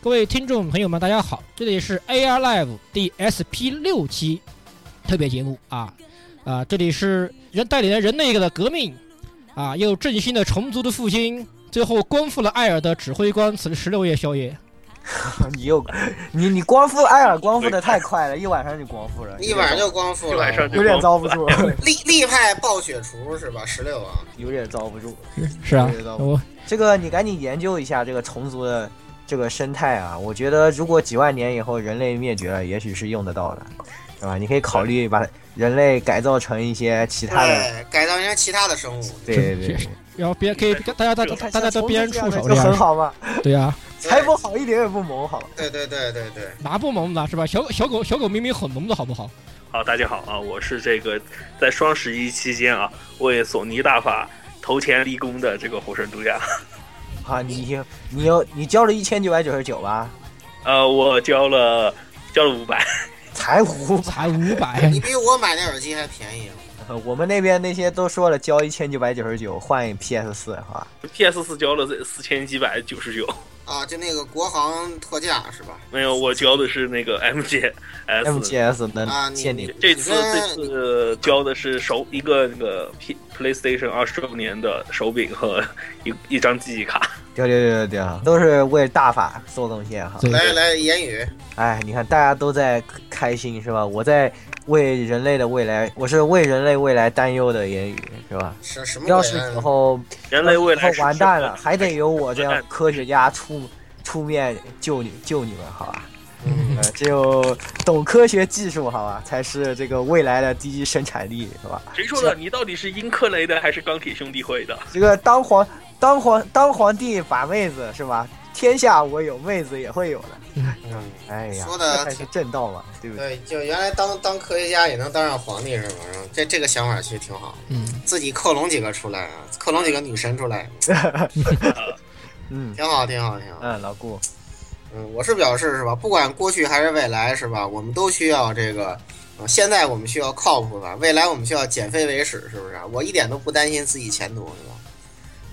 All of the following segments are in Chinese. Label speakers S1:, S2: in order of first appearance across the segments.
S1: 各位听众朋友们，大家好，这里是 AR Live 第 SP 六期特别节目啊啊，这里是人带领了人类的革命啊，又振兴了虫族的复兴，最后光复了艾尔的指挥官此十六夜宵夜。
S2: 你又你你光复 艾尔光复的太快了，一晚上就光复了，
S3: 一晚上就光复
S4: 一晚
S3: 了。
S4: 上就
S2: 有点遭不住，
S3: 力力派暴雪厨是吧？十六啊，
S2: 有点遭不住。
S1: 是啊
S2: 对的，
S1: 我
S2: 这个你赶紧研究一下这个虫族的这个生态啊！我觉得如果几万年以后人类灭绝了，也许是用得到的，对吧？你可以考虑把人类改造成一些其他的，
S3: 对，改造一些其他的生物。
S2: 对对对，
S1: 然后别可以大家大
S2: 你
S1: 家
S2: 看
S1: 大家都
S2: 像虫
S1: 别人
S2: 子这
S1: 触
S2: 样的
S1: 手这
S2: 就很
S1: 样，
S2: 好嘛，
S1: 对啊，
S2: 才不好一点也不萌，好吧？
S3: 对对对对对，
S1: 哪不萌的是吧？小狗小狗小狗明明很萌的好不好？
S4: 好，大家好啊，我是这个在双十一期间啊，为索尼大法投钱立功的这个火神杜亚。
S2: 啊，你你有你交了一千九百九十九吧？
S4: 呃，我交了交了五百，
S2: 才五百，
S1: 才五
S2: 哎
S1: 百
S3: 你，比我买那耳机还便宜。
S2: 呃我们那边那些都说了交一千九百九十九换 PS 四，好吧？
S4: PS 四交了四千几百九十九，
S3: 啊，就那个国行特价是吧？
S4: 没有，我交的是那个 MGS。
S2: MGS
S3: 啊
S2: 能
S3: 你
S2: 限定
S4: 这次
S3: 你
S4: 这
S3: 跟
S4: 次交的是手一个那个 P PlayStation 二十周年的手柄和一一张记忆卡。
S2: 对对对对对，都是为大法做贡献哈。
S1: 对
S3: 来来，言语，
S2: 哎，你看大家都在开心是吧？我在为人类的未来，我是为人类未来担忧的言语是吧？
S3: 什什么鬼啊？
S2: 要是以后
S4: 人类未来
S2: 以
S4: 是
S2: 后哦完蛋了，
S4: 什么
S2: 还得由我这 样的科学家出出面救你救你们好吧？
S3: 嗯
S2: 呃，只有懂科学技术好吧，才是这个未来的第一生产力是吧？
S4: 谁说的？你到底是英克雷的还是钢铁兄弟会的？
S2: 这个当皇当皇当皇帝把妹子是吧？天下我有，妹子也会有的。
S3: 嗯，
S2: 哎呀，
S3: 说得
S2: 这才是正道嘛，对不对？
S3: 对，就原来当当科学家也能当上皇帝是吗？然后这这个想法其实挺好，
S1: 嗯，
S3: 自己克隆几个出来啊，克隆几个女神出来，
S2: 嗯
S3: 挺好，挺好，挺好。
S2: 嗯，老顾，
S3: 嗯，我是表示是吧？不管过去还是未来是吧？我们都需要这个。呃现在我们需要靠谱的，未来我们需要减肥为耻，是不是啊？我一点都不担心自己前途，是吧？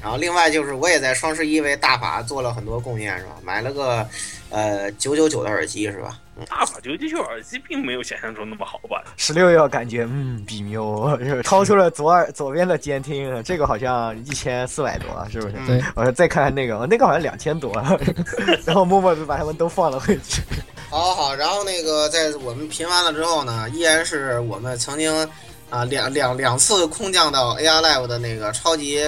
S3: 然后另外就是我也在双十一为大法做了很多贡献，是吧？买了个呃九九九的耳机，是吧？嗯，
S4: 大法九九九耳机并没有想象中那么好吧？
S2: 十六要感觉嗯比牛， 就是掏出了左耳左边的监听，这个好像一千四百多，是不是？
S3: 嗯
S1: 对，
S2: 我再看看那个，那个好像两千多， 然后默默的把他们都放了回去。
S3: 好好，然后那个在我们评完了之后呢，依然是我们曾经啊、两两两次空降到 AR Live 的那个超级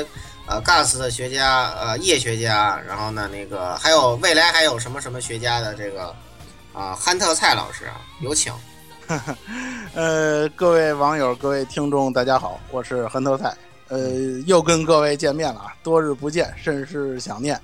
S3: 呃 Gas 的学家呃叶学家，然后呢那个还有未来还有什么什么学家的这个啊、憨特蔡老师啊，有请。
S5: 呃，各位网友、各位听众，大家好，我是憨头菜，呃，又跟各位见面了啊，多日不见，甚是想念。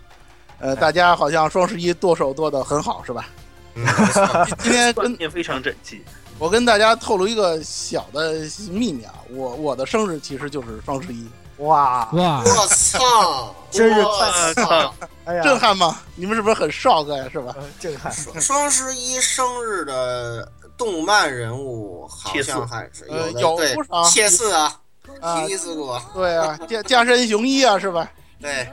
S5: 呃，大家好像双十一剁手剁得很好，是吧？
S3: 嗯，没错
S5: 今天
S4: 观
S5: 跟
S4: 念非常整齐。
S5: 我跟大家透露一个小的秘密啊，我我的生日其实就是双十一，
S2: 哇，
S1: 哇，
S3: 我 操！
S2: 真是
S3: 我操！
S2: 哎呀，
S5: 震撼吗？你们是不是很 shock 呀、是吧？
S2: 呃震撼！
S3: 双双十一生日的动漫人物好
S4: 切四
S3: 像还是
S5: 呃
S3: 有的，
S5: 有
S3: 对
S5: 不少
S3: 切四啊，
S5: 啊
S3: 提利斯果。
S5: 对啊， 加加深雄一啊，是吧？
S3: 对，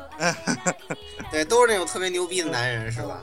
S3: 对，都是那种特别牛逼的男人，是吧？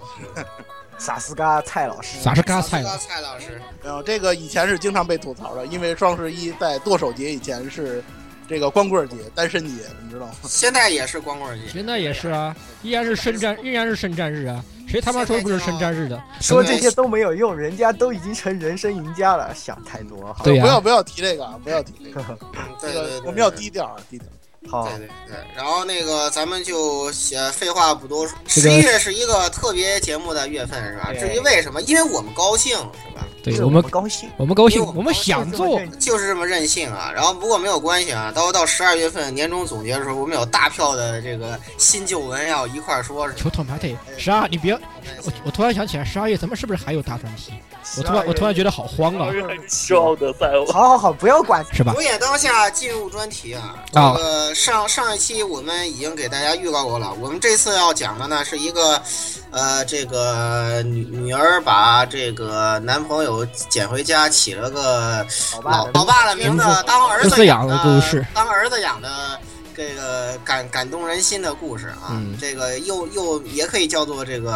S2: 傻斯嘎蔡老师，
S1: 咋是嘎菜
S3: 老
S1: 了？
S3: 蔡老师，
S5: 然后这个以前是经常被吐槽的，因为双十一在剁手节以前是这个光棍节、单身节，你知道吗？
S3: 现在也是光棍节，
S1: 现在也是啊，依然是圣战，依然是圣战日啊，谁他妈说不是圣战日的？
S2: 说这些都没有用，人家都已经成人生赢家了，想太多。好，
S1: 对呀
S5: 不要不要提这个啊，不要提 这个，
S3: 嗯
S5: 这
S3: 对对
S5: 个
S3: 对，
S5: 我们要低调啊，低调。
S2: 好
S3: 对。对对，然后那个咱们就呃废话不多说，
S1: 这
S3: 十
S1: 个
S3: 一月是一个特别节目的月份是吧？
S2: 对
S3: 至于为什么，因为我们高兴是吧？
S1: 对
S2: 是
S1: 我们
S2: 高兴，
S1: 我们高兴
S3: 因为，我
S1: 我们想做，
S3: 就是这么任性啊。然后不过没有关系啊，到到十二月份年终总结的时候，我们有大票的这个新旧闻要一块儿说是吧？
S1: 求团派对。十二，你别，我我突然想起来，十二月咱们是不是还有大专题？我突然我突然觉得好慌啊！
S4: 骄傲的赛
S2: 得，好好好，不要管
S1: 是吧？
S3: 着眼当下进入专题啊，这
S1: 啊
S3: 个上上一期我们已经给大家预告过了，我们这次要讲的呢是一个，呃，这个女女儿把这个男朋友捡回家，起了个
S2: 老爸
S3: 老
S2: 的
S3: 老爸的名字
S1: 名字，
S3: 当儿
S1: 自
S3: 子
S1: 养
S3: 的
S1: 的故事，
S3: 当儿子养的这个感感动人心的故事啊，
S1: 嗯
S3: 这个又又也可以叫做这个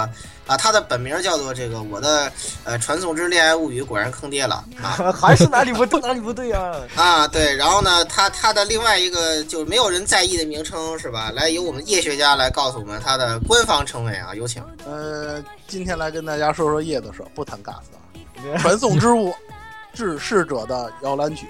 S3: 啊，它的本名叫做这个我的呃《传送之恋爱物语》，果然坑爹
S1: 嗯
S3: 了啊
S2: 还是哪里不对，哪里不对啊？
S3: 啊！对，然后呢，它它的另外一个就是没有人在意的名称是吧？来，由我们叶学家来告诉我们它的官方称谓啊，有请。
S5: 呃，今天来跟大家说说夜的事儿，不谈 gas 啊，传送之物， 致逝者的摇篮曲。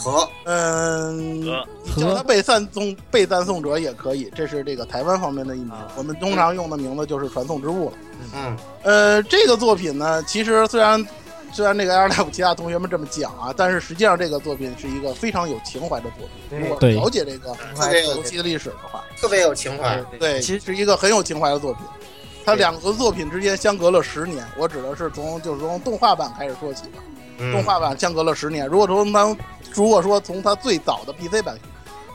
S3: 和
S5: 嗯，
S4: 和
S5: 你叫它被赞颂被赞颂者也可以，这是这个台湾方面的一名
S2: 啊，
S5: 我们通常用的名字就是传送之物了。
S3: 嗯
S5: 呃，这个作品呢，其实虽然虽然这个 Air Live 其他同学们这么讲啊，但是实际上这个作品是一个非常有情怀的作品。
S2: 对
S5: 如果
S1: 对
S5: 了解这个
S3: 特别有
S5: 游戏的历史的话，
S3: 特别有情怀，
S2: 对
S5: 对，
S2: 其
S5: 其
S2: 实
S5: 实是一个很有情怀的作品。它
S3: 对
S5: 两个作品之间相隔了十年，我指的是从就是从动画版开始说起吧。动
S3: 嗯
S5: 画版相隔了十年，如果从当如果说从它最早的 PC 版，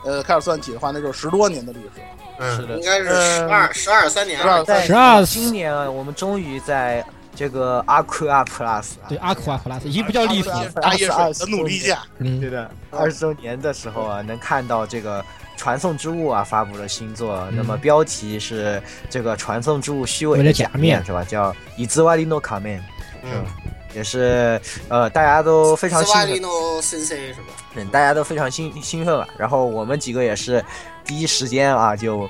S5: 呃开始算起的话，那就是十多年的历史了。
S2: 是
S3: 嗯，
S2: 的
S3: 应该是
S5: 呃
S3: 十二十二三年
S5: 十二
S3: 了，
S5: 三
S2: 在
S5: 年
S1: 12
S2: 今年啊我们终于在这个 Aqua Plus 啊
S1: 对，阿库阿普拉斯已经不叫利
S5: 历史
S1: 弗，
S5: 大业水的努力下，
S1: 嗯，
S2: 对的，二十周年的时候啊，能看到这个《传送之物》啊发布了新作，
S1: 嗯
S2: 那么标题是这个《传送之物虚伪
S1: 为了
S2: 的
S1: 假
S2: 假
S1: 面
S2: 面》是吧？叫《伊兹瓦利诺卡面
S3: 嗯，》，
S2: 也是呃大家都非常
S3: 斯
S2: 兴
S3: 瓦利
S2: 奋
S3: 诺 CC 是吧？
S2: 嗯，大家都非常兴兴奋了。啊然后我们几个也是第一时间啊就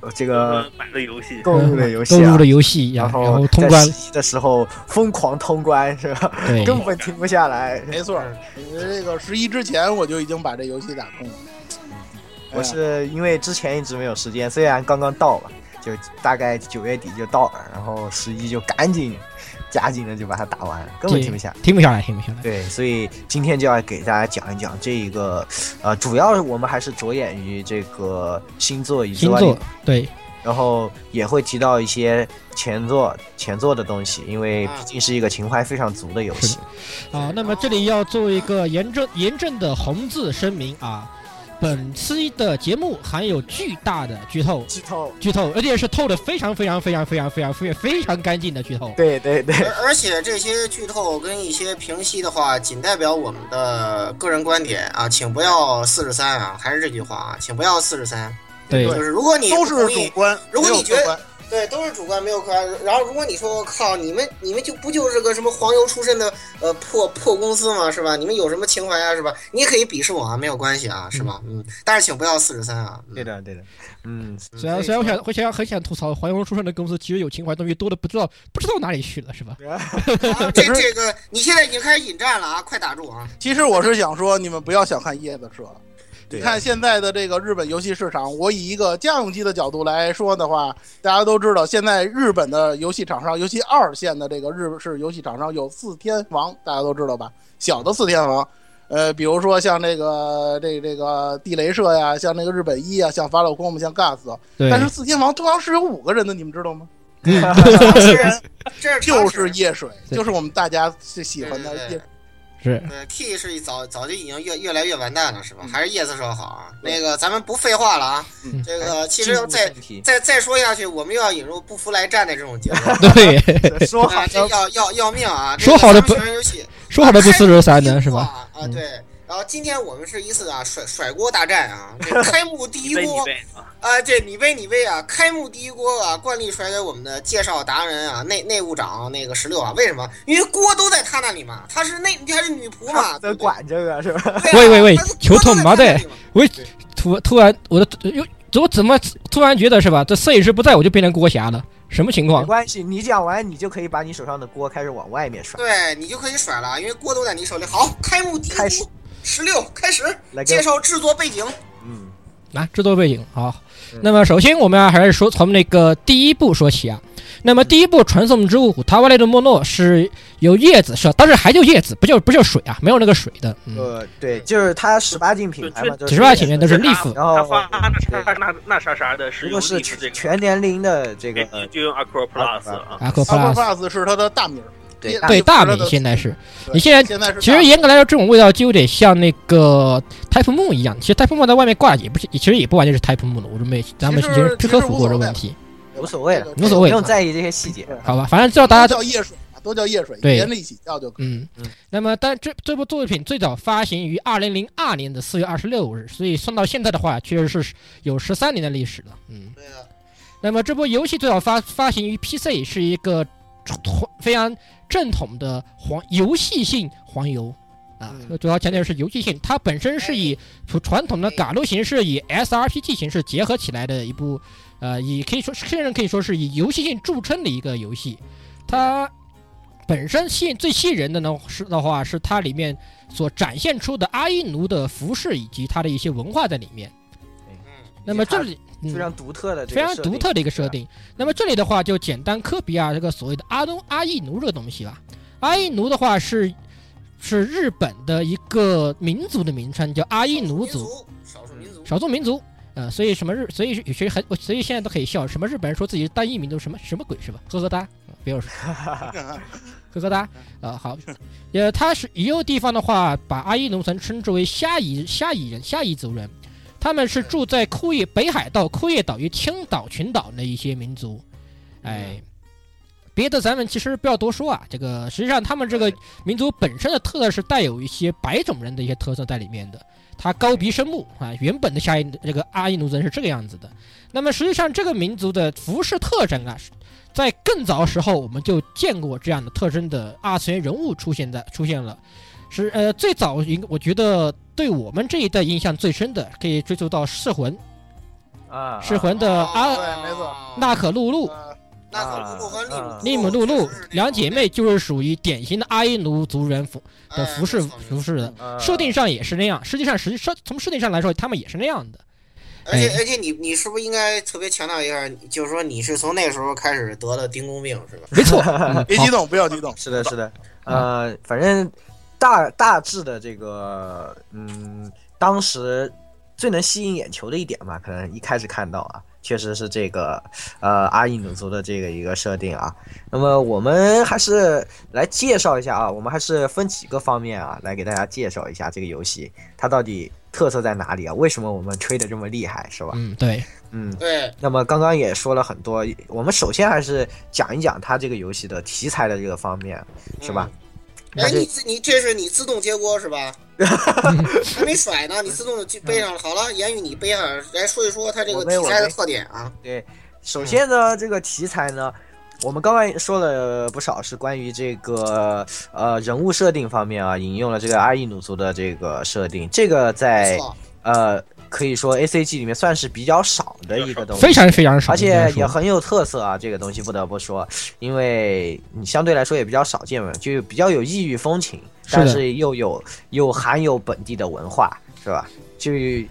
S2: 呃这个
S4: 呃，买了游戏，
S2: 购入了游
S1: 都
S2: 戏、
S1: 入
S2: 啊
S1: 了。游戏，然
S2: 然
S1: 后
S2: 后
S1: 通
S2: 在
S1: 关哎
S2: 实，习的时候疯狂通关是吧？
S1: 对，
S2: 根本停不下来。
S5: 没错儿，因为这个十一之前我就已经把这游戏打通了。
S2: 我是因为之前一直没有时间，虽然刚刚到吧，就大概九月底就到了，然后十一就赶紧加紧了就把它打完了，根本停不下。
S1: 停不下来，停不下来。
S2: 对，所以今天就要给大家讲一讲这一个，呃，主要我们还是着眼于这个星座以及
S1: 星座，对，
S2: 然后也会提到一些前作前作的东西，因为毕竟是一个情怀非常足的游戏。
S1: 啊，那么这里要做一个严正严正的红字声明啊，本期的节目含有巨大的剧透，
S2: 剧透，
S1: 剧透，而且是透的非常非常非常非常非常非常非常干净的剧透。
S2: 对对对，
S3: 而而且这些剧透跟一些评析的话，仅代表我们的个人观点啊，请不要四十三啊，还是这句话啊，请不要四十三。
S1: 对
S3: 就是如果你
S5: 都
S3: 不
S5: 是
S3: 同
S5: 主
S3: 意
S5: 观，
S3: 如果
S5: 没有
S3: 你觉得
S5: 客观
S3: 对都是主观没有客观，然后如果你说我靠，你们你们就不就是个什么黄油出身的呃破破公司吗？是吧？你们有什么情怀啊？是吧？你也可以鄙视我啊，没有关系啊，是吧？嗯，但是请不要四十三啊。嗯
S2: 对，的对的，嗯，
S1: 虽然虽然我想，我想很想吐槽黄蓉出身的公司，其实有情怀东西多的不知道不知道哪里去了，是吧？
S5: 啊
S3: 好这这个你现在已经开始引战了啊，快打住 啊！
S5: 其实我是想说，你们不要小看夜的社了。
S2: 对嗯
S5: 你看现在的这个日本游戏市场，我以一个家用机的角度来说的话，大家都知道，现在日本的游戏厂商，尤其二线的这个日式游戏厂商有四天王，大家都知道吧？小的四天王，呃，比如说像这个这这个地雷社呀，像那个日本一呀，像法老空，像 Gas，
S1: 对
S5: 但是四天王通常是有五个人的，你们知道吗？
S3: 这是这是常
S5: 就
S3: 识
S5: 是夜水，
S1: 对
S5: 就是我们大家最喜欢的
S3: 对对对
S5: 夜。
S1: 是
S3: 对，T 是早早就已经越越来越完蛋了，是吧？还是叶子说好啊。那个，咱们不废话了啊。
S5: 嗯
S3: 这个其实
S2: 进入
S3: 要再
S2: 正题
S3: 再再说下去，我们又要引入不服来战的这种节目，
S1: 对，
S2: 说好
S3: 啊这
S2: 的
S3: 要要要命啊！
S1: 说好的不
S3: 不游戏，
S1: 说好的不四十三
S3: 开
S1: 呢，
S3: 幕
S1: 是吧？
S3: 第一锅啊，啊
S1: 嗯
S3: 对。然后今天我们是一次啊甩甩锅大战啊，这开幕第 一
S4: 被你
S3: 锅
S4: 被啊，
S3: 啊，这你杯你杯啊，开幕第一锅啊，惯例甩给我们的介绍达人啊，内内务长那个十六啊，为什么？因为锅都在他那里嘛，他是内他是女仆嘛，
S2: 在
S3: 对不对
S2: 管这个是吧？
S3: 对啊
S1: 喂喂喂
S3: 他是
S1: 球桶麻袋
S3: 他是
S1: 我突突然我的又我怎么突然觉得是吧？这摄影师不在我就变成郭侠了，什么情
S2: 没
S1: 况？
S2: 关系，你讲完你就可以把你手上的锅开始往外面甩。
S3: 对你就可以甩了，因为锅都在你手里。好，开幕第一
S2: 开始
S3: 步，十六开始
S2: 来给
S3: 介，绍制作背景。
S2: 嗯，
S1: 来、制作背景好
S2: 嗯。
S1: 那么首先我们啊还是说从那个第一部说起啊。那么第一部《传送之物》塔瓦雷的莫诺是由叶子社，但是还就叶子，不叫不叫水啊，没有那个水的。嗯，
S2: 呃，对，就是它十八禁品牌嘛，就是
S1: 十八前面都是利
S4: 这
S1: 夫
S4: 个，
S2: 然
S4: 他
S2: 后
S4: 发那
S2: 哦对
S4: 啥那那啥啥的石
S2: 如
S4: 油
S2: 果是
S4: 地图这
S2: 全
S4: 个，
S2: 全年龄的这个，
S4: 就就用 Aqua Plus 啊，
S1: 阿克
S5: Super
S1: plus
S5: Plus 是它的大名儿，
S2: 对
S5: 夜
S1: 对大米
S5: 它的
S1: 现在是，
S5: 对
S1: 你现在
S5: 现在是
S1: 其
S5: 大
S1: 实
S5: 米
S1: 严格来说，这种味道就有点像那个 Type Moon 一样。其实 Type Moon 在外面挂也不是，其实也不完全是 Type Moon 了。我这没，咱们
S5: 其
S1: 已
S5: 实
S1: 经
S5: 其实
S1: 科
S5: 无
S1: 普过
S5: 所
S1: 这
S5: 谓啊
S1: 问
S5: 了
S1: 题，
S2: 无所谓了
S5: 这个
S1: 无所谓
S2: 不用在意这些细节。
S1: 好吧？反正知道大家
S5: 叫夜水啊，都叫叶水，
S1: 对
S5: 连着一起叫就可以。
S1: 嗯
S2: 嗯，
S1: 那么但这这部作品最早发行于二零零二年的四月二十六日，所以算到现在的话，确实是有十三年的历史了。嗯，
S3: 对啊的，
S1: 那么这部游戏最早发发行于 PC，是一个传统非常正统的黄游戏性黄油啊
S5: 嗯，
S1: 那主要强调是游戏性，它本身是以普传统的
S3: 哎
S1: 赶路形式与 SRPG 形式结合起来的一部，呃，以可以说甚至可以说是以游戏性著称的一个游戏。它本身吸引最吸引人的呢是的话是它里面所展现出的阿伊奴的服饰以及它的一些文化在里面。
S3: 嗯，
S1: 那么这
S2: 它
S1: 里嗯
S2: 非常独特的这
S1: 非
S2: 个
S1: 常
S2: 设
S1: 独
S2: 定
S1: 特的一个设定。那么这里的话，就简单科比啊这个所谓的阿东阿伊奴这个东西吧。阿伊奴的话是是日本的一个民族的名称，叫阿伊奴族，嗯
S3: 族，少数民族，
S1: 少数民族。呃，所以什么日，所以有些很，所以现在都可以笑，什么日本人说自己是单一民族，什么什么鬼是吧？呵呵哒，呃不要说呵呵哒，呃，好，呃，他是也有地方的话，把阿伊奴曾称之为虾夷虾夷人、虾夷族人，他们是住在库页北海道库页岛与青岛群岛的一些民族，哎。别的咱们其实不要多说啊，这个实际上他们这个民族本身的特色是带有一些白种人的一些特色在里面的。他高鼻深目啊，原本的夏伊这个阿伊奴人是这个样子的。那么实际上这个民族的服饰特征啊，在更早时候我们就见过这样的特征的二次元人物出现在出现了，是呃最早应我觉得对我们这一代印象最深的，可以追溯到《噬魂》
S2: 啊，
S1: 《噬魂》
S3: 哦
S1: 的啊阿
S5: 对没错
S1: 纳可露露、
S5: 呃
S3: 那可露露和利姆
S2: 啊
S1: 利姆露露
S3: 就是那种
S1: 两姐妹就是属于典型的阿伊奴族人服
S3: 嗯
S1: 的服饰服饰的。
S2: 啊
S1: 设定上也是那样，实际上实际设从设定上来说，他们也是那样的。
S3: 而且
S1: 哎
S3: 而且你你是不是应该特别强调一下，就是说你是从那时候开始得的丁公病是吧？
S1: 没错，嗯
S5: 别
S1: 好
S5: 激动，不要激动。
S2: 是的，是的，呃，反正大大致的这个，嗯，当时最能吸引眼球的一点嘛，可能一开始看到啊，确实是这个，呃，阿伊努族的这个一个设定啊。那么我们还是来介绍一下啊，我们还是分几个方面啊，来给大家介绍一下这个游戏它到底特色在哪里啊？为什么我们吹的这么厉害，是吧？
S1: 嗯，对，
S2: 嗯，
S3: 对，
S2: 那么刚刚也说了很多，我们首先还是讲一讲它这个游戏的题材的这个方面，是吧？
S3: 哎，
S2: 它这
S3: 你自你这是你自动接锅 是吧？还没甩呢，你自动就背上了。好了，言语你背上了，来说一说它这个
S2: 我背
S3: 题
S2: 我
S3: 材的
S2: 背
S3: 特点啊。
S2: 首先呢，这个题材呢，我们刚刚也说了不少是关于这个呃人物设定方面啊，引用了这个阿伊努族的这个设定，这个
S3: 没
S2: 在
S3: 错，
S2: 呃可以说 A C G 里面算是比较少的一个东西
S1: 非。常非常少，
S2: 而
S1: 应该
S2: 且
S1: 说
S2: 也很有特色啊，这个东西不得不说，因为你相对来说也比较少见嘛，就比较有异域风情，
S1: 是的
S2: 但是又有又含有本地的文化，是吧？就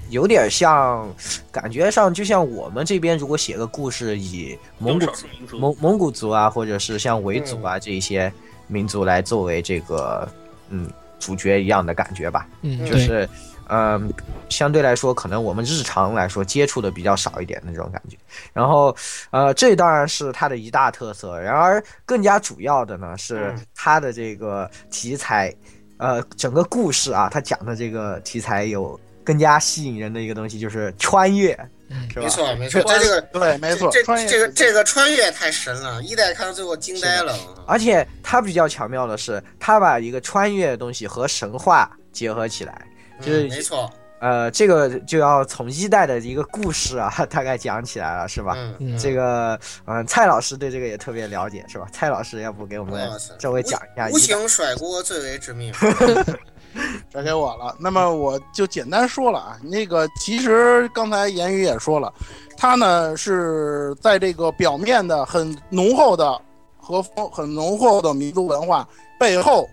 S2: 有点像，感觉上就像我们这边如果写个故事，以蒙
S4: 有
S2: 古
S4: 少数民族，嗯
S2: 蒙蒙古族啊，或者是像维族啊这一些民族来作为这个嗯主角一样的感觉吧，
S1: 嗯，
S2: 就
S1: 对，
S2: 是嗯，相对来说，可能我们日常来说接触的比较少一点的那种感觉。然后，呃，这当然是它的一大特色。然而，更加主要的呢是
S3: 嗯
S2: 它的这个题材，呃，整个故事啊，它讲的这个题材有更加吸引人的一个东西，就是穿越，
S1: 嗯
S2: 是吧
S3: 没？错，没错，它这个
S5: 对，没错
S3: 这，
S5: 穿越
S3: 这个
S5: 时间
S3: 这个穿越太神了，一代看到最后惊呆了。
S2: 而且它比较巧妙的是，它把一个穿越的东西和神话结合起来。
S3: 嗯
S2: 就是
S3: 没错，
S2: 呃，这个就要从一代的一个故事啊， 大概讲起来了，是吧？
S3: 嗯，
S1: 嗯
S2: 这个，嗯、蔡老师对这个也特别了解，是吧？蔡老师，要不给我们
S3: 哇塞
S2: 嗯稍微讲一下
S3: 无
S2: 一代？
S3: 情甩锅最为 致命。
S5: 甩给我了。那么我就简单说了啊，那个其实刚才言语也说了，它呢是在这个表面的很浓厚的和风很浓厚的民族文化背后，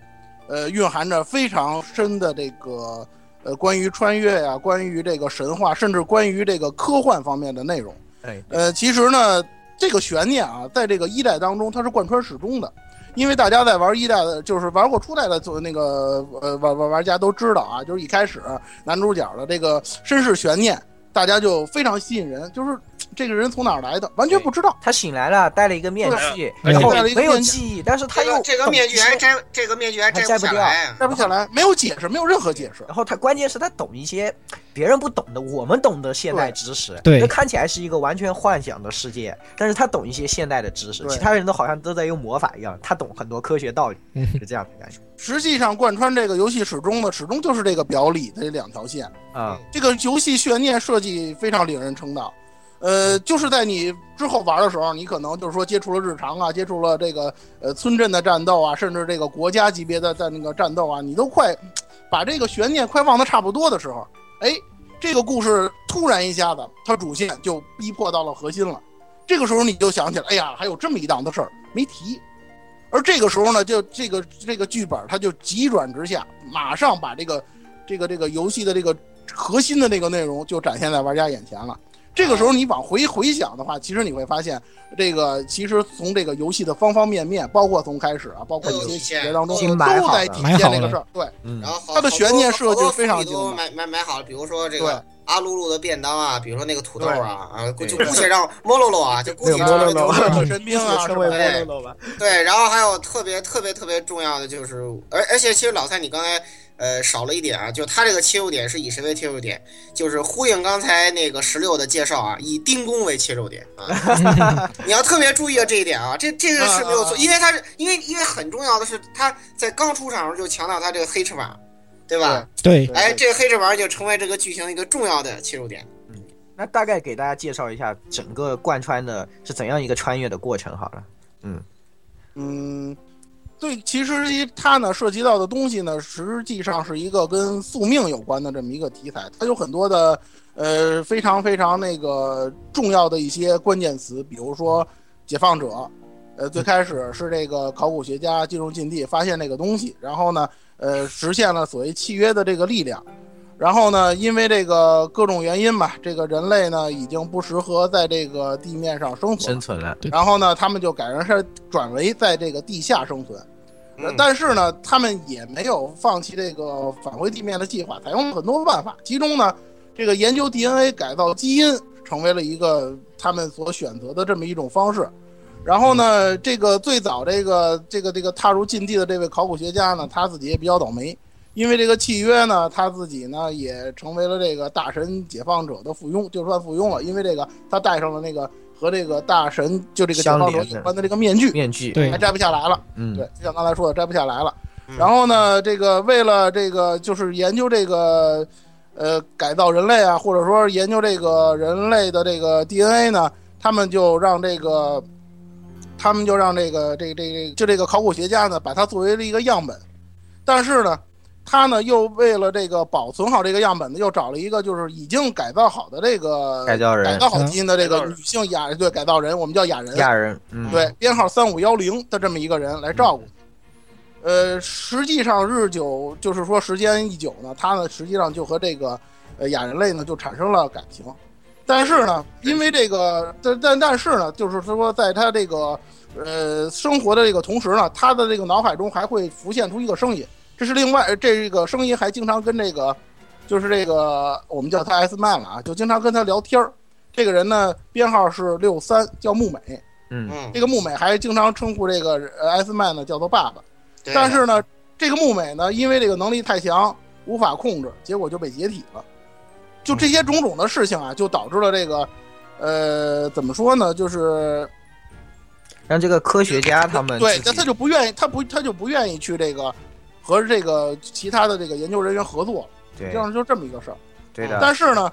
S5: 呃，蕴含着非常深的这个呃关于穿越呀、关于这个神话，甚至关于这个科幻方面的内容。
S2: 哎，
S5: 呃，其实呢，这个悬念啊，在这个一代当中，它是贯穿始终的。因为大家在玩一代的，就是玩过初代的做那个呃玩玩玩家都知道啊，就是一开始男主角的这个身世悬念，大家就非常吸引人，就是这个人从哪儿来的，完全不知道。
S2: 他醒来了，戴了一个面具，
S1: 对
S2: 然后
S5: 戴了一个
S2: 没有
S5: 面具
S2: 记忆，但是他
S3: 这
S2: 又
S3: 个这个面具还
S2: 懂一些
S3: 摘，这个面具还摘
S2: 还摘
S3: 不下
S2: 不掉嗯
S3: 来啊。
S5: 摘不下来，没有解释，没有任何解释。
S2: 然后他关键是他懂一些别人不懂的，我们懂的现代知识。
S1: 对
S2: 这看起来是一个完全幻想的世界，但是他懂一些现代的知识，
S5: 对
S2: 其他人都好像都在用魔法一样，他懂很多科学道理，
S1: 嗯
S2: 是这样的感觉
S5: 实际上贯穿这个游戏始终的，始终就是这个表里的这两条线。
S2: 啊、
S5: 这个游戏悬念设计非常令人称道。呃，就是在你之后玩的时候，你可能就是说接触了日常啊，接触了这个呃村镇的战斗啊，甚至这个国家级别的在那个战斗啊，你都快把这个悬念快忘得差不多的时候，哎，这个故事突然一下子，它主线就逼迫到了核心了。这个时候你就想起来，哎呀，还有这么一档子事儿没提。而这个时候呢，就这个这个剧本它就急转直下，马上把这个这个这个游戏的这个核心的那个内容就展现在玩家眼前了。这个时候你往回回想的话，其实你会发现，这个其实从这个游戏的方方面面，包括从开始啊，包括一些细节当中，
S3: 已
S5: 都
S2: 经埋好
S5: 在
S2: 了
S5: 体现这个事儿。对，
S2: 嗯
S3: 然，后好
S5: 它的
S3: 好
S5: 悬
S3: 多
S5: 念
S3: 好
S5: 设计
S3: 多
S5: 非常
S3: 福利
S5: 精
S3: 都
S5: 良
S3: 买买买好了，比如说这
S5: 对
S3: 个阿露露的便当啊，比如说那个土豆
S5: 对
S3: 啊啊，就
S2: 对
S3: 姑且让莫洛洛啊，就姑
S6: 没有
S3: 且
S6: 摸
S3: 让
S6: 漏漏，
S5: 这个神兵
S6: 这
S5: 啊，
S6: 个
S5: 是
S6: 称
S5: 吧
S6: 谓摸漏漏吧？
S3: 对，然后还有特别特别特别重要的就是，而而且其实老蔡你刚才呃少了一点啊，就他这个切入点是以谁为切入点？就是呼应刚才那个十六的介绍啊，以丁公为切入点啊， 你要特别注意啊这一点啊，这这个是没有
S5: 啊啊
S3: 错，
S5: 啊
S3: 因为他是因为因为很重要的是他在刚出场的时候就强调他这个黑翅膀，对吧？
S1: 对，
S5: 对
S3: 哎，这个黑翅膀就成为这个剧情一个重要的切入点。
S2: 那大概给大家介绍一下整个贯穿的是怎样一个穿越的过程好了。
S5: 嗯，对，其实它呢涉及到的东西呢，实际上是一个跟宿命有关的这么一个题材，它有很多的呃非常非常那个重要的一些关键词，比如说解放者，呃，最开始是这个考古学家进入禁地发现这个东西，然后呢，呃，实现了所谓契约的这个力量。然后呢，因为这个各种原因吧，这个人类呢已经不适合在这个地面上生存了，
S2: 存了，
S1: 对
S5: 然后呢，他们就改成是转为在这个地下生存。
S3: 嗯
S5: 但是呢，他们也没有放弃这个返回地面的计划，采用了很多办法，其中呢，这个研究 DNA 改造基因成为了一个他们所选择的这么一种方式。然后呢，这个最早这个这个这个踏入禁地的这位考古学家呢，他自己也比较倒霉，因为这个契约呢，他自己呢也成为了这个大神解放者的附庸，就算附庸了，因为这个他戴上了那个和这个大神就这个解
S2: 相
S5: 放者
S2: 连的
S5: 有关的这个面具，
S2: 面具，
S1: 对
S5: 还摘不下来了。
S2: 嗯，
S5: 对，就像刚才说的，摘不下来了。
S3: 嗯
S5: 然后呢，这个为了这个就是研究这个，呃，改造人类啊，或者说研究这个人类的这个 DNA 呢，他们就让这个，他们就让这个这这这就这个考古学家呢，把它作为了一个样本。但是呢，他呢又为了这个保存好这个样本呢，又找了一个就是已经改造好的这个
S2: 改造人
S5: 改造好
S1: 嗯
S5: 基因的这
S4: 改
S5: 个
S4: 造人
S5: 女性亚对改造人，我们叫亚人
S2: 亚人，嗯，
S5: 对，编号三五幺零的这么一个人来照顾。呃，实际上日久就是说时间一久呢，他呢实际上就和这个呃亚人类呢就产生了感情，但是呢，因为这个但但但是呢，就是说在他这个呃生活的这个同时呢，他的这个脑海中还会浮现出一个声音，这是另外呃这个声音还经常跟这个就是这个我们叫他 S 曼了啊，就经常跟他聊天儿。这个人呢编号是六三，叫木美。
S2: 嗯，
S3: 嗯
S5: 这，个木美还经常称呼这个呃艾斯曼呢叫做爸爸，
S3: 对
S5: 但是呢，这个木美呢因为这个能力太强，无法控制，结果就被解体了。就这些种种的事情啊，就导致了这个，呃，怎么说呢？就是
S2: 让这个科学家他们
S5: 对，
S2: 自
S5: 那
S2: 己
S5: 他就不愿意，他不他就不愿意去这个和这个其他的这个研究人员合作，这
S2: 对
S5: 样就这么一个事儿。
S2: 对的，
S5: 但是呢，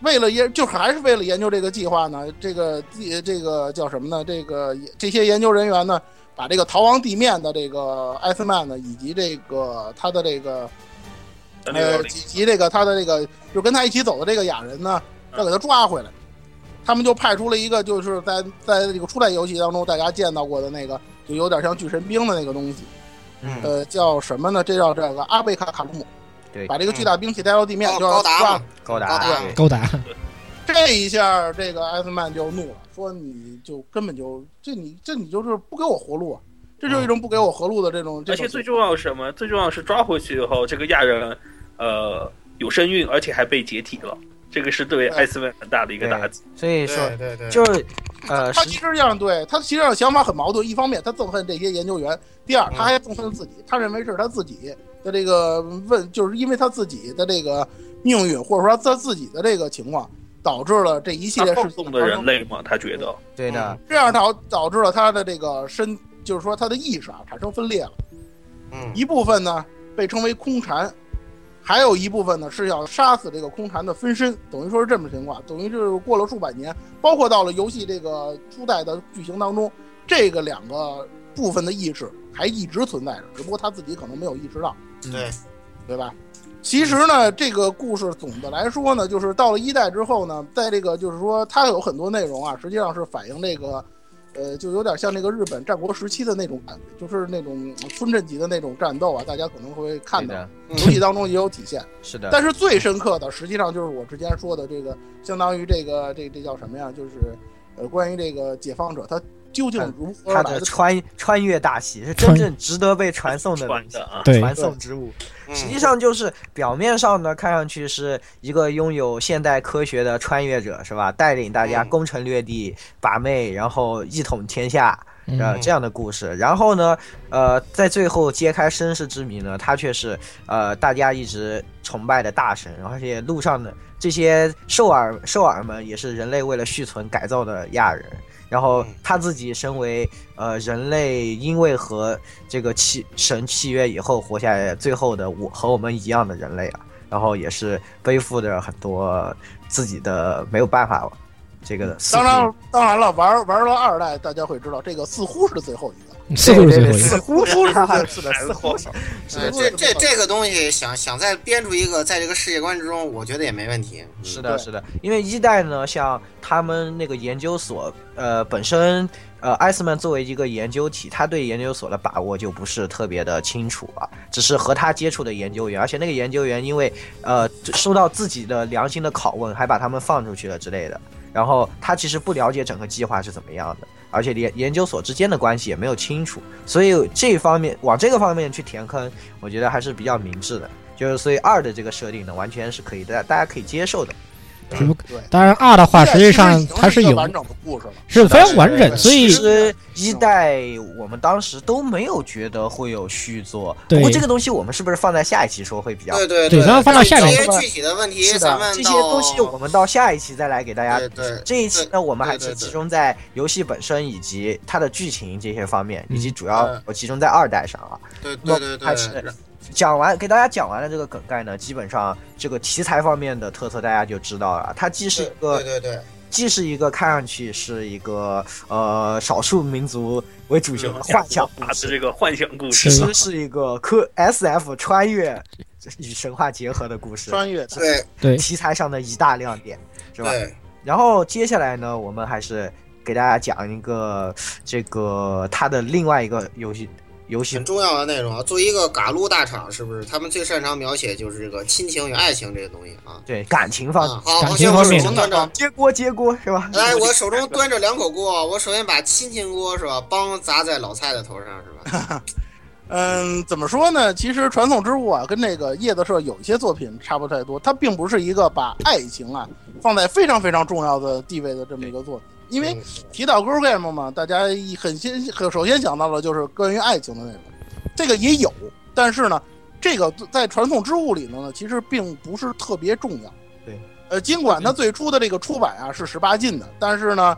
S5: 为了研，就是还是为了研究这个计划呢，这个地这个叫什么呢？这个这些研究人员呢，把这个逃亡地面的这个艾斯曼呢，以及这个他的这个
S4: 三六幺
S5: 呃，
S4: 零
S5: 及及这个他的这个就跟他一起走的这个雅人呢，要给他抓回来。他们就派出了一个，就是在在这个初代游戏当中大家见到过的那个，就有点像巨神兵的那个东西，
S2: 嗯，
S5: 呃，叫什么呢？这叫这个阿贝卡卡鲁姆，
S2: 对
S5: 把这个巨大兵器带到地面，
S3: 高
S5: 就要
S3: 高
S5: 抓
S3: 达
S5: 回
S3: 嘛
S5: 来，
S2: 高
S3: 高
S2: 达
S3: 达
S2: 对
S1: 高达，
S5: 这一下，这个艾斯曼就怒了，说你就根本就这你这你就是不给我活路啊！这就是一种不给我活路的这种。这
S4: 嗯而
S5: 种
S4: 且最重要的是什么？最重要的是抓回去以后，这个亚人，呃，有身孕，而且还被解体了。这个是对艾斯曼很大的一个打击。
S2: 所以说
S3: 对对对，
S2: 就是呃，
S5: 他
S2: 实
S5: 其实这样对他其实上想法很矛盾。一方面，他憎恨这些研究员；第二，他还憎恨自己，他认为是他自己的这个问，就是因为他自己的这个命运，或者说他自己的这个情况，导致了这一系
S4: 他
S5: 列事
S4: 放
S5: 情
S4: 纵
S5: 的
S4: 了
S5: 发
S4: 人
S5: 生。
S4: 类嘛，他觉得
S2: 对的，
S5: 这样导导致了他的这个身，就是说他的意识啊产生分裂了。
S3: 嗯
S5: 一部分呢被称为空蝉，还有一部分呢是要杀死这个空蝉的分身，等于说是这么情况，等于就是过了数百年，包括到了游戏这个初代的剧情当中，这个两个部分的意识还一直存在着，只不过他自己可能没有意识到，
S3: 对，
S5: 对吧？其实呢，这个故事总的来说呢，就是到了一代之后呢，在这个就是说，它有很多内容啊，实际上是反映这个，呃，就有点像那个日本战国时期的那种感觉，就是那种村镇级的那种战斗啊，大家可能会看
S2: 对
S5: 到，
S2: 的，
S3: 嗯
S5: 游戏当中也有体现。
S2: 是的，
S5: 但是最深刻的，实际上就是我之前说的这个，相当于这个这这叫什么呀？就是，呃，关于这个解放者他究竟如何
S2: 他
S5: 来
S2: 的
S5: 的
S2: 穿穿越大戏是真正值得被传送的
S4: 穿
S2: 东西
S4: 的啊，
S1: 对
S2: 传送之物。
S3: 嗯
S2: 实际上就是表面上呢，看上去是一个拥有现代科学的穿越者，是吧？带领大家
S3: 嗯
S2: 攻城略地、把妹，然后一统天下，呃，
S1: 嗯，
S2: 这样的故事。然后呢，呃，在最后揭开身世之谜呢，他却是呃大家一直崇拜的大神，而且路上的这些兽耳兽耳们也是人类为了续存改造的亚人。然后
S3: 嗯
S2: 他自己身为呃人类，因为和这个契神契约以后活下来，最后的我和我们一样的人类啊，然后也是背负着很多自己的没有办法这个宿
S5: 当
S2: 命。
S5: 然，当然了，玩玩了二代，大家会知道这个似乎是最后一个。
S1: 似乎是最后
S2: 对对对
S1: 一个
S2: 似。 乎是
S5: 啊
S2: 是的，
S4: 还
S2: 似
S4: 是
S2: 乎是。
S3: 呃这
S5: 对
S3: 这这个东西想想再编出一个在这个世界观之中，我觉得也没问题。嗯
S2: 是的，
S5: 对
S2: 是的，因为一代呢，像他们那个研究所，呃，本身，呃，艾斯曼作为一个研究体，他对研究所的把握就不是特别的清楚啊，只是和他接触的研究员，而且那个研究员因为，呃，受到自己的良心的拷问，还把他们放出去了之类的，然后他其实不了解整个计划是怎么样的，而且连研究所之间的关系也没有清楚，所以这方面往这个方面去填坑，我觉得还是比较明智的。就是所以二的这个设定呢，完全是可以大家大家可以接受的。
S1: 只不
S5: 对
S1: 当然二的话，实际上它
S5: 是
S1: 是
S5: 一个
S1: 有
S5: 完整的故事了。
S1: 是非常完整，
S2: 对
S1: 所以
S2: 其实一代我们当时都没有觉得会有续作。
S1: 对
S2: 不过这个东西我们是不是放在下一期说会比较？
S3: 对对
S1: 对咱们放到下
S3: 这
S1: 面
S3: 些具体的问题，
S2: 是
S3: 咱
S2: 的
S3: 们，
S2: 这些东西
S3: 到
S2: 我们到下一期再来给大家。
S3: 对对
S2: 这一期呢，我们还是
S3: 对对
S2: 集中在游戏本身以及它的剧情这些方面，
S1: 嗯
S2: 以及主要我集中在二代上啊。
S3: 对对对对
S2: 还是
S3: 对，
S2: 讲完给大家讲完了这个梗概呢，基本上这个题材方面的特色大家就知道了。它既是一个
S3: 对对对，
S2: 既是一个看上去是一个呃少数民族为主
S4: 这
S2: 角
S4: 个
S2: 的幻想故
S4: 打的
S2: 事，
S4: 这个幻想故
S2: 其
S4: 事
S1: 是
S4: 啊
S2: 实，是一个科 S F 穿越与神话结合的故事，
S5: 穿越
S3: 对
S1: 对
S2: 题材上的一大亮点，是吧？
S3: 对，
S2: 然后接下来呢，我们还是给大家讲一个这个它的另外一个游戏游戏
S3: 很，重要的内容啊。作为一个嘎撸大厂，是不是他们最擅长描写就是这个亲情与爱情这个东西啊？
S2: 对感情方面，
S3: 啊，好，
S1: 感
S3: 我
S1: 情
S3: 现在
S1: 方
S3: 我手
S1: 面
S3: 中端着，
S2: 接锅接锅是吧？
S3: 来，哎我手中端着两口锅啊，我首先把亲情锅是吧，帮砸在老蔡的头上是吧？
S5: 嗯，怎么说呢？其实《传送之物》啊，跟那个叶子社有一些作品差不太多，它并不是一个把爱情啊放在非常非常重要的地位的这么一个作品。因
S3: 嗯
S5: 为提到 girl game 嘛，大家一很先很首先想到的就是关于爱情的内容，这个也有，但是呢，这个在《传送之物》里头呢，其实并不是特别重要。
S2: 对，
S5: 呃，尽管它最初的这个出版啊是十八禁的，但是呢，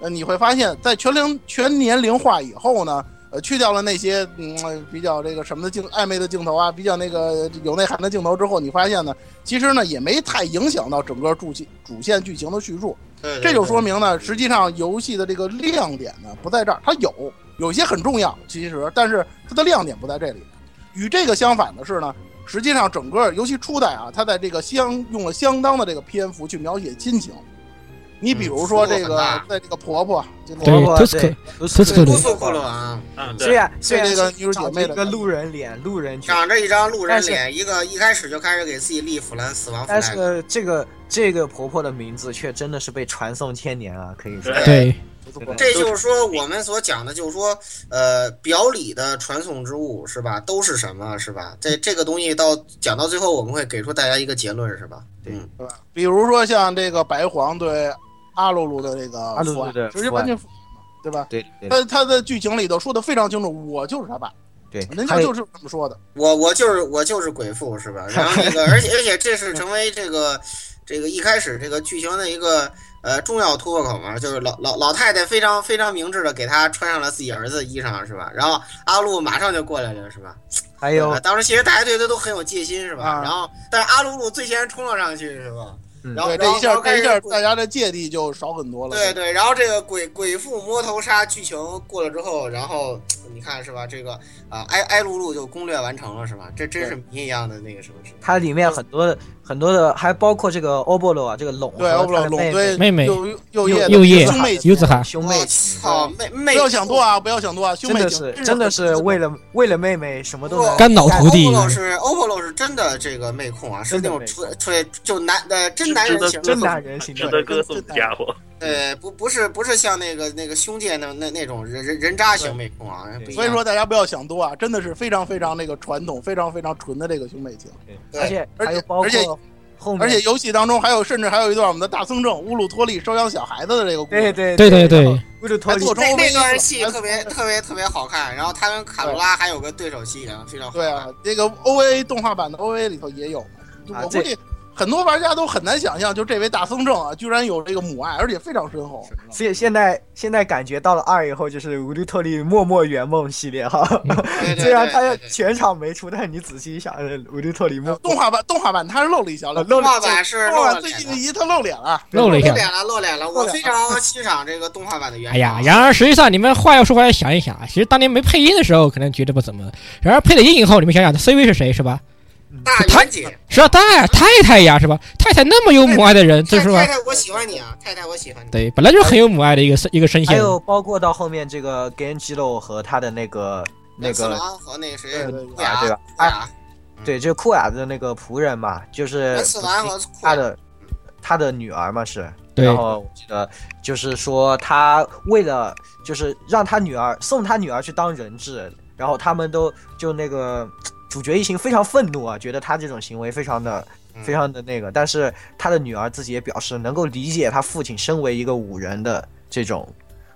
S5: 呃，你会发现在全龄全年龄化以后呢，呃，去掉了那些嗯呃比较这个什么的镜暧昧的镜头啊，比较那个有内涵的镜头之后，你发现呢，其实呢也没太影响到整个主线主线剧情的叙述。
S3: 对，对
S5: 这就说。
S3: 对
S5: 明呢，实际上游戏的这个亮点呢不在这儿，它有有些很重要，其实，但是它的亮点不在这里。与这个相反的是呢，实际上整个尤其初代啊，它在这个相用了相当的这个篇幅去描写亲情。你比如说这
S3: 嗯很
S5: 个
S3: 大，
S5: 在这个婆婆，就那
S1: 对
S5: 个
S2: 婆婆
S1: Tusk
S2: 对
S1: Tusk
S3: 姑
S1: 对
S3: 苏库洛啊，
S4: 啊，
S2: 虽
S4: 对，
S2: 然虽然
S5: 这个女主
S2: 长
S5: 姐
S2: 着
S5: 妹
S2: 一
S5: 的
S2: 个路人脸，路人角
S3: 长着一张路人
S2: 但是
S3: 脸，一个一开始就开始给自己立腐烂死亡 flag，
S2: 但是这个这个婆婆的名字却真的是被传颂千年啊，可以说
S4: 对
S1: 对
S5: 不错。
S3: 这就是说我们所讲的，就是说，呃，表里的传送之物是吧？都是什么是吧？这这个东西到讲到最后，我们会给出大家一个结论是吧？
S2: 对
S3: 嗯，
S5: 对吧？比如说像这个白皇对阿鲁鲁的这个
S2: 阿鲁鲁
S5: 父爱
S2: 的
S5: 直接
S2: 父
S5: 完
S2: 爱
S5: 全父爱嘛，对呃吧？
S2: 对对
S5: 他他的剧情里头说的非常清楚，我就是他爸，
S2: 对，
S5: 人
S2: 他
S5: 家
S2: 也
S5: 就是这么说的。
S3: 我我就是我就是鬼父是吧？然后那个， 而且而且这是成为这个这个一开始这个剧情的一个呃重要突破口嘛，就是老老老太太非常非常明智的给他穿上了自己儿子的衣裳是吧？然后阿路马上就过来了是吧？
S2: 还有
S3: 啊当时其实大家对他都很有戒心，是吧？
S5: 啊
S3: 然后，但是阿鲁鲁最先冲了上去，是吧？
S2: 嗯
S3: 然后，然
S5: 对，这
S3: 后
S5: 一下
S3: 然后开
S5: 这
S3: 始
S5: 一下
S3: 鬼
S5: 大家的芥蒂就少很多了。
S3: 对对，然后这个鬼鬼父摸头杀剧情过了之后，然后你看是吧？这个啊，埃埃鲁鲁就攻略完成了，是吧？这真是谜一样的那个什么是吧？
S2: 它里
S5: 嗯
S2: 面很多的很多的，还包括这个欧波罗啊，这个龙
S5: 对，
S2: 和
S5: 欧布
S2: 他的
S5: 朗龙
S2: 妹妹
S5: 对
S1: 妹妹
S5: 右右叶
S1: 右叶
S5: 兄妹情，
S1: 游子海，
S2: 兄妹
S3: 我
S2: 情，
S3: 啊操，妹妹，
S5: 不要想多啊，不要想多啊，兄
S2: 真
S5: 妹
S2: 的
S5: 情
S2: 是真的是为了为了妹妹什么都能
S1: 干倒徒弟
S3: 哎 OPPO 是 OPPO 是真的这个妹控啊，是
S2: 真
S3: 那
S2: 的
S3: 种
S2: 妹
S3: 吹吹就男呃真男人型的
S2: 真
S3: 那种
S2: 男人型
S4: 值
S2: 的
S4: 得歌颂的家伙，
S3: 对，不不是不是像那个那个兄弟那那那种人人人渣型妹控啊，不一样
S5: 所以说大家不要想多啊，真的是非常非常那个传统、非常非常纯的这个兄妹情。
S3: 对
S2: 而且
S5: 而且
S2: 还有包
S5: 而且
S2: 括后面，
S5: 而且游戏当中还有，甚至还有一段我们的大僧正乌鲁托利收养小孩子的这个故
S2: 对
S5: 事，
S2: 对
S1: 对对对，
S2: 为了脱
S5: 还
S2: 离
S5: 做出
S3: 那那
S5: OVA
S3: 段
S5: 了
S3: 戏
S5: 还
S3: 特 别特别特别好看，然后他跟卡罗拉还有个对手戏，然后非常好
S5: 对
S3: 看
S5: 啊，这个 OVA 动画版的 OVA 里头也有，
S2: 啊
S5: 我估
S2: 这
S5: 计很多玩家都很难想象，就这位大僧正啊，居然有这个母爱，而且非常深厚。
S2: 所以现在现在感觉到了二以后就是无力特利默默圆梦系列哈，
S3: 对对
S2: 虽
S3: 啊
S2: 然
S3: 对
S2: 它
S3: 对对
S2: 全场没出，但是你仔细一想，无力特利默
S5: 动画版动画版他啊是露了一小
S2: 呃
S5: 脸，
S2: 露
S3: 动
S2: 了
S3: 画版是
S5: 动
S3: 露
S5: 画
S3: 了
S5: 版最
S3: 脸
S5: 近
S3: 的
S5: 一他露脸了，
S1: 露了一
S3: 露
S1: 下。
S3: 脸了，露脸了。我非常欣赏这个动画版的原
S1: 哎呀，
S3: 因啊。
S1: 然而实际上你们话要说回来，想一想啊，其实当年没配音的时候可能觉得不怎么，然而配了音以后，你们想想这 CV 是谁是吧？
S3: 大袁姐，
S1: 是啊，太太太呀是吧？太太那么有母爱的人， 这
S3: 太
S1: 是吧
S3: 太？太，我喜欢你啊，太太，我喜欢你。
S1: 对，本来就很有母爱的一个声一个声
S2: 还
S1: 线。
S2: 有包括到后面这个 Genjiro 和他的那个那
S3: 次
S2: 个
S3: 郎和那个谁
S5: 对对，
S3: 库
S2: 啊，对
S3: 雅
S2: 吧，？
S3: 库
S2: 哎，
S3: 雅，
S2: 对，这库雅的那个仆人嘛，就是
S3: 袁次郎和库
S2: 他
S3: 雅。
S2: 的他的女儿嘛是，
S1: 对
S2: 然后我记得就是说他为了就是让他女儿送他女儿去当人质，然后他们都就那个主角一行非常愤怒啊，觉得他这种行为非常的
S3: 嗯
S2: 非常的那个，但是他的女儿自己也表示能够理解他父亲身为一个武人的这种。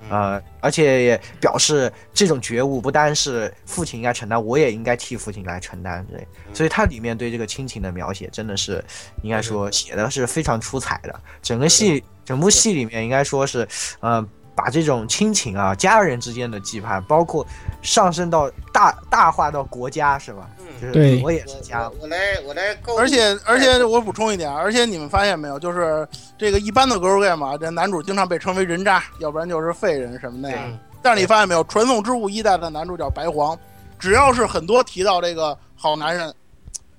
S2: 呃，而且也表示这种觉悟不单是父亲应该承担，我也应该替父亲来承担。对，所以它里面对这个亲情的描写真的是，应该说写的是非常出彩的。整个戏，整部戏里面应该说是，呃，把这种亲情啊、家人之间的羁绊，包括上升到大大化到国家，是吧？就
S3: 嗯，
S2: 是
S1: 对
S2: 我也是家
S3: 我。我来我来购物，
S5: 而且而且我补充一点，而且你们发现没有，就是这个一般的 girl game 啊，这男主经常被称为人渣，要不然就是废人什么的呀。
S3: 嗯
S5: 但是你发现没有，《传送之物一代》的男主角白皇，只要是很多提到这个好男人，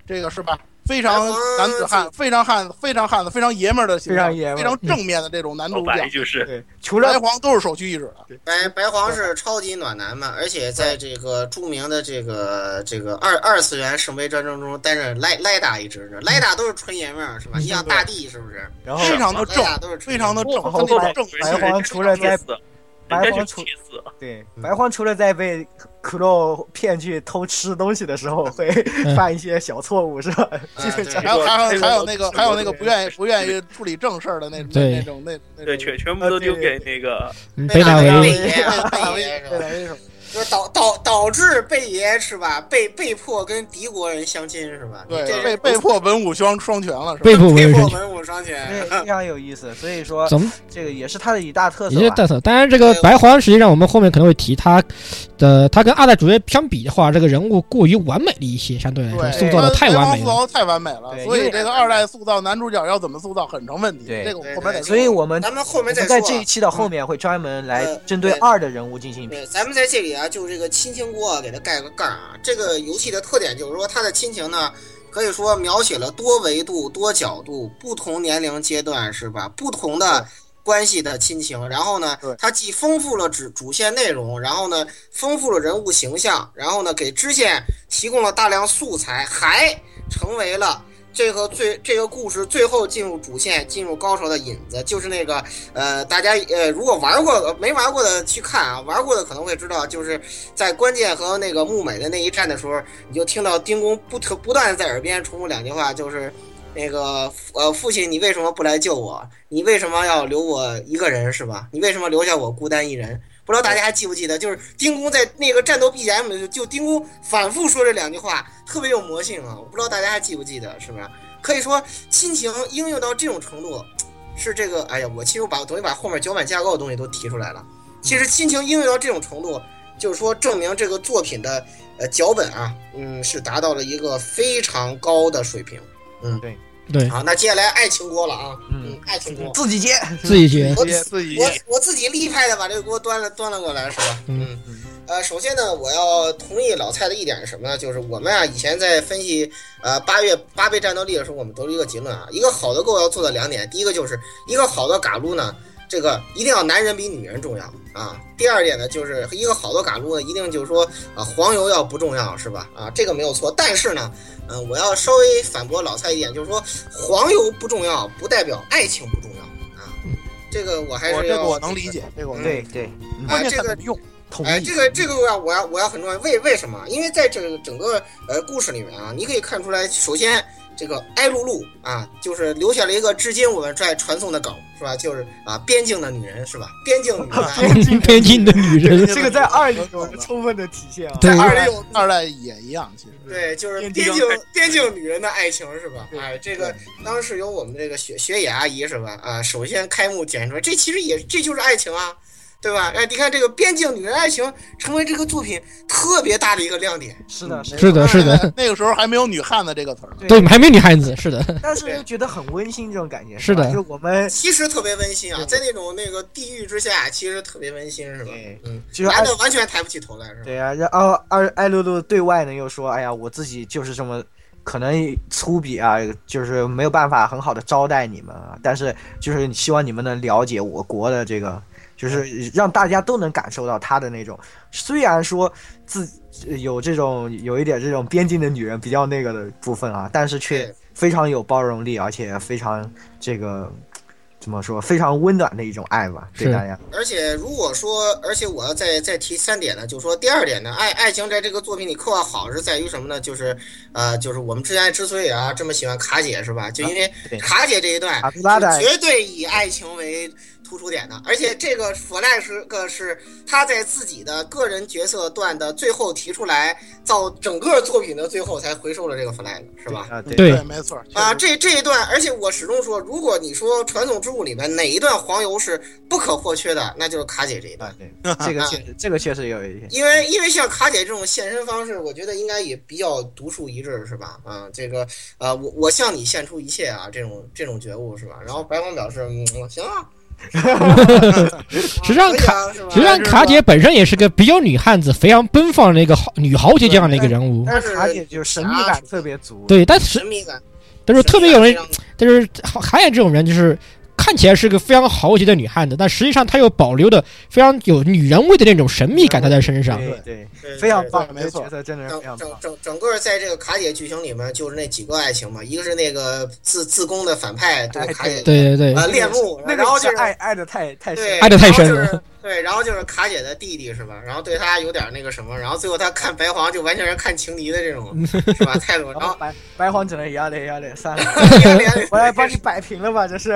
S5: 这个是吧？非常
S3: 白皇
S5: 男子汉，非常汉子，非常汉子，非常爷们儿的形象，
S2: 非常爷们儿
S5: 非常正面的这种男
S4: 老
S5: 主
S4: 白
S5: 角，
S4: 就是
S2: 对，除
S5: 白
S2: 了
S5: 皇都是首屈一指的。
S3: 白白皇是超级暖男嘛，而且在这个著名的这个这个二二次元圣杯战争中担任莱莱达一职，莱达都是纯爷们儿是吧？你想大地是不是？
S2: 然后
S5: 非常的
S3: 莱
S5: 嗯哦正，
S3: 达都是纯
S5: 非
S3: 爷们儿
S5: 常的正，他
S2: 后
S5: 那
S2: 来
S5: 种
S2: 白
S5: 正
S2: 皇除了在白
S4: 人家
S2: 皇
S4: 就
S2: 除
S4: 气死
S3: 啊
S4: 了，
S2: 对白荒除了在被 Crow 骗去偷吃东西的时候会
S1: 嗯
S2: 犯一些小错误， 是吧？
S3: 啊
S2: 这
S3: 对
S2: 个
S5: 还有还有
S4: 这个这个
S5: 还有那个还有那个不愿意
S4: 这个
S5: 不愿意处理正事儿的那
S1: 对
S5: 那种那那
S4: 对，
S5: 种
S4: 全
S2: 呃
S4: 全部都丢给那个
S1: 嗯
S3: 贝
S1: 贝纳维
S3: 纳维 爷，贝爷是
S5: 对
S3: 吧？
S5: 对对
S3: 就是导导导致贝爷是吧？被被迫跟敌国人相亲是吧？你
S5: 对
S3: 这
S5: 被被迫文武双双全了是吧？
S1: 被迫文
S3: 被
S1: 武
S3: 迫
S1: 双全，
S3: 文武双全。
S2: 非常有意思，所啊以说
S1: 怎么
S2: 这个也是他的一大特
S1: 也就是
S2: 色吧。
S1: 特色。当然，这个白皇实际上我们后面可能会提他的，他跟二代主角相比的话，这个人物过于完美了一些，相对来说
S5: 对，
S1: 塑造的太
S5: 白皇
S1: 完美
S5: 塑
S3: 哎
S1: 了。
S5: 造得太完美了，
S2: 对
S5: 所
S2: 因
S5: 以
S2: 为
S5: 这个二代塑造男主角要怎么塑造很成问题。
S2: 对
S5: 这个我们
S3: 对
S5: 后边得
S3: 对
S2: 所
S5: 说
S2: 以我们
S3: 咱们后
S2: 我
S3: 面
S2: 们
S3: 再
S2: 在这
S3: 说
S2: 一
S3: 啊。
S2: 期的后面会专门来
S3: 呃
S2: 针对
S3: 对
S2: 二的人物进行评
S3: 对，咱们在这里啊，就这个亲情锅啊，给它盖个盖儿啊。这个游戏的特点就是说，它的亲情呢，可以说描写了多维度、多角度、不同年龄阶段是吧？不同的关系的亲情。然后呢
S5: 对，
S3: 它既丰富了主主线内容，然后呢，丰富了人物形象，然后呢，给支线提供了大量素材，还成为了这个最这个故事最后进入主线、进入高潮的引子，就是那个呃，大家呃，如果玩过呃没玩过的去看啊，玩过的可能会知道，就是在关键和那个木美的那一战的时候，你就听到丁公不停不断地在耳边重复两句话，就是那个呃，父亲，你为什么不来救我？你为什么要留我一个人是吧？你为什么留下我孤单一人？不知道大家还记不记得，就是丁公在那个战斗 BGM 里，就丁公反复说这两句话，特别有魔性啊！我不知道大家还记不记得，是不是？可以说亲情应用到这种程度，是这个。哎呀，我其实把等于把后面脚本架构的东西都提出来了。其实亲情应用到这种程度，就是说证明这个作品的呃脚本啊，嗯，是达到了一个非常高的水平。
S1: 对
S3: 好，那接下来爱情锅了啊，
S2: 嗯，
S3: 爱情锅，
S2: 自己接，
S1: 自己觉
S3: 我
S5: 自己自己
S3: 我我自己立派的把这个锅端了端了过来，是吧？
S1: 嗯，
S3: 呃，首先呢，我要同意老蔡的一点是什么呢？就是我们啊以前在分析呃八月八倍战斗力的时候，我们得出一个结论啊，一个好的 GO 要做到两点，第一个就是一个好的嘎撸呢，这个一定要男人比女人重要啊。第二点呢，就是一个好的嘎撸呢，一定就是说啊黄油要不重要是吧？啊，这个没有错，但是呢，嗯、我要稍微反驳老蔡一点，就是说黄油不重要，不代表爱情不重要啊。这个我还是
S5: 我
S3: 要
S5: 这个我能理解，这个我能理解
S2: 对对，
S3: 啊
S5: 关键
S3: 这个
S5: 它怎么用，
S2: 同
S3: 哎，
S2: 意。
S3: 这个这个我要我要我要很重要，为为什么？因为在这个整个呃故事里面啊，你可以看出来，首先这个埃露露啊，就是留下了一个至今我们在传颂的梗，是吧？就是啊，边境的女人是吧？边境的女人啊
S1: 偏近的女人，
S2: 这个在二里有充分的体现啊。
S1: 对
S3: 在二
S5: 二
S3: 零
S5: 代
S3: 六
S5: 二代也一样，其实
S3: 对，就是
S2: 边
S3: 边
S2: 境
S3: 境边境女人的爱情是吧？
S2: 对
S3: 哎，这个当时由我们这个学学野阿姨是吧？啊，首先开幕点出来，这其实也这就是爱情啊，对吧？哎，你看这个边境女人爱情成为这个作品特别大的一个亮点。
S2: 是的，是的。
S1: 是的，是的，
S5: 那个时候还没有“女汉子”这个词儿呢。
S1: 对，还没女汉子，是 的，
S2: 但是又觉得很温馨这种感觉。
S1: 是的
S2: 吧就我们
S3: 其实特别温馨啊，
S2: 对
S3: 在那种那个地狱之下，其实特别温馨，是吧？
S2: 对
S3: 嗯，
S2: 哎就是
S3: 男
S2: 按
S3: 的完全抬不起头来，是吧？
S2: 对啊，然后二艾露露对外呢又说，哎呀，我自己就是这么。可能粗鄙啊，就是没有办法很好的招待你们啊，但是就是希望你们能了解我国的这个，就是让大家都能感受到她的那种，虽然说自有这种有一点这种边境的女人比较那个的部分啊，但是却
S3: 对
S2: 非常有包容力，而且非常这个怎么说，非常温暖的一种爱吧，对
S1: 是
S2: 大家。
S3: 而且如果说，而且我要再再提三点呢，就是说第二点呢，爱爱情在这个作品里刻画好是在于什么呢？就是呃，就是我们之前之所以啊这么喜欢卡姐是吧？就因为
S2: 啊对
S3: 卡姐这一段
S2: 卡布拉的爱
S3: 是绝对以爱情为突出点的，而且这个索奈是个是他在自己的个人角色段的最后提出来，到整个作品的最后才回收了这个 flag 是吧？
S2: 啊，对
S1: 对
S5: 没错确实
S3: 啊，这这一段，而且我始终说，如果你说传统之物里面哪一段黄油是不可或缺的，那就是卡姐这一段
S2: 啊，，对，这个确这个确实有一些。
S3: 因为因为像卡姐这种现身方式，我觉得应该也比较独树一帜，是吧？啊，这个呃，我我向你献出一切啊，这种这种觉悟是吧？然后白光表示，嗯，行啊，
S1: 实际上
S3: 可以
S1: 卡。
S3: 啊是吧
S1: 实际上，卡姐本身也是个比较女汉子、非常奔放的一个豪女豪杰这样的一个人物，
S3: 但是
S2: 卡姐就是神秘感特别足，
S1: 对，但是
S3: 神秘感，
S1: 但是特别有人
S3: 神秘感非常
S1: 但是韩衍这种人，就是看起来是个非常豪杰的女汉子，但实际上她又保留的非常有女人味的那种神秘感，她在身上。
S2: 对对，
S3: 对
S2: 非常
S3: 对
S2: 棒，
S5: 对没
S2: 这
S5: 错
S2: 个角色真的是非
S3: 整
S2: 常
S3: 整
S2: 棒。
S3: 整整个在这个卡姐剧情里面，就是那几个爱情嘛，一个是那个自自宫的反派对
S2: 哎
S3: 卡姐
S1: 对对对
S3: 啊恋慕，
S2: 那
S3: 然
S2: 个
S3: 后
S2: 是
S3: 就是
S2: 爱爱的太太深
S3: 对，
S1: 爱得太深了
S3: 然后就是。对，然后就是卡姐的弟弟是吧？然后对他有点那个什么，然后最后他看白皇就完全是看情敌的 这种是吧态度，然
S2: 然后
S3: 后
S2: 白白黄只能压嘞压嘞算 了， 我
S3: 我
S2: 来帮你摆平了吧，这 是。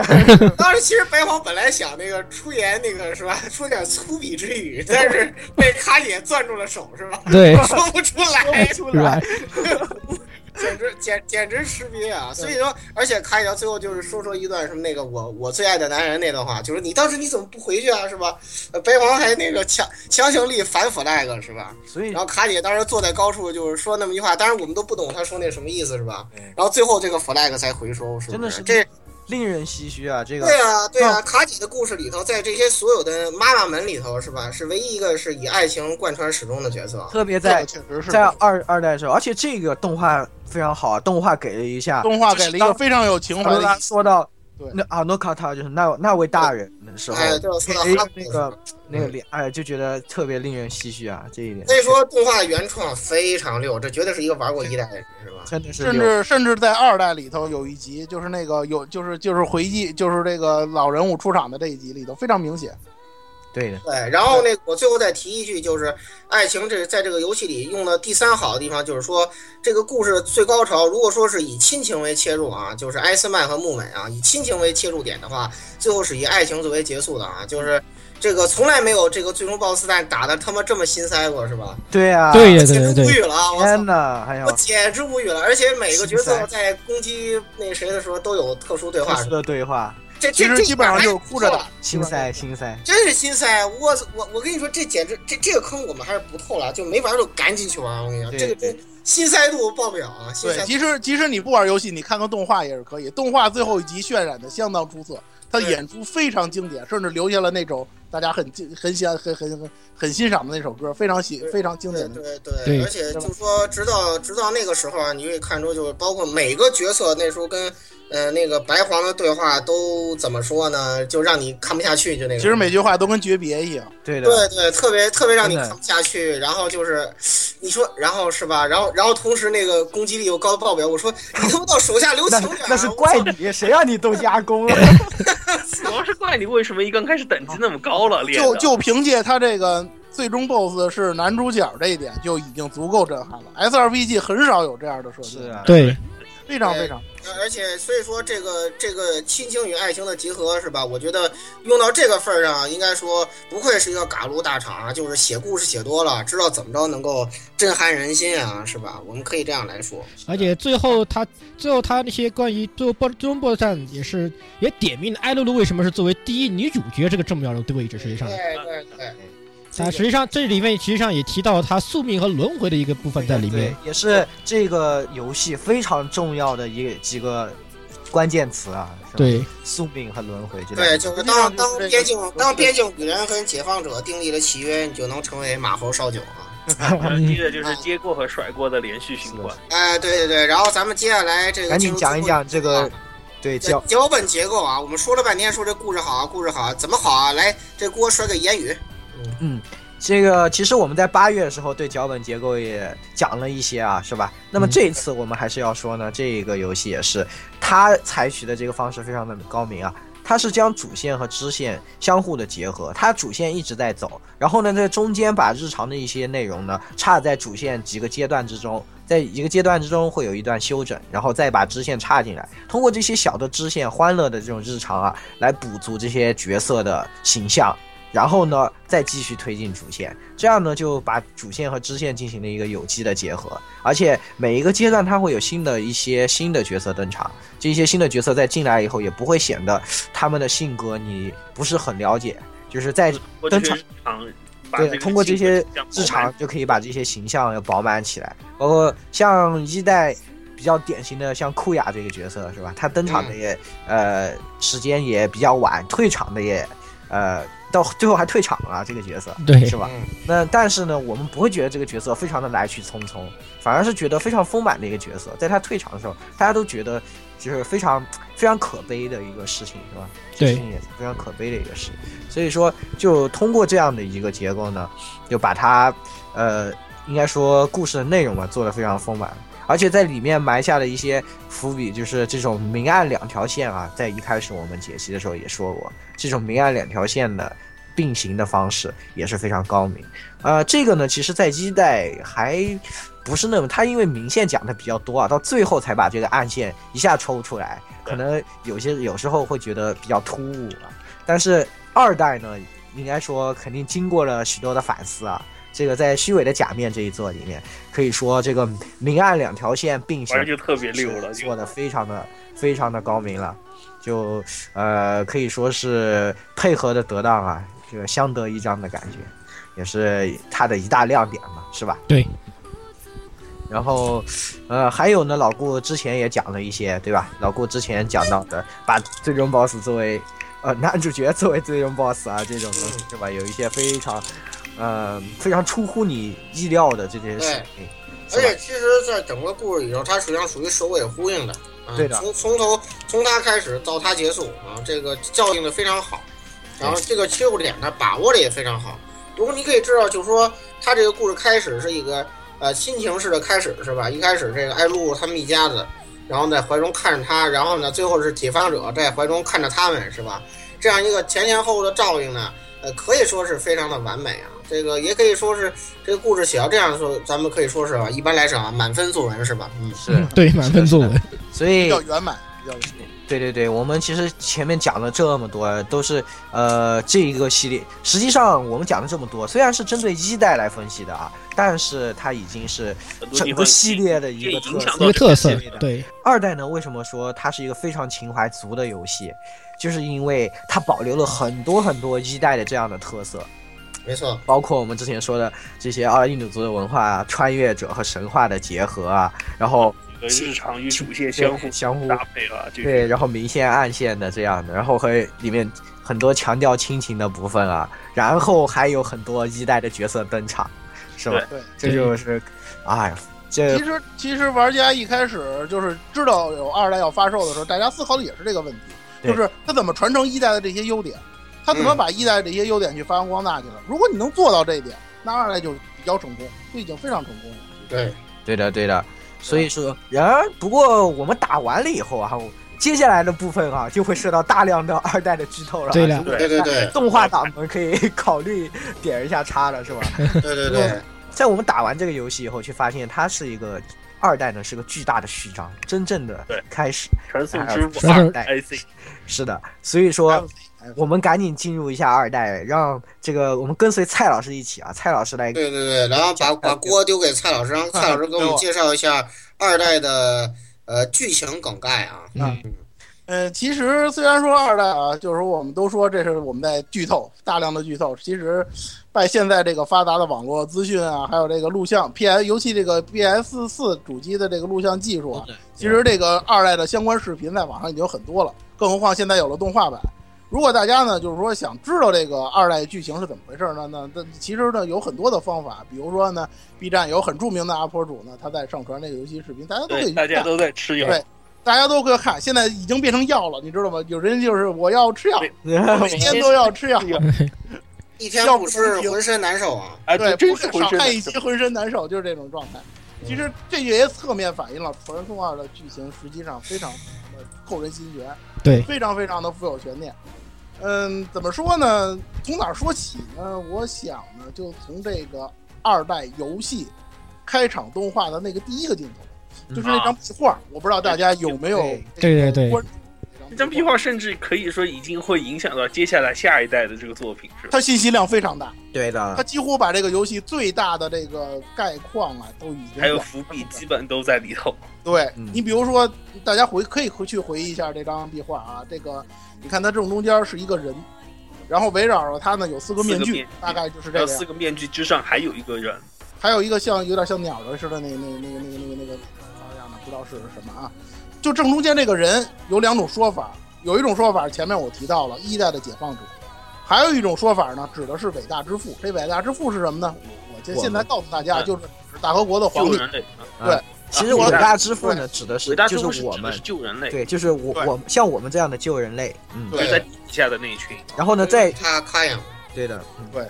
S3: 当时其实白皇本来想那个出言那个是吧，说点粗鄙之语，但是 被卡姐攥住了手是吧？
S1: 对，
S3: 说不出 来，
S2: 出
S1: 是吧
S2: 来，？
S3: 简直简简直吃瘪啊！所以说，而且卡姐到最后就是说出一段什么那个我我最爱的男人那段话，就是你当时你怎么不回去啊，是吧？呃白皇还那个强强行力反 flag 是吧？
S2: 所以
S3: 然后卡姐当时坐在高处就是说那么一句话，当然我们都不懂他说那什么意思是吧
S2: 对？
S3: 然后最后这个 flag 才回收，是不
S2: 真的是
S3: 这
S2: 令人唏嘘啊，这个
S3: 对啊，对啊，卡姐的故事里头，在这些所有的妈妈们里头，是吧？是唯一一个是以爱情贯穿始终的角色。
S2: 特别
S5: 这个
S2: 在
S5: 确实
S3: 啊
S5: 是
S2: 在二二代的时候，而且这个动画非常好，啊，动画给了一下。
S5: 动画给了一个非常有情怀
S2: 刚
S5: 的
S2: 刚
S5: 意思。
S2: 说到那啊，诺卡塔就是那那位大人的时候，
S3: 哎，对，说到
S2: 哎
S3: 哈姆
S2: 那个那个脸，哎，就觉得特别令人唏嘘啊，这一点。
S3: 所以说动画原创非常溜，这绝对是一个玩过一代的人，是吧？
S2: 真的是
S5: 甚
S2: 六
S5: 至甚至在二代里头有一集，就是那个有就是就是回忆，就是这个老人物出场的这一集里头非常明显。
S2: 对的，
S3: 对，然后那个我最后再提一句，就是爱情这在这个游戏里用的第三好的地方，就是说这个故事最高潮，如果说是以亲情为切入啊，就是埃斯曼和木美啊，以亲情为切入点的话，最后是以爱情作为结束的啊，就是这个从来没有这个最终 BOSS 战打的他妈这么心塞过，是吧？
S2: 对啊，
S1: 对对
S3: 简直
S1: 对
S3: 无
S1: 对，
S3: 语了啊！我操
S2: 天，呐，还有
S3: 我简直无语了，而且每个角
S2: 心塞
S3: 色在攻击那谁的时候都有特殊对
S2: 特
S3: 话，
S2: 殊的对话，
S3: 这
S5: 其
S3: 这
S5: 实
S3: 这哎
S5: 基本上就是哭着打，
S2: 心塞心塞，
S3: 真是心塞！啊我我我跟你说，这简直这这个坑我们还是不透了，就没玩儿就赶紧去玩儿。我跟你讲，
S2: 对
S3: 这个真心塞度爆表啊！心
S5: 对，
S3: 塞
S5: 即使即使你不玩游戏，你看看动画也是可以。动画最后一集渲染的相当出色，它
S3: 对
S5: 演出非常经典，甚至留下了那种大家很 敬很喜很很很很欣赏的那首歌，非常喜
S3: 对
S5: 非常经
S3: 对
S5: 典的。
S3: 对对，
S1: 对
S3: 而且就说直到直到那个时候啊，你就可以看出，就是包括每个角色那时候跟呃那个白黄的对话都怎么说呢？就让你看不下去，就那个。
S5: 其实每句话都跟诀别一样，
S2: 对的，
S3: 对对，特别特别让你
S2: 真的
S3: 看不下去，然后就是，你说，然后是吧？然后然后同时那个攻击力又高爆表，我说你他妈到手下留情
S2: 那
S3: 点儿啊！
S2: 那是
S3: 我
S2: 怪你，谁让你动加工了？
S4: 主要是怪你为什么一刚开始等级那么高
S2: 啊
S4: 了，练
S5: 就
S4: 的
S5: 就凭借他这个最终 BOSS 是男主角这一点就已经足够震撼了。SRPG 很少有这样的设计，
S2: 是啊，
S1: 对
S5: 非常
S3: 对
S5: 非常。
S3: 呃而且所以说这个这个亲情与爱情的结合是吧？我觉得用到这个份儿上，应该说不愧是一个嘎撸大厂啊，就是写故事写多了，知道怎么着能够震撼人心啊，是吧？我们可以这样来说。
S1: 而且最后他最后他那些关于最后 BOSS 最终 BOSS 战也是也点明了艾露露为什么是作为第一女主角这个重要的位置，实际上
S3: 对。对对，
S1: 但实际上，这里面实际上也提到他宿命和轮回的一个部分在里面
S2: 对。，也是这个游戏非常重要的一个几个关键词啊，是吧，
S1: 对，
S2: 宿命和轮回这两
S3: 对，
S2: 个，
S3: 就是
S5: 实际
S3: 当
S5: 上就是
S3: 当
S5: 这个
S3: 边境当边境女人跟解放者订立了契约，你就能成为马猴烧酒啊。
S4: 接着就是接过和甩锅的连续循环。
S3: 哎，对对对，然后咱们接下来这个
S2: 赶
S3: 进
S2: 紧
S3: 入
S2: 讲一
S3: 最后
S2: 讲这个，对
S3: 这
S2: 叫
S3: 脚本结构啊。我们说了半天，说这故事好啊，故事好啊，怎么好啊？来，这锅甩给言语。
S2: 这个其实我们在八月的时候对脚本结构也讲了一些啊，是吧？那么这一次我们还是要说呢，这个游戏也是它采取的这个方式非常的高明啊，它是将主线和支线相互的结合，它主线一直在走，然后呢在中间把日常的一些内容呢插在主线几个阶段之中，在一个阶段之中会有一段休整，然后再把支线插进来，通过这些小的支线欢乐的这种日常啊，来补足这些角色的形象。然后呢，再继续推进主线，这样呢就把主线和支线进行了一个有机的结合，而且每一个阶段它会有新的一些新的角色登场，这些新的角色在进来以后也不会显得他们的性格你不是很了解，就是在
S4: 我这个日常把
S2: 对
S4: 这个
S2: 通过这些
S4: 性格
S2: 日常就可以把这些形象要饱满起来，包括像一代比较典型的像库雅这个角色是吧？他登
S4: 嗯
S2: 场的也、呃时间也比较晚，退场的也呃到最后还退场了这个角色，
S1: 对
S2: 是吧？
S3: 嗯
S2: 那但是呢，我们不会觉得这个角色非常的来去匆匆，反而是觉得非常丰满的一个角色。在他退场的时候，大家都觉得就是非常非常可悲的一个事情，是吧？
S1: 对
S2: 这事情也是非常可悲的一个事。所以说，就通过这样的一个结构呢，就把它呃，应该说故事的内容吧，做得非常丰满。而且在里面埋下了一些伏笔，就是这种明暗两条线啊，在一开始我们解析的时候也说过，这种明暗两条线的并行的方式也是非常高明。呃，这个呢，其实在一代还不是那么，他因为明线讲的比较多啊，到最后才把这个暗线一下抽出来，可能有些有时候会觉得比较突兀啊。但是二代呢，应该说肯定经过了许多的反思啊。这个在虚伪的假面这一座里面，可以说这个明暗两条线并行
S4: 反正就特别溜了，
S2: 是做的非常的非常的高明了，就呃可以说是配合的得当啊，这个相得益彰的感觉，也是它的一大亮点嘛，是吧？
S1: 对。
S2: 然后，呃，还有呢，老顾之前也讲了一些，对吧？老顾之前讲到的，把最终 BOSS 作为呃男主角作为最终 BOSS 啊，这种东西是吧？有一些非常，呃，非常出乎你意料的这些事情，
S3: 而
S2: 是吧
S3: 且其实，在整个故事里头，它实际上属于首尾呼应的。啊
S2: 对的
S3: 从从头从他开始到他结束啊，这个校定的非常好，然后这个切入点呢把握的也非常好。如果你可以知道，就是说他这个故事开始是一个呃亲情式的开始，是吧？一开始这个艾露他们一家子，然后在怀中看着他，然后呢最后是解放者在怀中看着他们，是吧？这样一个前前后后的照应呢，呃，可以说是非常的完美啊。这个也可以说是这个故事写到这样的时候，咱们可以说是吧，一般来讲啊，满分作文是吧？嗯，
S2: 是，
S1: 对，满分作文。
S2: 所以
S5: 比较圆满，比较圆满。
S2: 对对对，我们其实前面讲了这么多，都是呃这一个系列。实际上我们讲了这么多，虽然是针对一代来分析的啊，但是它已经是
S4: 很多
S2: 整
S4: 地
S2: 个
S4: 方
S2: 系列的一个
S4: 也影
S2: 特色。
S4: 响
S1: 一
S4: 到
S1: 个特色
S4: 这个系列，的
S1: 对，
S2: 二代呢，为什么说它是一个非常情怀足的游戏？就是因为它保留了很多很多一代的这样的特色，
S3: 没错。
S2: 包括我们之前说的这些二印度族的文化、啊、穿越者和神话的结合啊，然后
S4: 和日常与主线相互
S2: 相互
S4: 搭配啊，这
S2: 对，
S4: 个
S2: 然后明线暗线的这样的，然后和里面很多强调亲情的部分啊，然后还有很多一代的角色登场，是吧？
S5: 对，
S2: 这就是，哎呀，这
S5: 其实其实玩家一开始就是知道有二代要发售的时候，大家思考的也是这个问题，
S2: 对
S5: 就是他怎么传承一代的这些优点，他怎么把一代的这些优点去发扬光大去了。如果你能做到这一点，那二代就比较成功，就已经非常成功了。
S3: 对，
S2: 对的对的。所以说，然而不过我们打完了以后啊，我接下来的部分啊就会受到大量的二代的剧透了啊。
S1: 对的
S2: 如果
S3: 对对对
S2: 动画党们可以 考虑点一下叉了，是吧？
S3: 对对对，
S2: 在我们打完这个游戏以后，却发现它是一个二代呢，是个巨大的序章，真正的
S4: 对
S2: 开始。
S4: 传送之
S1: 然
S4: 母
S1: 后
S4: 二 IC
S2: 是的，所以说
S5: IOC
S2: 我们赶紧进入一下二代，让这个我们跟随蔡老师一起啊，蔡老师来。
S3: 对对对，然后把把锅丢给蔡老师，让蔡老师给我们介绍一下二代的呃剧情梗概啊。
S1: 嗯，
S5: 呃，其实虽然说二代啊，就是说我们都说这是我们在剧透，大量的剧透。其实，拜现在这个发达的网络资讯啊，还有这个录像 PS，尤其这个 PS 四主机的这个录像技
S4: 哦
S5: 术啊，其实这个二代的相关视频在网上已经有很多了，更何况现在有了动画版。如果大家呢，就是说想知道这个二代剧情是怎么回事呢？那那其实呢有很多的方法，比如说呢，B 站有很著名的 UP 主呢，他在上传这个游戏视频，大家都可以
S4: 对，
S5: 去
S4: 大家
S5: 看
S4: 都在吃药，
S5: 对大家都会看，现在已经变成药了，你知道吗？有人就是我要吃药，每天都要吃药，
S3: 一天不吃浑身难受啊。
S4: 哎，
S5: 对，
S4: 真
S5: 不
S4: 是
S5: 是
S4: 浑
S5: 少
S4: 身
S5: 看
S4: 难
S5: 一
S4: 受嗯
S5: 集浑身难受，就是这种状态。其实这也侧面反映了《传送二》的剧情实际上非常呃扣人心弦，
S1: 对
S5: 非常非常的富有悬念。嗯，怎么说呢？从哪儿说起呢？我想呢，就从这个二代游戏开场动画的那个第一个镜头，就是那张壁画，我不知道大家有没有
S1: 对对对
S5: 关注
S4: 这
S5: 这
S4: 张
S5: 张
S4: 壁
S5: 壁画，
S4: 画甚至可以说已经会影响到接下来下一代的这个作品，是吧？
S5: 它信息量非常大。
S2: 对
S5: 他
S2: 的，
S5: 几乎把这个游戏最大的这个概况啊，都已经
S4: 还有伏笔基本都在里头。
S5: 对
S2: 嗯
S5: 你比如说，大家回可以回去回忆一下这张壁画啊，这个你看它正中间是一个人，然后围绕着他呢有四个
S4: 四
S5: 面
S4: 个面
S5: 具
S4: 具，
S5: 大概就是
S4: 还
S5: 这
S4: 有
S5: 个样
S4: 四。个面具之上还有一个人，
S5: 还有一个像有点像鸟儿似的那个那个那个那个那个那个啥样的，不知道是什么啊。就正中间这个人有两种说法，有一种说法前面我提到了一代的解放者，还有一种说法呢指的是伟大之父。这伟大之父是什么呢？我就现在告诉大家，
S4: 嗯
S5: 就是指大和国的皇
S4: 救
S5: 帝。
S4: 人类啊，
S2: 其实伟大之父呢，指的
S4: 伟
S2: 是
S4: 大之
S2: 就
S4: 父
S2: 是
S4: 指
S2: 我
S4: 的
S2: 们
S4: 是，救人类，
S2: 对，就是我
S5: 对
S2: 我像我们这样的救人类，嗯，
S4: 就是在
S3: 对，
S4: 地底下的那一群。
S2: 然后呢，在
S3: 他开呀，
S2: 对的，嗯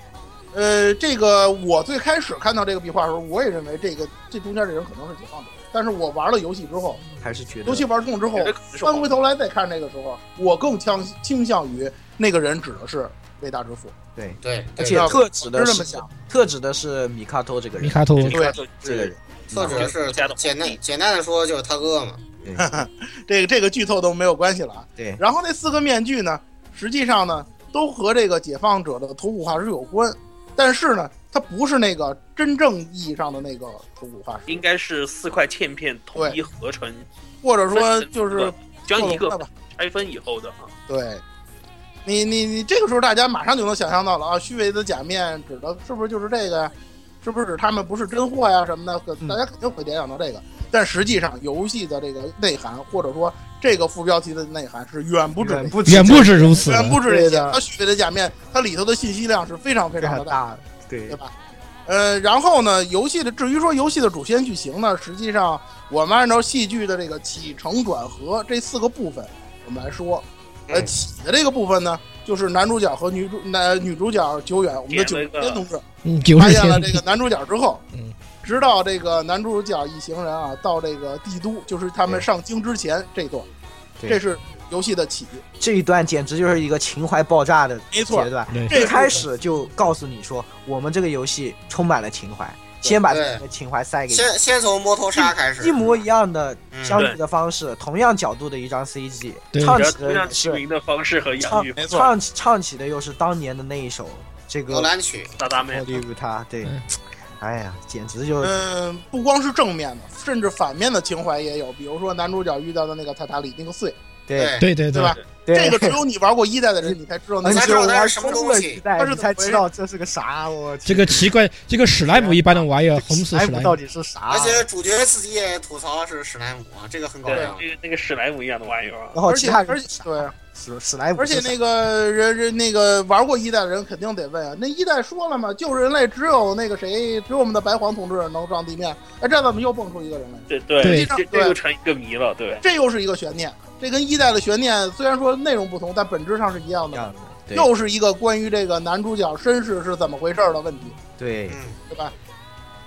S5: 呃，这个我最开始看到这个壁画的时候，我也认为这个这中间这人可能是解放者，但是我玩了游戏之后，
S2: 还是觉得
S5: 游戏玩通之后
S4: 觉，得可能是
S5: 翻
S4: 皇
S5: 回
S4: 帝
S5: 头来再看这个时候，我更倾倾向于那个人指的是伟大之父。
S2: 对，
S3: 对，
S2: 而
S3: 对
S2: 且特指的
S5: 是这
S2: 是
S5: 么想，
S2: 特指的是米卡托这个
S1: 米
S2: 人，
S1: 卡托，
S5: 对
S2: 这个人，
S3: 特指的是简单简单的说就是他哥嘛。
S5: 这个这个剧透都没有关系了啊。
S2: 对
S5: 然后那四个面具呢，实际上呢，都和这个解放者的头骨化石有关，但是呢，它不是那个真正意义上的那个头骨化石
S4: 应，该是四块嵌片统一合成，
S5: 或者说就是
S4: 将一
S5: 克隆
S4: 个
S5: 的吧
S4: 拆分以后的啊，
S5: 对。你你你这个时候，大家马上就能想象到了啊，虚伪的假面指的是不是就是这个呀？是不是指他们不是真货呀什么的？可
S2: 嗯
S5: 大家肯定会联想到这个。但实际上，游戏的这个内涵，或者说这个副标题的内涵是远不止这
S2: 远
S5: 个
S2: 不
S1: 远不止如此。
S5: 远不止这
S2: 对
S5: 些
S2: 的。
S5: 它虚伪的假面，它里头的信息量是非常非
S2: 非
S5: 常
S2: 常
S5: 的大，
S2: 大，对
S5: 对吧？呃，然后呢，游戏的至于说游戏的主线剧情呢，实际上我们按照戏剧的这个起承转合这四个部分，我们来说，呃，
S3: 嗯
S5: 起的这个部分呢，就是男主角和女主男女主角久远，我们的
S4: 点
S5: 九
S4: 了一个
S5: 天同志
S1: 嗯，九
S5: 发
S1: 十
S5: 现了
S1: 天
S5: 这个男主角之后
S1: 嗯，
S5: 直到这个男主角一行人啊到这个帝都，就是他们
S2: 对
S5: 上京之前这段，
S2: 对
S5: 这是游戏的起，
S2: 这一段简直就是一个情怀爆炸的
S5: 没错
S2: 阶段。
S1: 对
S5: 这
S2: 一开始就告诉你说，我们这个游戏充满了情怀，
S5: 对
S2: 先把这
S3: 对
S2: 个情怀塞给你。
S3: 先先从摸头杀开始，
S2: 嗯一模一样的
S3: 嗯
S2: 相处的方式，同样角度的一张 CG，
S1: 对
S2: 唱
S4: 然后
S2: 起
S4: 同
S2: 的
S4: 样
S2: 也
S4: 齐
S2: 是
S4: 名的方式和洋芋
S5: 没错，
S2: 唱起唱起的又是当年的那一首这
S3: 罗
S2: 个
S3: 兰曲，
S4: 大大妹
S2: 《利如他》，对
S1: 嗯，
S2: 哎呀，简直就
S5: 嗯，不光是正面的，甚至反面的情怀也有。比如说男主角遇到的那个塔塔里那个碎，
S2: 对
S1: 对对
S5: 对吧？
S2: 对
S5: 这 个只有你玩过一代的人，你才知道那
S2: 而
S5: 个
S3: 你
S2: 且
S3: 才知道
S2: 我
S3: 它
S2: 还
S3: 是什么
S2: 真
S3: 东
S2: 的
S3: 西
S2: 一代
S5: 它是
S2: 你
S5: 怎
S2: 才
S5: 么回
S2: 知
S5: 事
S2: 道这是个啥，我去
S1: 这个奇怪，这个史莱姆一般的玩意儿，红色史莱姆
S2: 到，底是啥？
S3: 而且主角自己也吐槽是史莱姆，啊这个很搞
S4: 对，
S3: 笑。
S4: 那个那个史莱姆一样的玩意儿啊，
S2: 然后
S5: 而且
S2: 其他
S5: 而
S2: 人
S5: 且对，
S2: 史史莱姆
S5: 而
S2: 是
S5: 且
S2: 啥，
S5: 那个人人那个玩过一代的人肯定得问啊，那一代说了嘛，就是人类只有那个谁，只有我们的白皇同志能上地面，哎，这怎么又蹦出一个人来？
S4: 对对
S1: 对
S4: 这这又成一个谜了，对，
S5: 这又是一个悬念，这跟一代的悬念虽然说内容不同，但本质上是一样的，
S2: 样子，对
S5: 又是一个关于这个男主角身世是怎么回事儿的问题。
S2: 对
S3: 嗯，
S5: 对吧？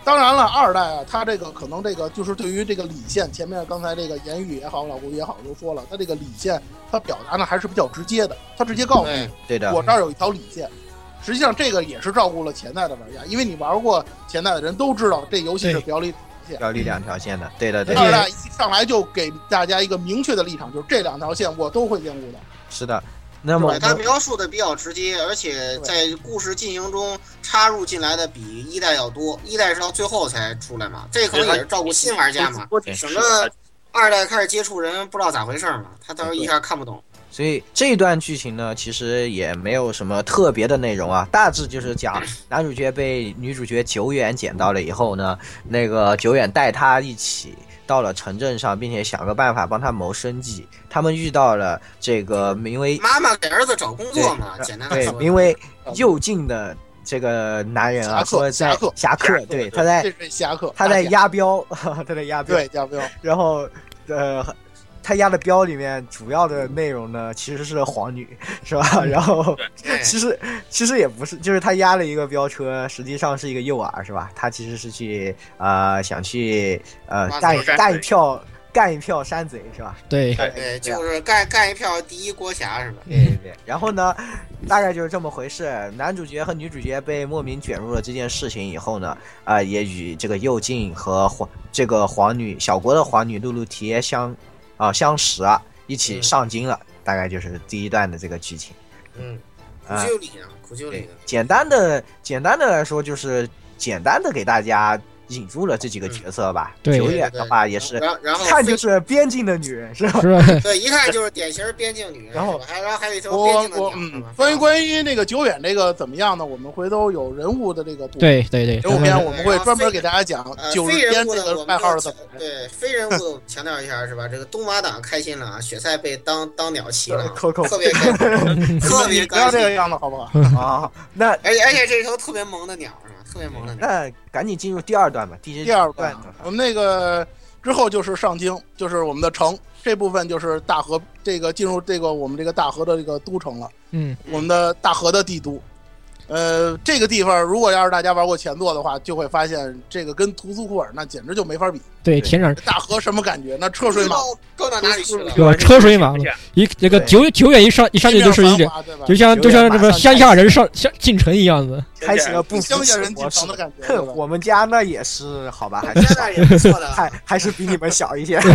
S5: 当然了，二代啊，它这个可能这个就是对于这个理线，前面刚才这个言语也好，老顾也好都说了，它这个理线它表达呢还是比较直接的，它直接告诉你
S2: 对
S3: 对，
S2: 的
S5: 我，这儿有一条理线。实际上这个也是照顾了前代的玩家，因为你玩过前代的人都知道这游戏是
S1: 对
S5: 表里
S2: 要立两条线的，对的对
S1: 而且
S5: 二
S2: 的，
S5: 代一上来就给大家一个明确的立场，就是这两条线我都会兼顾的。
S2: 是的。那么
S5: 对
S3: 他描述的比较直接，而且在故事进行中插入进来的比一代要多，一代是到最后才出来嘛，这可能也是照顾新玩家嘛。
S4: 多解释
S3: 省得二代开始接触人不知道咋回事儿嘛，他到时候一下看不懂。
S2: 所以这一段剧情呢，其实也没有什么特别的内容啊，大致就是讲男主角被女主角久远捡到了以后呢，那个久远带他一起到了城镇上，并且想个办法帮他谋生计。他们遇到了这个名为
S3: 妈妈给儿子找工作嘛，
S2: 对
S3: 简单的
S2: 对
S3: 说，
S2: 名为右近的这个男人啊，
S5: 侠客
S2: 说在
S5: 侠客
S2: 侠客，对，他在
S5: 这是侠客，
S2: 哎他在
S5: 大侠
S2: 押镖， 他在押镖，
S5: 对加标，
S2: 然后呃，他押的镖里面主要的内容呢，其实是皇女，是吧？然后
S3: 嗯对
S2: 其实其实也不是，就是他押了一个飙车，实际上是一个诱饵，是吧？他其实是去呃想去呃
S3: 挖
S2: 干
S3: 头
S4: 山
S2: 干一
S4: 贼
S2: 票干一票山贼，是吧？啊
S1: 对
S3: 对，就是干干一票第一锅侠是吧？
S2: 对对对。然后呢，大概就是这么回事。男主角和女主角被莫名卷入了这件事情以后呢，啊、也与这个右近和皇这个皇女小国的皇女露露提耶相啊、相识啊，一起
S3: 嗯
S2: 上京了。大概就是第一段的这个剧情。
S3: 嗯，苦
S2: 啊、
S3: 修理呢，苦修理呢。啊
S2: 简单的简单的来说，就是简单的给大家引入了这几个角色吧。
S1: 对
S2: 久远的话也是，
S3: 然后然后
S2: 看就是边境的女 人是吧？
S1: 是吧？
S3: 对，一看就是典型儿边境女人，
S2: 然后
S3: 是吧还然后还有一条边
S5: 我
S3: 境的
S5: 我
S3: 鸟是
S5: 嗯
S3: 吧，
S5: 关于关于那个久远这个怎么样呢？我们回头有人物的这个部分
S1: 对对对，
S5: 九
S1: 咱
S5: 五篇
S1: 们
S5: 我们会专门给大家讲
S3: 呃，
S5: 九
S3: 非
S5: 十
S3: 人
S5: 篇
S3: 物
S5: 这
S3: 的我
S5: 个
S3: 们
S5: 外号
S3: 就是
S5: 怎么来的。
S3: 对非人物的我们强调一下是吧？这个东马党开心了啊，雪菜被当当鸟骑了啊，
S2: Coco
S3: 特别开 心，特
S5: 你
S3: 别
S5: 不要
S3: 高
S5: 这
S3: 兴
S5: 个。样子好不好？
S1: 嗯
S2: 啊，那
S3: 而且而且这头特别萌的鸟是吧？特别萌的鸟，
S2: 那赶紧进入第二段吧。第
S5: 第二段
S2: 段的话
S5: 我们那个之后就是上京，就是我们的城这部分就是大河这个进入这个我们这个大河的这个都城了，
S1: 嗯，
S5: 我们的大河的帝都。呃，这个地方如果要是大家玩过前作的话，就会发现这个跟图苏库尔那简直就没法比。
S1: 对，田壤
S5: 大河什么感觉？那车
S3: 不
S5: 水
S3: 知
S5: 马
S3: 道够到哪里去了。
S1: 对吧？车水马
S4: 不
S1: 龙
S4: 是，
S1: 一这个
S2: 对
S1: 久久远一上一上去就是一
S5: 面
S1: 点，
S5: 繁华对吧？
S1: 就像就像这个乡下人上乡进城一样子。
S2: 开启了不
S5: 乡
S2: 服
S5: 下
S2: 气
S5: 人进
S2: 模式
S5: 城的。感觉，对
S2: 哼
S5: 吧
S2: 我们家那也是好吧，还
S3: 现
S2: 是
S3: 在也不错
S1: 啊
S3: 的
S2: 还还是比你们小 一些。
S3: 啊，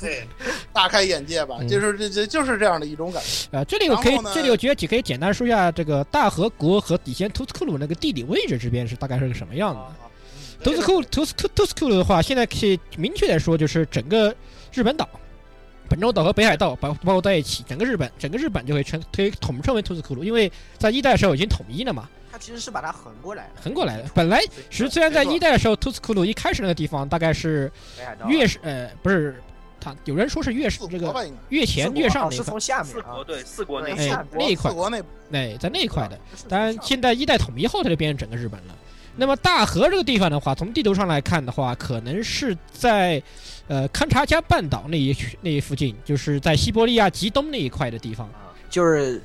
S3: 对，
S5: 大开眼界吧
S1: 嗯，
S5: 就是这这就是这样的一种感觉。
S1: 啊，这里我可以
S5: 然后呢，
S1: 这里我觉得也可以简单说一下这个大和国和底线图斯库鲁那个地理位置这边是大概是个什么样的。图斯库图斯图图斯库鲁的话，现在可以明确的说，就是整个日本岛、本州岛和北海道包包括在一起，整个日本整个日本就会称可以统称为图斯库鲁，因为在一代的时候已经统一了嘛，
S2: 他其实是把它横过来的，
S1: 横过来的。本来实虽然在一代的时候，图斯库鲁一开始那个地方大概是
S2: 北海道
S1: 越是呃不是，他有人说是越是
S5: 四
S1: 这
S5: 国
S1: 个
S5: 吧，应该
S1: 越
S2: 四
S1: 前
S2: 国
S1: 越
S2: 哦
S1: 上那
S2: 是
S1: 一块，
S2: 从下面
S4: 四
S2: 啊
S4: 国，对四国那
S2: 哎
S1: 哎
S4: 个
S2: 下面
S1: 那一块
S5: 四国那
S1: 哎在那一块的。
S2: 是从
S1: 当然
S2: 下面
S1: 现在一代统一后，它就变成整个日本了。那么大河这个地方的话，从地图上来看的话，可能是在，呃，勘察加半岛那一区那一附近，就是在西伯利亚极东那一块的地方。
S2: 就是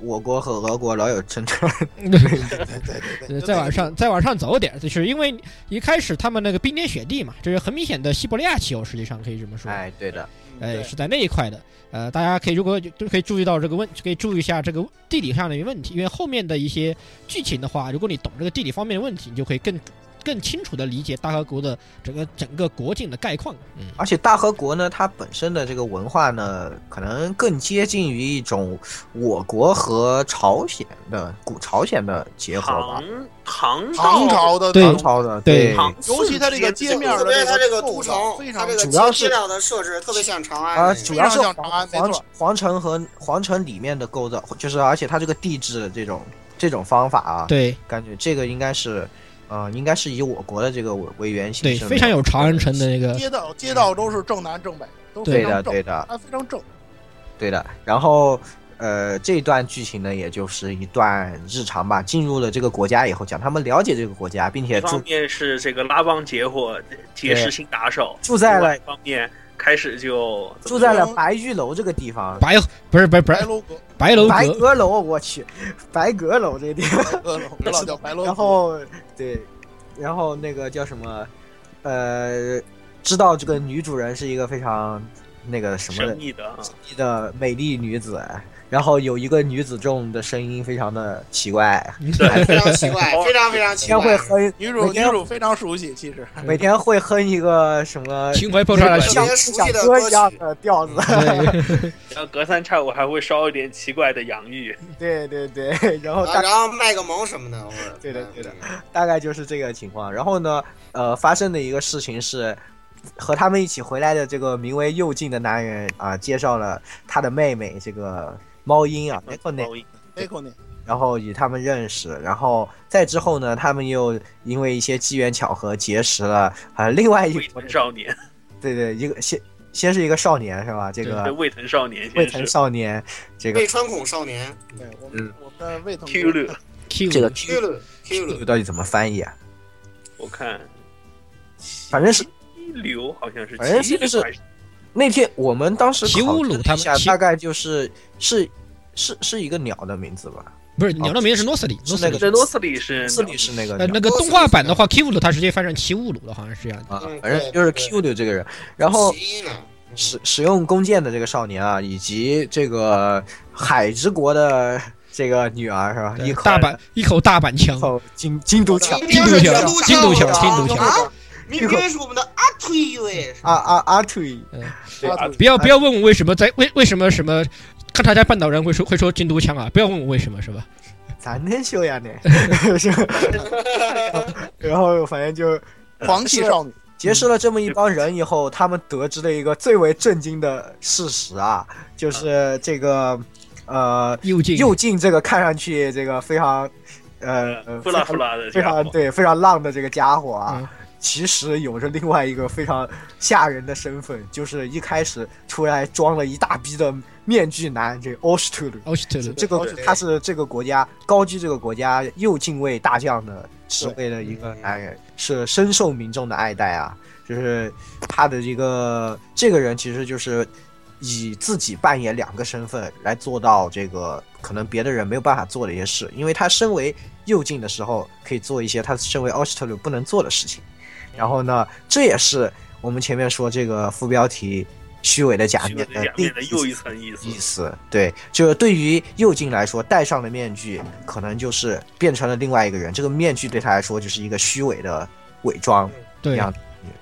S2: 我国和俄国老有争端，
S5: 对对对
S1: 呃
S5: 对，
S1: 再往上，再往上走点儿，就是因为一开始他们那个冰天雪地嘛，这是很明显的西伯利亚气候，实际上可以这么说。
S2: 哎，对的，
S1: 哎，是在那一块的。呃，大家可以如果都可以注意到这个问，可以注意一下这个地理上的问题，因为后面的一些剧情的话，如果你懂这个地理方面的问题，你就可以更更清楚的理解大和国的整个整个国境的概况。嗯，
S2: 而且大和国呢，它本身的这个文化呢，可能更接近于一种我国和朝鲜的古朝鲜的结合吧
S4: 唐，唐
S5: 唐朝的
S1: 对
S2: 唐朝的
S1: 对
S4: 唐，
S5: 尤其它这个街面儿
S3: 特
S5: 的
S3: 别它
S5: 这
S3: 这
S5: 个
S3: 个
S5: 构
S3: 都
S5: 造
S3: 城
S5: 非，
S3: 它
S5: 常
S3: 这个
S2: 主要
S3: 街
S2: 是
S3: 街道的设置特别像长安
S2: 啊，
S3: 那个
S2: 主要是
S5: 非
S2: 皇
S5: 常像长安没
S2: 皇
S5: 错
S2: 皇城和皇城里面的构造，就是而且它这个地质的这种这种方法啊，
S1: 对
S2: 感觉这个应该是，呃，应该是以我国的这个为为原型，
S1: 对，非常有长安城的那个
S5: 街道街道都是正南正北，都
S2: 对
S5: 非
S2: 的，
S5: 常正，
S2: 对的，
S5: 它非常正。
S2: 对的。然后，呃，这段剧情呢，也就是一段日常吧。进入了这个国家以后，讲他们了解这个国家，并且
S4: 一
S2: 住
S4: 方面是这个拉帮结伙结识新打手，
S2: 住在了
S4: 另外一方面开始就
S2: 住在了白玉楼这个地方，
S1: 白不是不是不
S5: 白
S1: 是
S5: 楼阁，
S1: 白楼
S2: 白
S1: 阁，
S2: 阁楼，我去，白阁楼这个地方。
S5: 白阁楼我老叫白楼阁。
S2: 然后对，然后那个叫什么，呃，知道这个女主人是一个非常那个什么
S4: 生意的啊，
S2: 的美丽女子，然后有一个女子众的声音非常的奇怪，
S4: 对，
S3: 非常奇怪，非常非常
S2: 每
S3: 奇
S2: 天会
S3: 怪。
S2: 哼，
S5: 女主
S2: 每
S5: 女
S2: 天
S5: 主非常熟悉，其实
S2: 每天会哼一个什么
S1: 情怀爆炸了
S3: 特
S1: 心
S2: 像像
S3: 别熟悉的
S2: 歌
S3: 歌
S2: 一样
S3: 曲
S2: 的调子，
S5: 嗯
S1: 对
S4: 然后隔三差五还会烧一点奇怪的洋芋，
S2: 对对对，然后
S3: 啊
S2: 大
S3: 然后卖个萌什么的，我
S2: 对的对的
S3: 嗯
S2: 大概就是这个情况。然后呢，呃，发生的一个事情是，和他们一起回来的这个名为右近的男人啊、介绍了他的妹妹这个猫鹰啊 n
S4: 嗯
S2: i c o n
S4: 音
S5: e c o n
S2: 然后与他们认识，然后再之后呢，他们又因为一些机缘巧合结识了呃另外一
S4: 未
S2: 国
S4: 藤少年，
S2: 对对一个先先是一个少年是吧？这
S4: 对
S2: 个
S4: 未藤少年
S2: 啊未
S4: 先
S2: 藤
S4: 是
S2: 少年，这个
S3: 被穿孔少年
S5: 对我
S2: 嗯
S5: 们我们的魏同学
S4: Q 略，
S1: Q
S2: 这个
S3: Q 了 Q
S2: 这个
S3: 了，
S2: 到底怎么翻译啊？
S4: 我看
S2: 反正是
S4: 流好像是
S2: 反正
S4: 七
S2: 是
S4: 流
S2: 是
S4: 还是
S2: 那天我们当时
S1: 提乌鲁
S2: 考证了
S1: 他
S2: 一
S1: 们
S2: 下，
S1: 提
S2: 大概就是是是是一个鸟的名字吧？
S1: 不是鸟的名字是诺斯里，诺斯
S2: 那
S1: 里
S2: 个。
S4: 这诺斯里
S3: 嗯
S4: 是
S2: 字哦里是那个
S1: 呃，那
S2: 鸟
S1: 个动画版的话，Q 鲁它直接翻成奇乌鲁了，好像是这样的。
S2: 啊
S3: 嗯，
S2: 反正就是
S3: 对
S2: Q 的这个人，然后
S3: 奇呢？嗯
S2: 使使用弓箭的这个少年啊，以及这个海之国的这个女儿是吧？
S1: 对
S2: 一口
S1: 大阪一口大阪
S2: 一
S1: 腔，
S2: 口京京都腔
S3: 今
S1: 京
S3: 天
S1: 都
S3: 是
S1: 腔京都
S3: 腔
S1: 腔京都
S3: 啊
S1: 腔
S3: 啊明天是我们的阿推喂，
S2: 啊啊啊腿，
S5: 对
S4: 啊
S1: 不要不要问我为什么在为为什么什么看他家半岛人会说会说京都腔啊？不要问我为什么，是吧？
S2: 咱能修呀 呢？是 然后反正就
S5: 皇帝少女，
S2: 结识了这么一帮人以后，他们得知了一个最为震惊的事实啊，就是这个呃
S1: 右近
S2: 右近这个看上去这个非常呃呃
S4: 呼啦呼啦的
S2: 非
S4: 家伙
S2: 常对非常浪的这个家伙啊，
S1: 嗯
S2: 其实有着另外一个非常吓人的身份，就是一开始出来装了一大逼的面具男，这个 o s t u l
S1: 奥斯特鲁，
S2: 这个
S5: 对
S2: 他是这个国家高居这个国家右近卫大将的职位的一个
S4: 嗯
S2: 男人，是深受民众的爱戴啊。就是他的一个这个人，其实就是以自己扮演两个身份来做到这个可能别的人没有办法做的一些事，因为他身为右近的时候可以做一些他身为奥斯特鲁不能做的事情。然后呢，这也是我们前面说这个副标题“虚伪的假
S4: 虚伪
S2: 面”
S4: 的假
S2: 另
S4: 面的又一层意思
S2: 意。思。对，就是对于右镜来说，戴上了面具，可能就是变成了另外一个人。这个面具对他来说就是一个虚伪的伪装一
S1: 对，
S2: 样。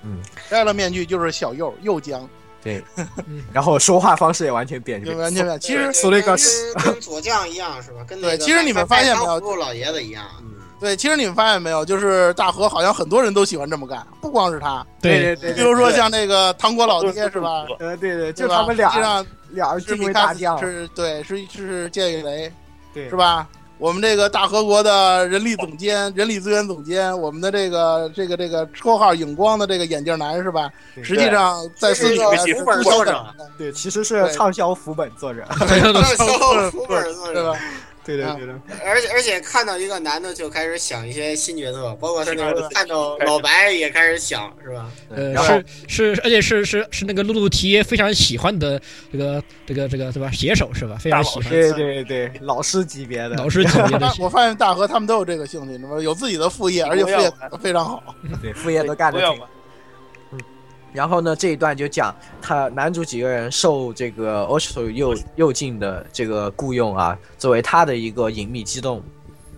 S2: 嗯，
S5: 戴了面具就是小右右江，
S2: 对
S1: 嗯。
S2: 然后说话方式也完全变，
S5: 就完全没有其实
S2: 苏雷克斯
S3: 跟 跟左将一样是吧？跟那个
S5: 对其实你们发现没有
S3: 白糖葫芦老爷子一 样，
S2: 嗯
S5: 对，其实你们发现没有，就是大河好像很多人都喜欢这么干，不光是他，
S1: 对
S5: 比
S2: 对
S5: 如说像那个唐国老爹是吧？
S2: 呃，对对，
S5: 对
S2: 就
S5: 吧
S2: 他们俩
S5: 实际上
S2: 俩
S5: 是
S2: 军
S5: 米
S2: 为
S5: 卡
S2: 大
S5: 斯
S2: 将，
S5: 是对，是是剑雨雷
S2: 对
S5: 是？吧？我们这个大和国的人力总监、人力资源总监，我们的这个这个这个绰号“影光”的这个眼镜男是吧？
S2: 对
S5: 实际上在私底
S3: 这
S5: 下
S3: 是
S5: 是
S3: 个副本
S5: 不
S3: 作
S5: 管
S3: 者
S5: 的，
S2: 对，其实是畅销副本作者。
S3: 哦那时候书本作
S5: 对
S3: 者
S5: 吧？
S2: 对的对的，
S3: 而且而且看到一个男的就开始想一些新角色，包括他那个看到老白也开始想，是吧？
S2: 对
S1: 呃
S2: 然后
S1: 是是，而且是是是那个露露提耶非常喜欢的这个这个这个什么写手是吧？非常喜欢
S2: 对对对，老师级别的，
S1: 老师级别的
S5: 大 我发现大河他们都有这个兴趣，你知道吗？有自己的副业，而且副业打得非常好。
S2: 对副业都干得
S4: 不要
S2: 挺
S4: 管
S2: 然后呢，这一段就讲他男主几个人受这个 o s h o 右右近的这个雇佣啊，作为他的一个隐秘机动，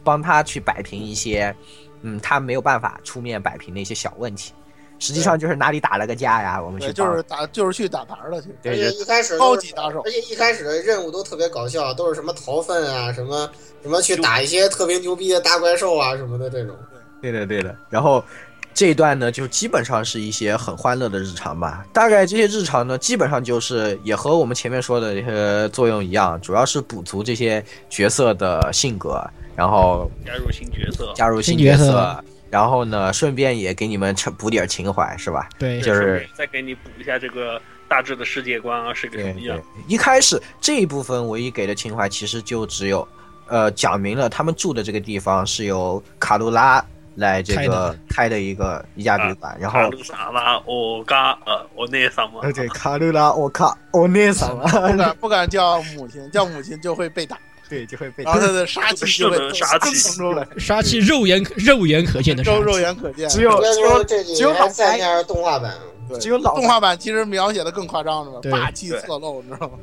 S2: 帮他去摆平一些，嗯，他没有办法出面摆平的一些小问题。实际上就是哪里打了个架呀，我们去
S5: 对，
S2: 帮
S5: 就是打，就是去打牌的去。
S3: 而
S2: 对
S3: 且
S2: 就
S3: 一开始
S5: 高
S3: 都是
S5: 级打 手
S3: 而且一开始的任务都特别搞笑，都是什么逃粪啊，什么什么去打一些特别牛逼的大怪兽啊什么的这种。
S2: 对的对的。然后这一段呢，就基本上是一些很欢乐的日常吧。大概这些日常呢，基本上就是也和我们前面说的这些作用一样，主要是补足这些角色的性格，然后
S4: 加入新角色，
S2: 加入新
S1: 新角
S2: 色，
S1: 色
S2: 然后呢，顺便也给你们扯补点情怀，是吧？
S1: 对
S2: 就是
S4: 顺便再给你补一下这个大致的世界观啊，是个什么样
S2: 对。，一开始这一部分唯一给的情怀，其实就只有，呃，讲明了他们住的这个地方是由卡杜拉来这
S1: 开
S2: 个
S1: 的
S2: 开的一个一家旅馆，然后
S4: 卡。路萨拉，我嘎呃，我那什么，
S2: 呃，对，卡杜拉，我靠，我那什么，
S5: 不敢不敢叫母亲，叫母亲就会被打，
S2: 对，就会被
S5: 然后他的杀气就会
S4: 是的杀气
S5: 腾出来，
S1: 杀气肉眼肉眼可见的杀
S5: 肉肉
S1: 气，
S5: 眼可见。
S2: 只有
S3: 应该
S2: 只
S3: 说
S2: 有
S3: 这几
S2: 只有老白
S3: 年再加上动画版，
S5: 对
S2: 只有老
S5: 动画版其实描写的更夸张，是吧？
S1: 对
S5: 霸气侧漏，你知道吗？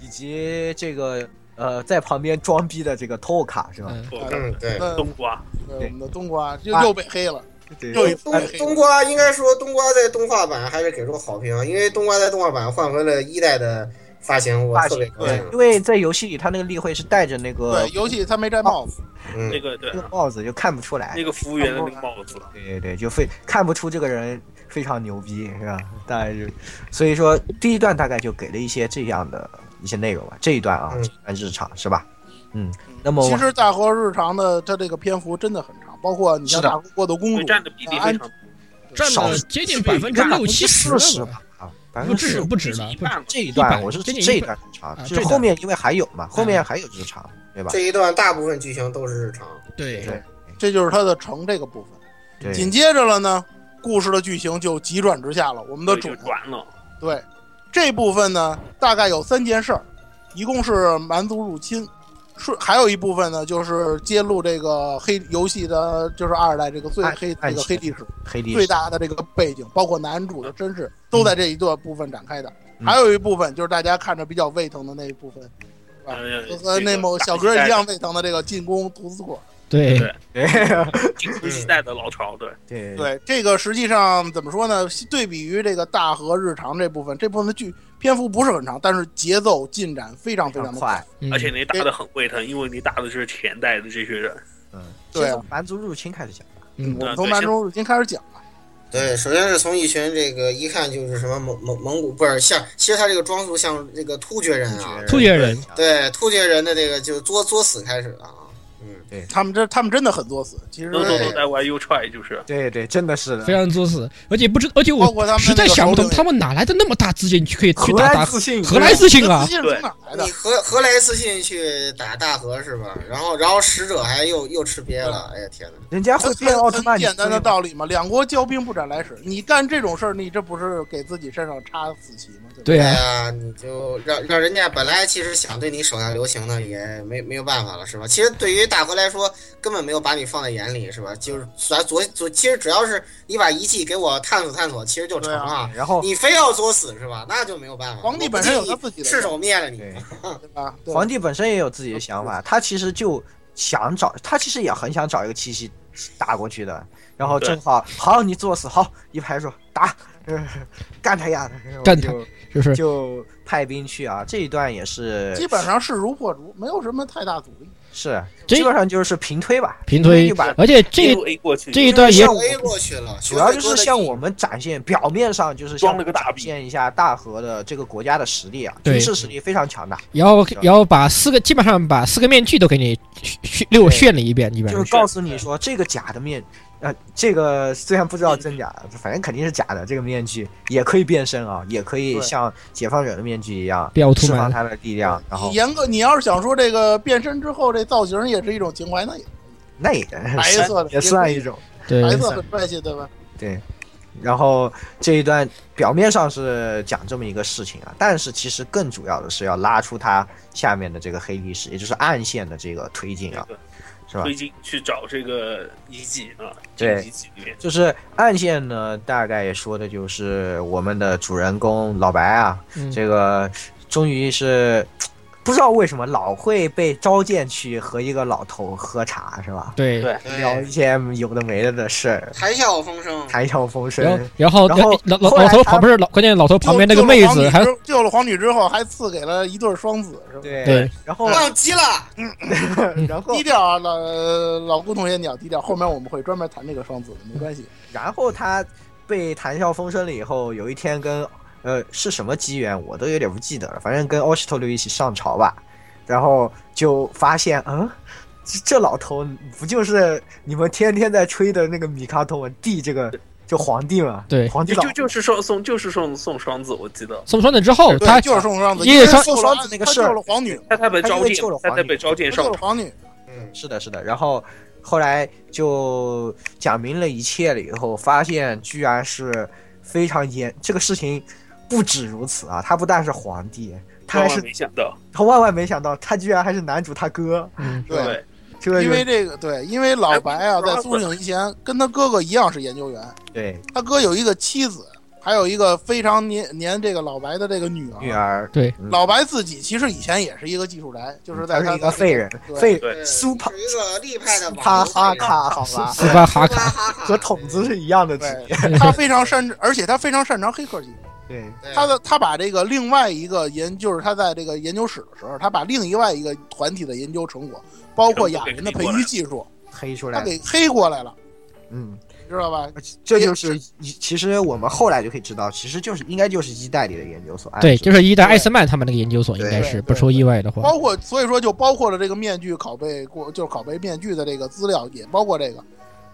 S2: 以及这个呃，在旁边装逼的这个托卡是吧？
S1: 嗯，
S4: 我嘎
S3: 嗯，对。
S5: 那
S4: 冬瓜，
S5: 对我
S2: 对
S5: 们的冬瓜又
S2: 啊
S5: 又被黑了，
S2: 对
S5: 又一次
S3: 冬
S5: 被黑
S3: 冬
S5: 了。
S3: 瓜应该说冬瓜在动画版还是给出个好评，因为冬瓜在动画版换回了一代的发型，我
S2: 发
S3: 特
S2: 型
S3: 别高
S2: 对
S3: 兴，。
S2: 因为在游戏里他那个例会是戴着那个
S5: 对，尤其他没摘帽
S2: 啊
S5: 子，
S3: 嗯
S4: 那，个对
S2: 那个帽子，就看不出来。
S4: 那个服务员的那个帽子，
S2: 对对对，就非看不出这个人非常牛逼，是吧？大概就，所以说第一段大概就给了一些这样的一些内容吧。这一段啊，
S3: 嗯
S2: 这一段日常是吧？嗯，那么
S5: 其
S2: 我
S5: 实大河日常的他这个篇幅真的很长，包括你像
S2: 是的
S5: 大河过的公
S4: 对
S5: 主，啊
S4: 占的比例非常
S1: 占
S2: 少
S1: 了接近
S2: 百
S1: 百分之六七十
S2: 四十
S1: 了
S2: 吧
S1: 吧，
S2: 啊，百
S1: 不
S2: 分之
S1: 止
S2: 四。
S1: 不止了，
S4: 一
S1: 不止
S4: 半嘛
S2: 这一
S1: 一
S2: 段
S1: 百
S2: 我是
S1: 接近
S2: 这
S1: 一
S2: 一
S1: 半
S2: 段日常
S1: 啊，这
S2: 就是
S1: 一
S2: 后
S1: 段嗯
S2: 面因为还有嘛，后面还有日常，对吧
S3: 这？一段大部分剧情都是日常，
S1: 对
S2: 对
S5: 这就是他的城这个部分。
S2: 对，
S5: 紧接着了呢，故事的剧情就急转直下了。我们的
S4: 对
S5: 主
S4: 就转了，
S5: 对这部分呢，大概有三件事儿，一共是蛮族入侵，顺还有一部分呢就是揭露这个黑游戏的，就是二代这个最
S2: 暗
S5: 黑
S2: 暗
S5: 这个
S2: 棋
S5: 黑历史
S2: 黑历
S5: 最
S2: 史，
S5: 大的这个背景，包括男主的身世，都在这一段部分展开的。
S2: 嗯
S5: 还有一部分就是大家看着比较胃疼的那一部分，
S4: 呃
S5: 就和那某小哥一样，胃疼的这个进攻图斯库。
S1: 对
S4: 对
S2: 对
S4: 进入一代的老巢，对，
S2: 对
S5: 对，这个实际上怎么说呢？对比于这个大和日常这部分，这部分的剧篇幅不是很长，但是节奏进展非常非
S2: 非
S5: 常
S2: 常
S5: 的
S2: 快。，
S1: 嗯
S4: 而且你打的很胃疼，因为你打的就是前代的这些人，
S2: 嗯，
S5: 对啊
S2: 先从蛮族入侵开始讲吧。
S1: 嗯
S5: 我们
S4: 嗯
S5: 从
S4: 对
S5: 南
S4: 先
S5: 中入侵开始讲了，
S3: 对，首先是从一群这个一看就是什么蒙蒙蒙古，不是像，其实他这个装束像这个突厥人啊，
S1: 突厥人
S3: 对突厥人的这个就作作死开始的啊，嗯，
S5: 他们这他们真的很作死，其实
S4: 都都都在 YU try，就是
S2: 对对，真的是的
S1: 非，常作死，而且不知，而且
S5: 包
S1: 我
S5: 括他们
S1: 实在
S5: 那个
S1: 想不通
S5: 首领
S1: 他们哪来的那么大自信去可以去
S2: 荷
S1: 打打
S2: 兰自信，
S1: 荷兰自信啊
S5: 自，信是从哪儿来的
S3: 你？何何来自信去打大河是吧？然后然后使者还又又吃瘪了，
S2: 嗯
S3: 哎呀天哪！
S2: 人家会变奥特曼，
S5: 很简单的
S2: 道。
S5: 道理嘛，两国交兵不斩来使。你干这种事儿，你这不是给自己身上插死旗吗？对
S1: 对
S5: 吧
S3: 哎
S1: 啊，
S3: 呀，你就让让人家本来其实想对你手下留情的，也没没有办法了，是吧？其实对于大河来说，根本没有把你放在眼里，是吧？就是咱昨昨，其实只要是你把遗迹给我探索探索，其实就成了。
S2: 然后
S3: 你非要作死是吧？那就没有办法。
S5: 皇帝本身有他自己的
S3: 赤手灭了你。
S2: 对
S5: 对吧？对
S2: 皇帝本身也有自己的想法，他其实就想找，他其实也很想找一个七夕打过去的，然后正好好你作死，好一拍说打， 呃干他丫的，然后
S1: 干他
S2: 就
S1: 就是
S2: 就派兵去啊！这一段也是
S5: 基本上势如破竹，没有什么太大阻力。
S2: 是
S1: 这
S2: 基本上就是平推吧，
S1: 平推
S2: 一把。
S1: 而且
S4: 一
S1: 这
S4: 路 A 过去，
S1: 这一段也
S3: 就 A 过去了，
S2: 主要就
S3: 学会
S2: 是
S3: 多
S2: 向
S3: 的
S2: 我们展现表面上就是
S4: 装
S2: 向
S4: 了个大
S2: 展
S4: 逼
S2: 现一下大和的这个国家的实力啊，
S1: 对
S2: 军事实力非常强大，
S1: 然后然后把四个基本上把四个面具都给你炫炫溜炫了一遍，基本
S2: 就
S1: 上
S2: 是告诉你说这个假的面呃，这个虽然不知道真假，反正肯定是假的。这个面具也可以变身啊，也可以
S5: 对
S2: 像解放者的面具一样
S1: 变奥特
S2: 释
S1: 曼
S2: 放他的力量，然后
S5: 严格，你要是想说这个变身之后这造型也是一种情怀，那也
S2: 那也
S5: 白色的
S2: 也算一种。
S1: 对
S5: 白色很帅气，对吧？
S2: 然后这一段表面上是讲这么一个事情啊，但是其实更主要的是要拉出他下面的这个黑历史，也就是暗线的这个推进
S4: 那
S2: 啊，
S4: 个
S2: 是吧？
S4: 推进去找这个遗迹啊，
S2: 对
S4: 这个遗迹里面
S2: 就是暗线呢，大概说的就是我们的主人公老白啊，
S1: 嗯
S2: 这个终于是不知道为什么老会被召见去和一个老头喝茶，是吧？
S1: 对
S4: 对
S2: 聊一
S3: 对，
S2: 些有的没的的事儿，
S3: 谈笑风生，
S2: 谈笑风生。
S1: 然后，然后哎
S2: 然后
S1: 老老
S2: 后来
S1: 老头
S2: 他
S1: 旁边老，关键老头旁边那个
S5: 救
S1: 妹
S5: 救了皇
S1: 子
S5: 女
S1: 还
S5: 之救了皇女之后，还赐给了一对双子，是吧？
S2: 对，
S1: 对
S2: 然后
S3: 忘极了，
S2: 然后
S5: 低调啊，老老顾同学，你要低调。后面我们会专门谈这个双子的，没关系。
S2: 然后他被谈笑风生了以后，有一天跟呃是什么机缘，我都有点不记得了，反正跟欧石头流一起上朝吧，然后就发现，嗯，这这老头不就是你们天天在吹的那个米卡托文帝这个就皇帝嘛？
S1: 对
S2: 皇帝
S4: 就
S2: 老
S4: 就就是送送就是送送双子，我记得
S1: 送双子之后，哦
S5: 对
S1: 他
S5: 就是送双子，
S1: 因为
S5: 一个人
S2: 双
S5: 送双
S2: 双子
S5: 子
S2: 那个
S5: 他
S2: 事儿
S5: 救了皇女，
S4: 他他被
S2: 他因
S4: 召
S2: 为
S4: 见
S2: 救了，
S4: 他
S2: 皇
S4: 才
S2: 女
S4: 被召见
S5: 他救
S4: 上
S5: 了皇女。
S3: 嗯，
S2: 是的，是的。然后后来就讲明了一切了以后，发现居然是非常严，这个事情不止如此啊！他不但是皇帝，他
S4: 朝，
S2: 还
S4: 万万
S2: 是
S4: 没想到，
S2: 他万万没想到，他居然还是男主他哥，
S1: 嗯，
S5: 对，
S4: 对，
S2: 这个有
S5: 因为这个对，因为老白啊，
S4: 哎不是
S5: 在苏醒以前跟他哥哥一样是研究员，
S2: 对
S5: 他哥有一个妻子，还有一个非常黏黏这个老白的这个女儿。
S2: 女儿，
S1: 对
S2: 嗯
S5: 老白自己其实以前也是一个技术宅，就是在
S2: 他
S5: 他
S2: 是一个废人，废
S4: 对
S2: 苏帕
S3: 是一个立派的
S2: 哈
S3: 王，
S2: 哈卡，好
S1: 斯
S2: 吧，
S1: 斯巴哈
S3: 哈
S1: 卡，
S3: 哈卡
S2: 和筒子是一样的职
S5: 对
S2: 业，
S5: 他非常擅，而且他非常擅长黑科技。
S2: 对
S3: 对
S5: 他的他把这个另外一个研，就是他在这个研究室的时候，他把另外一个团体的研究成果，包括雅人的培育技术，
S2: 黑出
S5: 他
S2: 来，
S5: 给黑过来了，
S2: 嗯，
S5: 知道吧？
S2: 这就是其实我们后来就可以知道，其实就是应该就是一代里的研究 所，哎
S1: 对，
S2: 暗示
S1: 就是一代艾斯曼他们那个研究所，应
S2: 对
S1: 该是
S5: 对
S1: 不出意外的话，
S5: 包括所以说就包括了这个面具拷贝过，就是拷贝面具的这个资料，也包括这个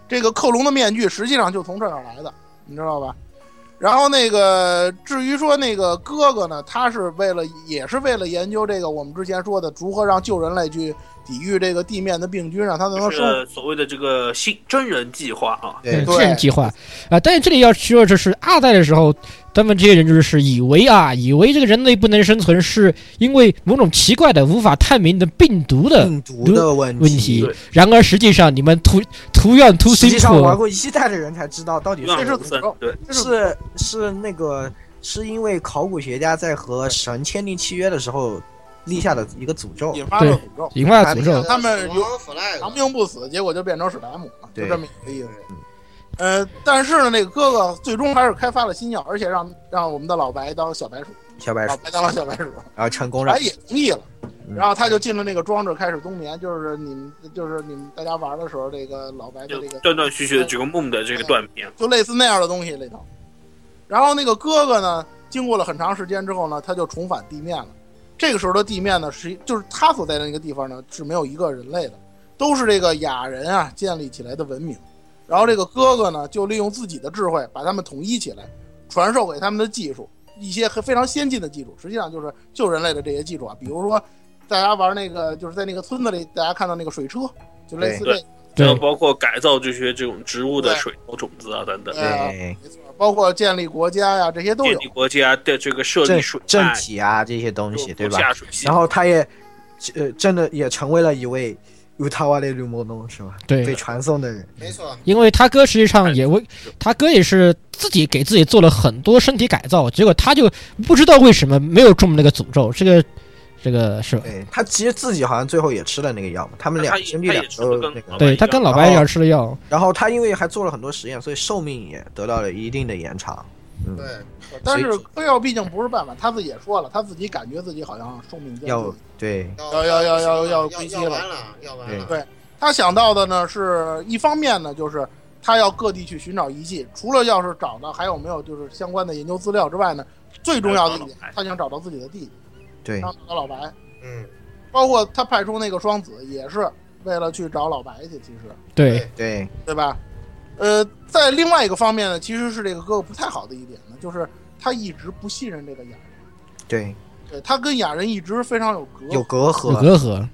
S5: 这个克隆的面具，实际上就从这儿来的，你知道吧？然后那个至于说那个哥哥呢，他是为了也是为了研究这个我们之前说的如何让旧人类去抵御这个地面的病菌，让他能
S4: 就
S5: 够生
S4: 是所谓的这个新真人计划啊，
S2: 对
S1: 私人
S5: 对
S1: 计划啊。但是这里要说的是，二代的时候，他们这些人就是以为啊，以为这个人类不能生存，是因为某种奇怪的、无法探明的病毒的
S2: 病毒的问
S1: 嗯问题
S2: 题。
S4: 对。
S1: 然而实际上，你们图图愿图
S2: 实际上玩
S1: simple，
S2: 过一代的人才知道，到底
S4: 让
S5: 这
S2: 是
S5: 是
S4: 我们对，
S5: 这是
S2: 是是那个是因为考古学家在和神签订契约的时候立下的一个诅咒，
S5: 引发了诅咒，
S1: 引发了诅咒。
S5: 他们有
S3: 王 flag，
S5: 长命不死，结果就变成史莱姆了，就
S2: 对
S5: 这么一个意思
S2: 嗯。
S5: 呃，但是呢，那个哥哥最终还是开发了新药，而且让让我们的老白当小白鼠，
S2: 小白
S5: 老
S2: 鼠，
S5: 白当了小白鼠，
S2: 然后成功
S5: 白
S2: 了。
S5: 啊也同意了，
S2: 嗯
S5: 然后他就进了那个装置开始冬眠，就是你们就是你们大家玩的时候，这个老白的
S4: 就
S5: 这个
S4: 断断续续的这个梦的这个断片，
S5: 就类似那样的东西里头。然后那个哥哥呢，经过了很长时间之后呢，他就重返地面了。这个时候的地面呢，是就是他所在的那个地方呢，是没有一个人类的，都是这个雅人啊建立起来的文明。然后这个哥哥呢，就利用自己的智慧把他们统一起来，传授给他们的技术，一些很非常先进的技术，实际上就是救人类的这些技术啊，比如说大家玩那个就是在那个村子里，大家看到那个水车，就类似
S4: 对
S5: 这个
S4: 然
S1: 对
S4: 后包括改造这些这种植物的
S5: 对
S4: 水头种子啊等等，
S2: 嗯
S5: 对
S2: 对，
S5: 没错，包括建立国家呀、这些都
S4: 建
S5: 有
S4: 立。国家的这个设
S2: 政
S4: 立水
S2: 政
S4: 脉
S2: 体啊这些东西，对吧？
S4: 下水系
S2: 然后他也，呃，真的也成为了一位 Utawa 的绿魔龙，是吧？被
S1: 对，
S2: 传送的人，
S3: 没错，
S1: 因为他哥实际上也为他哥也是自己给自己做了很多身体改造，结果他就不知道为什么没有中那个诅咒，这个这个是吧？
S2: 对他其实自己好像最后也吃了那个药嘛，他们
S4: 他
S2: 两
S4: 也
S2: 兄弟
S4: 他也
S2: 俩
S4: 吃
S2: 都
S4: 了
S2: 那个
S4: 跟，
S1: 对他跟老白一样吃了药，
S2: 然后他因为还做了很多实验，所以寿命也得到了一定的延长。嗯，
S3: 对，
S5: 但是
S2: 所以
S5: 嗑药毕竟不是办法，他自己也说了，他自己感觉自己好像寿命将
S2: 要
S5: 近。
S2: 对
S5: 要要要要
S3: 要
S5: 要归西了
S3: 完了，要完了，
S5: 对他想到的呢是一方面呢，就是他要各地去寻找遗迹，除了要是找到还有没有就是相关的研究资料之外呢，最重要的一点
S4: 还有老白，
S5: 他想找到自己的弟弟，
S2: 对
S4: 啊
S5: 想找到老白，
S3: 嗯，
S5: 包括他派出那个双子也是为了去找老白去，其实
S1: 对
S2: 对
S5: 对吧？呃，在另外一个方面呢，其实是这个哥哥不太好的一点呢，就是他一直不信任这个雅人，
S2: 对，
S5: 对他跟雅人一直非常有隔阂
S2: 有隔
S1: 有
S2: 阂，
S1: 隔阂，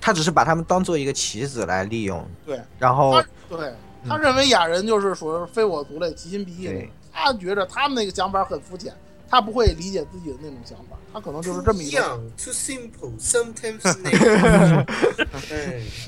S2: 他只是把他们当做一个棋子来利用。
S5: 对，
S2: 然后
S1: 哦
S5: 他对他
S1: 嗯
S5: 认为雅人就是属于非我族类，其心必异那种
S2: 对。
S5: 他觉着他们那个想法很肤浅，他不会理解自己的那种想法，他可能就是这么一
S3: Too
S5: 个。
S3: young, too simple, sometimes negative 哎。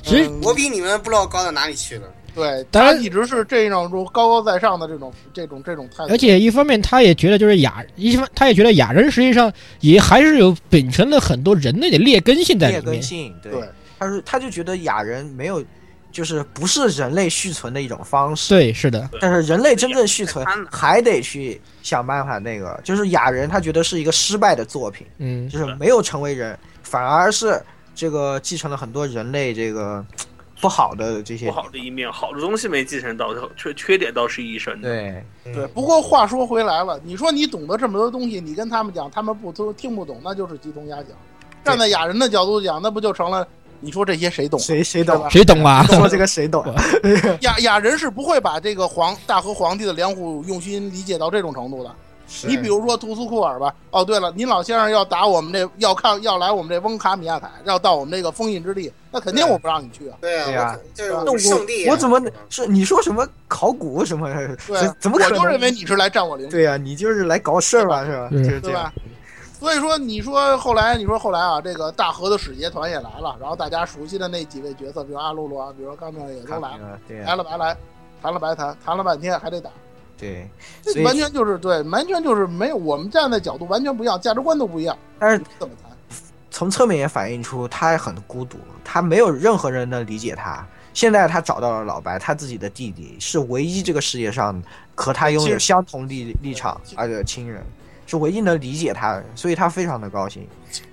S1: 其实
S5: 嗯
S3: 我比你们不知道高到哪里去了。
S5: 对
S1: 当
S5: 他
S1: 然
S5: 一直是这种高高在上的这种这种这种态度
S1: 而。且一方面他也觉得就是雅，一方他也觉得雅人实际上也还是有秉承了很多人类的劣根性在
S2: 劣
S1: 里
S2: 根
S1: 面。
S2: 性，对，
S5: 对
S2: 他说他就觉得雅人没有，就是不是人类续存的一种方式。
S1: 对，是的，
S2: 但是人类真正续存
S4: 太贪婪
S2: 还得去想办法那个，就是雅人他觉得是一个失败的作品，
S1: 嗯，
S2: 就是没有成为人，反而是这个继承了很多人类这个不好的这些
S4: 不好的一面，好的东西没继承到，缺缺点倒是一身的。
S2: 对
S3: 嗯
S5: 对，不过话说回来了，你说你懂得这么多东西，你跟他们讲，他们不都听不懂，那就是鸡同鸭讲。站在雅人的角度讲，那不就成了？你说这些谁懂？
S2: 谁谁
S5: 对
S2: 懂
S5: 吧
S1: 谁懂啊？
S2: 说这个谁懂？
S5: 雅雅人是不会把这个皇大和皇帝的良苦用心理解到这种程度的。你比如说图苏库尔吧，哦对了，您老先生要打我们这，要看要来我们这翁卡米亚凯，要到我们这个封印之地，那肯定我不让你去啊。
S3: 对
S2: 对
S3: 啊，
S2: 啊那
S3: 我就是我
S2: 我
S3: 们圣地啊。
S2: 我怎么
S3: 是吧
S2: 是你说什么考古什么？
S5: 对
S2: 怎
S5: 啊，
S2: 怎么
S5: 我
S2: 可
S5: 就认
S2: 能？
S5: 为你是来占我领土，
S2: 对呀、你就是来搞事儿吧，是吧？
S1: 嗯
S2: 就是这
S5: 对
S2: 样
S5: 吧。？所以说，你说后来，你说后来啊，这个大河的使节团也来了，然后大家熟悉的那几位角色，比如阿露露啊，比如说刚才也都来了，
S2: 了，对呀、
S5: 来了白来，谈了白谈，谈了半天还得打，
S2: 对。
S5: 这
S2: 所以
S5: 完全就是对，完全就是没有我们站的角度完全不一样，价值观都不一样，
S2: 但是
S5: 怎么谈？
S2: 从侧面也反映出他很孤独，他没有任何人能理解他。现在他找到了老白，他自己的弟弟是唯一这个世界上和他拥有相同立立场
S5: 亲
S2: 而的亲人，是唯一能理解他的，所以他非常的高兴。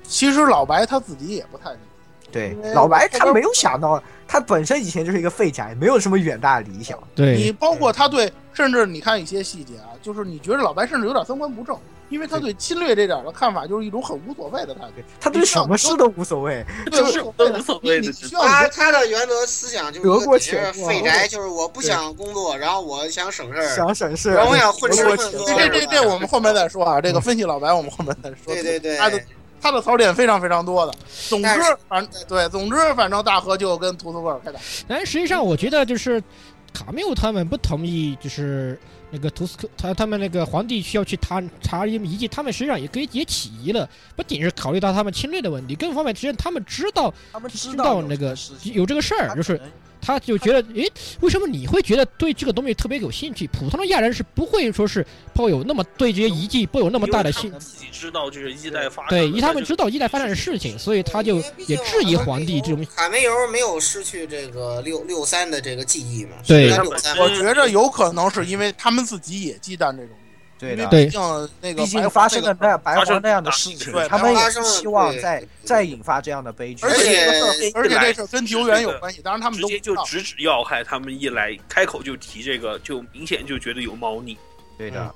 S5: 其实老白他自己也不太理解，
S2: 对
S5: 因为
S2: 老白，他
S5: 后边
S2: 没有想到，他本身以前就是一个废柴，没有什么远大理想。
S5: 你
S1: 对，
S5: 包括他对，甚至你看一些细节啊，就是你觉得老白甚至有点三观不正，因为他对侵略这点儿的看法就是一种很无所谓的态度，
S2: 对他对什么事都无所谓，
S5: 对
S4: 就是
S5: 无所谓的
S4: 无所谓的
S5: 你你
S4: 就是
S5: 需要你
S3: 他他的原则思想就是
S2: 德国
S3: 只是
S2: 潜伏啊
S3: 废宅，就是我不想工作，然后我想省事儿。
S2: 想省事。
S3: 然后我想混吃混喝
S5: 这这这
S3: 是
S5: 这我们后面再说啊，这个分析老白我们后面再说。
S3: 对对对，
S5: 他的他的槽点非常非常多的。总
S3: 但
S5: 之
S3: 是，
S5: 反对，总之反正大河就跟图图戈尔开打。
S1: 但实际上我觉得就是卡缪他们不同意，就是那个图斯克他他们那个皇帝需要去查查一些遗迹，他们实际上也可以也起疑了，不仅是考虑到他们侵略的问题，更方面实际上他们知道
S2: 他们
S1: 知
S2: 知
S1: 道
S2: 道
S1: 那个
S2: 事情
S1: 有这个事儿，就是他就觉得，诶，为什么你会觉得对这个东西特别有兴趣？普通的亚人是不会说是抱有那么对这些遗迹抱有那
S4: 那
S1: 么大的兴，
S4: 自己知道就是一代发展，
S1: 对，因为他们知道一代发展的事情，所以他就也质疑皇帝这种。
S3: 卡梅尤没有失去这个六六三的这个记忆嘛？
S1: 对
S3: 六三
S5: 我觉着有可能是因为他们自己也忌惮这种，
S2: 对
S5: 因为
S2: 的。
S1: 对
S5: 毕竟那个
S2: 毕
S5: 白
S2: 竟
S5: 皇
S2: 发生了
S5: 那个
S2: 那白皇那样的事情
S5: 对，
S2: 他们
S3: 白皇
S2: 也
S3: 发生
S2: 是
S3: 了
S2: 希望
S3: 对
S2: 再
S3: 对
S2: 再引发这样的悲剧。
S5: 而且
S2: 这个悲剧
S5: 而且这事儿跟
S4: 是
S5: 球员有
S4: 的
S5: 关系，当然他们
S4: 直
S5: 都不
S4: 接
S5: 知
S4: 就
S5: 道。
S4: 直指要害，他们一来开口就提这个，就明显就觉得有猫腻。
S2: 对的，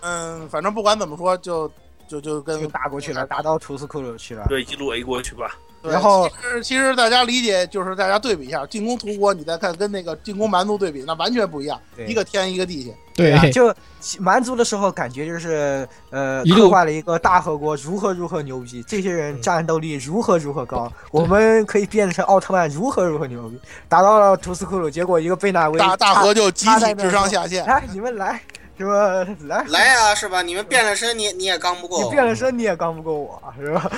S5: 嗯，反正不管怎么说，就就就
S2: 就
S5: 跟呃
S2: 打过去了，打到图斯库鲁去了。
S4: 对，一路 A 过去吧。
S5: 对
S2: 然后
S5: 其实其实大家理解就是大家对比一下进攻图国，你再看跟那个进攻蛮族对比，那完全不一样，
S2: 对
S5: 一个天一个地去。
S1: 对
S2: 啊就蛮族的时候，感觉就是呃，
S1: 一路
S2: 刻画了一个大和国如何如何牛逼，这些
S5: 嗯
S2: 人战斗力如何如何高，我们可以变成奥特曼如何如何牛逼。打到了图斯库鲁，结果一个贝纳维
S5: 大大河就集
S2: 他
S5: 体
S2: 在那
S5: 智商
S2: 说
S5: 下线，
S2: 来，你们来，是吧？来，
S3: 来啊，是吧？你们变了身，你你也刚不过
S2: 你
S3: 我。
S2: 变了身你也刚不过我，是吧？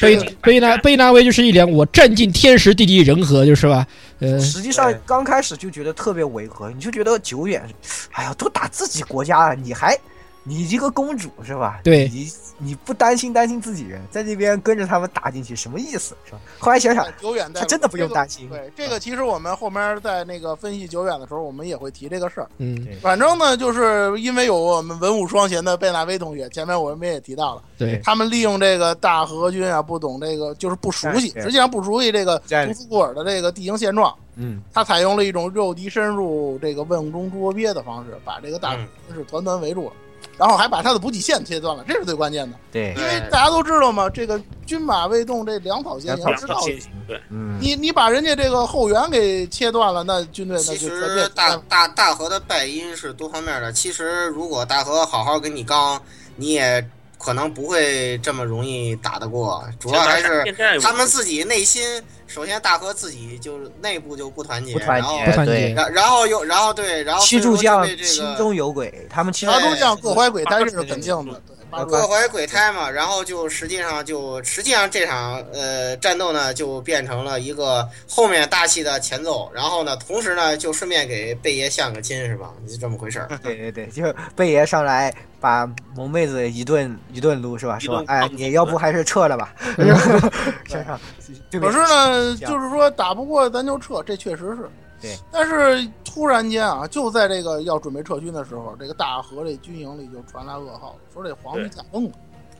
S1: 贝贝纳贝纳威就是一脸我占尽天时地利人和，就是吧？呃，
S2: 实际上
S4: 对
S2: 刚开始就觉得特别违和，你就觉得久远，哎呀，都打自己国家了，你还你一个公主是吧？
S1: 对
S2: 你你不担心担心自己人，在这边跟着他们打进去，什么意思是吧？后来想想，
S5: 久远在
S2: 他真的不用担心。
S5: 对，这个其实我们后面在那个分析久远的时候，我们也会提这个事儿。
S1: 嗯，
S5: 反正呢，就是因为有我们文武双贤的贝纳威同学，前面我们也提到了，
S1: 对，
S5: 他们利用这个大和军啊，不懂这个，就是不熟悉，
S2: 对
S5: 实际上不熟悉这个
S2: 对
S5: 图斯库尔的这个地形现状。
S2: 嗯，
S5: 他采用了一种诱敌深入、这个瓮中捉鳖的方式，把这个大
S3: 嗯
S5: 军是团团围住了。然后还把他的补给线切断了，这是最关键的。
S2: 对，
S5: 因
S3: 哎
S5: 为大家都知道嘛，这个军马未动，这粮草先
S2: 粮
S5: 行，
S2: 草
S5: 知
S4: 两
S5: 道
S4: 个先行，对，
S2: 嗯，
S5: 你你把人家这个后援给切断了，那军队那
S3: 其
S5: 就
S3: 实大大大和的败因是多方面的。其实如果大和好好跟你刚，你也可能不会这么容易打得过。主要还是他们自己内心，首先大和自己就是内部就不团结，
S2: 不团
S1: 不
S2: 结，
S1: 团结
S2: 对，
S3: 然后然然后又然后对，然后
S2: 七
S3: 所以
S2: 柱
S3: 说就
S2: 将
S3: 被这
S2: 心
S3: 个
S2: 中有鬼，他们其哎实
S5: 大
S3: 对
S5: 都将各怀鬼胎，这是肯
S2: 对
S5: 定的。对八路
S2: 对
S3: 各怀鬼胎嘛，然后就实际上就实际上这场呃战斗呢就变成了一个后面大戏的前奏，然后呢，同时呢就顺便给贝爷相个亲是吧？就这么回事儿。
S2: 对对对，就是贝爷上来把萌妹子一顿一顿撸是吧？
S4: 一
S2: 说
S4: 顿
S2: 哎，
S4: 胖
S2: 你要不还是撤了吧？
S1: 嗯
S2: 身上，对
S5: 可
S2: 面
S5: 是呢，
S2: 行
S5: 就是说打不过咱就撤，这确实是。
S2: 对。
S5: 但是突然间啊，就在这个要准备撤军的时候，这个大和这军营里就传来噩耗，说这皇帝驾崩了。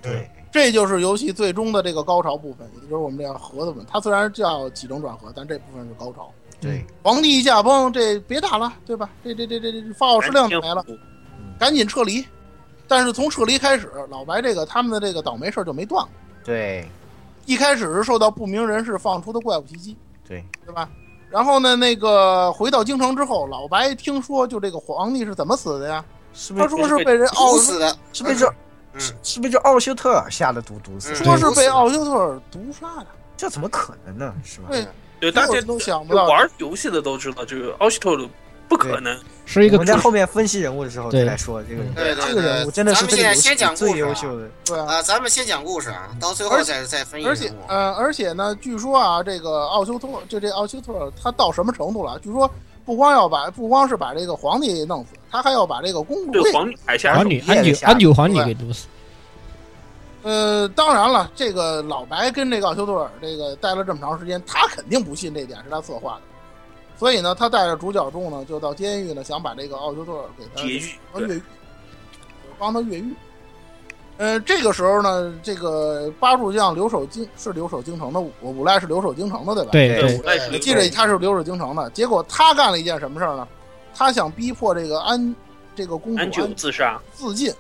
S2: 对，
S5: 这就是游戏最终的这个高潮部分，也就是我们这个和的部分。它虽然叫起承转合，但这部分是高潮。
S2: 对，
S5: 皇帝一驾崩，这别打了，对吧？这这这这这发号施令
S4: 赶紧
S5: 没了，
S4: 补
S5: 赶紧撤离。但是从撤离开始，老白这个他们的这个倒霉事儿就没断过。
S2: 对
S5: 一开始是受到不明人士放出的怪物袭击，
S2: 对
S5: 对吧？然后呢，那个回到京城之后，老白听说就这个皇帝是怎么死的呀？
S2: 是
S5: 他说是被人奥
S3: 毒死的，
S2: 是被这
S3: 嗯
S2: 是是被这奥修特尔下的毒毒死
S3: 嗯，
S5: 说是被奥修特尔毒杀的，
S2: 这怎么可能呢？是吧？
S5: 对，
S4: 对，大
S5: 这
S4: 家
S5: 我都想不
S4: 就
S5: 到。
S4: 玩游戏的都知道，这个奥西特鲁不可能，
S1: 是一个
S2: 我们在
S1: 主
S2: 后面分析人物的时候
S1: 对
S2: 再来说这个人。
S3: 对对
S2: 这个人物
S3: 对，
S2: 真的是
S3: 咱们
S2: 这个游
S3: 现在
S2: 戏
S3: 先讲
S2: 里
S3: 故事啊
S2: 最优秀的，
S5: 对啊，
S3: 啊，咱们先讲故事啊，到最后再再分析
S5: 而且
S3: 人物
S5: 呃，而且呢，据说啊，这个奥修特就这奥修特尔他到什么程度了？据说不光要把不光是把这个皇帝弄死，他还要把这个公主
S4: 对
S5: 给
S4: 皇女还下手
S1: 皇女
S2: 手
S1: 安
S2: 夜
S1: 久
S2: 里
S1: 安久皇女给毒死，
S5: 呃，当然了，这个老白跟这个奥修特尔这个待了这么长时间，他肯定不信这点是他策划的，所以呢，他带着主角众呢，就到监狱呢，想把这个奥修特尔给他
S4: 劫狱，
S5: 帮
S4: 对
S5: 越狱，呃帮他越狱。呃，这个时候呢，这个八柱将留守京是留守京城的，我无赖是留守京城的，对吧？
S1: 对
S2: 对
S1: 对，
S4: 我赖是
S3: 我
S5: 我
S4: 留
S5: 呃记
S4: 守
S5: 着他是留守京城的，结果他干了一件什么事儿呢？他想逼迫这个安这个公主
S4: 安久
S5: 安
S4: 自杀，
S5: 自尽。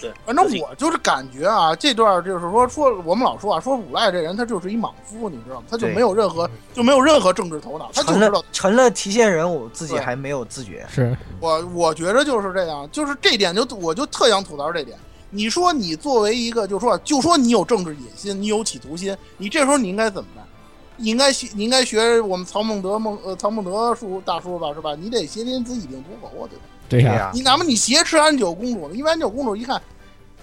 S4: 对，
S5: 反正
S4: 自己
S5: 我就是感觉啊，这段就是说说我们老说啊，说古赖这人他就是一莽夫，你知道吗？他就
S2: 对
S5: 没有任何就没有任何政治头脑，他就
S2: 成
S5: 知道
S2: 了成了提线人物，自己
S3: 啊
S5: 对
S2: 还没有自觉。
S1: 是
S5: 我我觉着就是这样，就是这点就我就特想吐槽这点。你说你作为一个，就说就说你有政治野心，你有企图心，你这时候你应该怎么办？你应该学，你应该学我们曹孟德孟呃曹孟德叔大叔吧，是吧？你得挟天子以令诸侯啊，对吧？
S1: 对
S2: 对
S1: 呀，
S2: 呀，
S5: 你哪怕你挟持安久公主呢？因为安久公主一看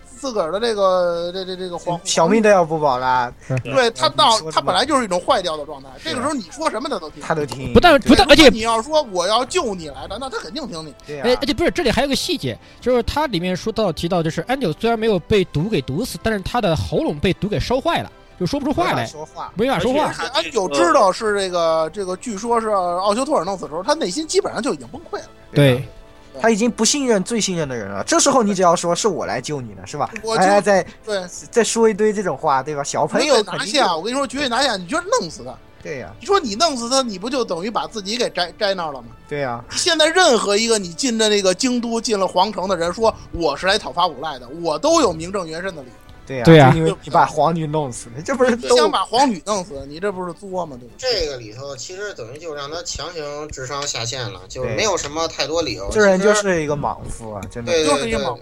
S5: 自个儿的这个这这这个皇
S2: 小命都要不保了，
S5: 对他到
S2: 你说什么
S5: 他本来就是一种坏掉的状态，
S2: 啊
S5: 这个时候你说什么他都听。
S2: 他都听。
S1: 不但
S5: 对
S1: 不但，而且
S5: 如果你要说我要救你来的，那他肯定听你。
S2: 对啊
S1: 哎
S2: 呀，
S1: 而且不是，这里还有个细节，就是它里面说到提到，就是安久虽然没有被毒给毒死，但是他的喉咙被毒给烧坏了，就说不出话
S2: 没法
S1: 来，
S2: 说话，啊
S1: 没法说话
S5: 而
S4: 而。
S5: 且
S4: 且
S5: 安久啊知道是这个这个，据说是奥修托尔弄死的时候，他内心基本上就已经崩溃了。
S1: 对，
S2: 他已经不信任最信任的人了。这时候你只要说是我来救你的，是吧？
S5: 我
S2: 哎，
S5: 就
S2: 再
S5: 对
S2: 再说一堆这种话，对吧？小朋友
S5: 绝对
S2: 肯
S5: 拿
S2: 定
S5: 下，我跟你说绝对拿下，你就是弄死他。
S2: 对呀，
S5: 你说你弄死他，你不就等于把自己给摘摘那儿了吗？
S2: 对呀，
S5: 现在任何一个你进的那个京都、进了皇城的人说我是来讨伐无赖的，我都有名正言顺的理由。
S2: 对呀，
S1: 对呀
S2: 就因为你把皇女弄死了， 这不是
S5: 你
S2: 都
S5: 想把皇女弄死，你这不是作吗？对吧？
S3: 这个里头其实等于就让他强行智商下线了，就是
S2: 对
S3: 没有什么太多理由。
S2: 这人就
S3: 其实
S2: 是一个莽夫啊，真的。
S3: 对
S5: 就是一个莽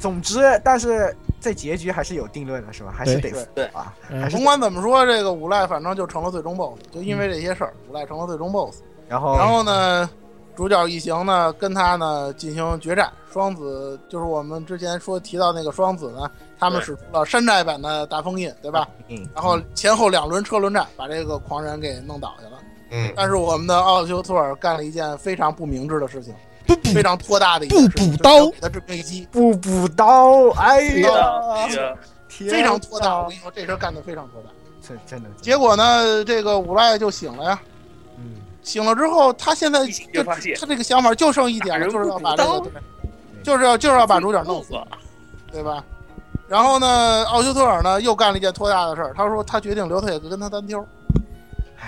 S2: 总之，但是在结局还是有定论的，是吧？还是得
S5: 对
S4: 对
S2: 啊，
S1: 嗯
S2: 还是
S5: 甭管怎么说，这个无赖反正就成了最终 BOSS，就因为这些事儿，无赖成了最终 BOSS。
S2: 然后
S5: 然后呢，主角一行呢跟他呢进行决战。双子就是我们之前说提到那个双子呢，他们
S4: 对
S5: 使出了山寨版的大封印，对吧？
S2: 嗯
S5: 然后前后两轮车轮战把这个狂人给弄倒下了。
S3: 嗯，
S5: 但是我们的奥修托尔干了一件非常不明智的事情，
S1: 不补
S5: 非常拖大的一件
S1: 不
S5: 事情
S1: 补
S5: 就是要
S1: 刀
S5: 给他致命一击，
S2: 不补刀，哎呀，
S4: 对啊
S2: 天
S5: 非常拖大。
S2: 哪
S5: 我跟你说，这事儿干得非常拖大。
S2: 这真的。
S5: 结果呢，这个无赖就醒了呀。
S2: 嗯，
S5: 醒了之后，他现在
S4: 一醒
S5: 就
S4: 就发现
S5: 他这个想法就剩一点了，
S4: 打人
S5: 就是要把这
S4: 不
S5: 个，就是要就是要把主角弄死，
S4: 死了，
S5: 对吧？然后呢，奥修特尔呢又干了一件托大的事儿，他说他决定留他也跟他单挑。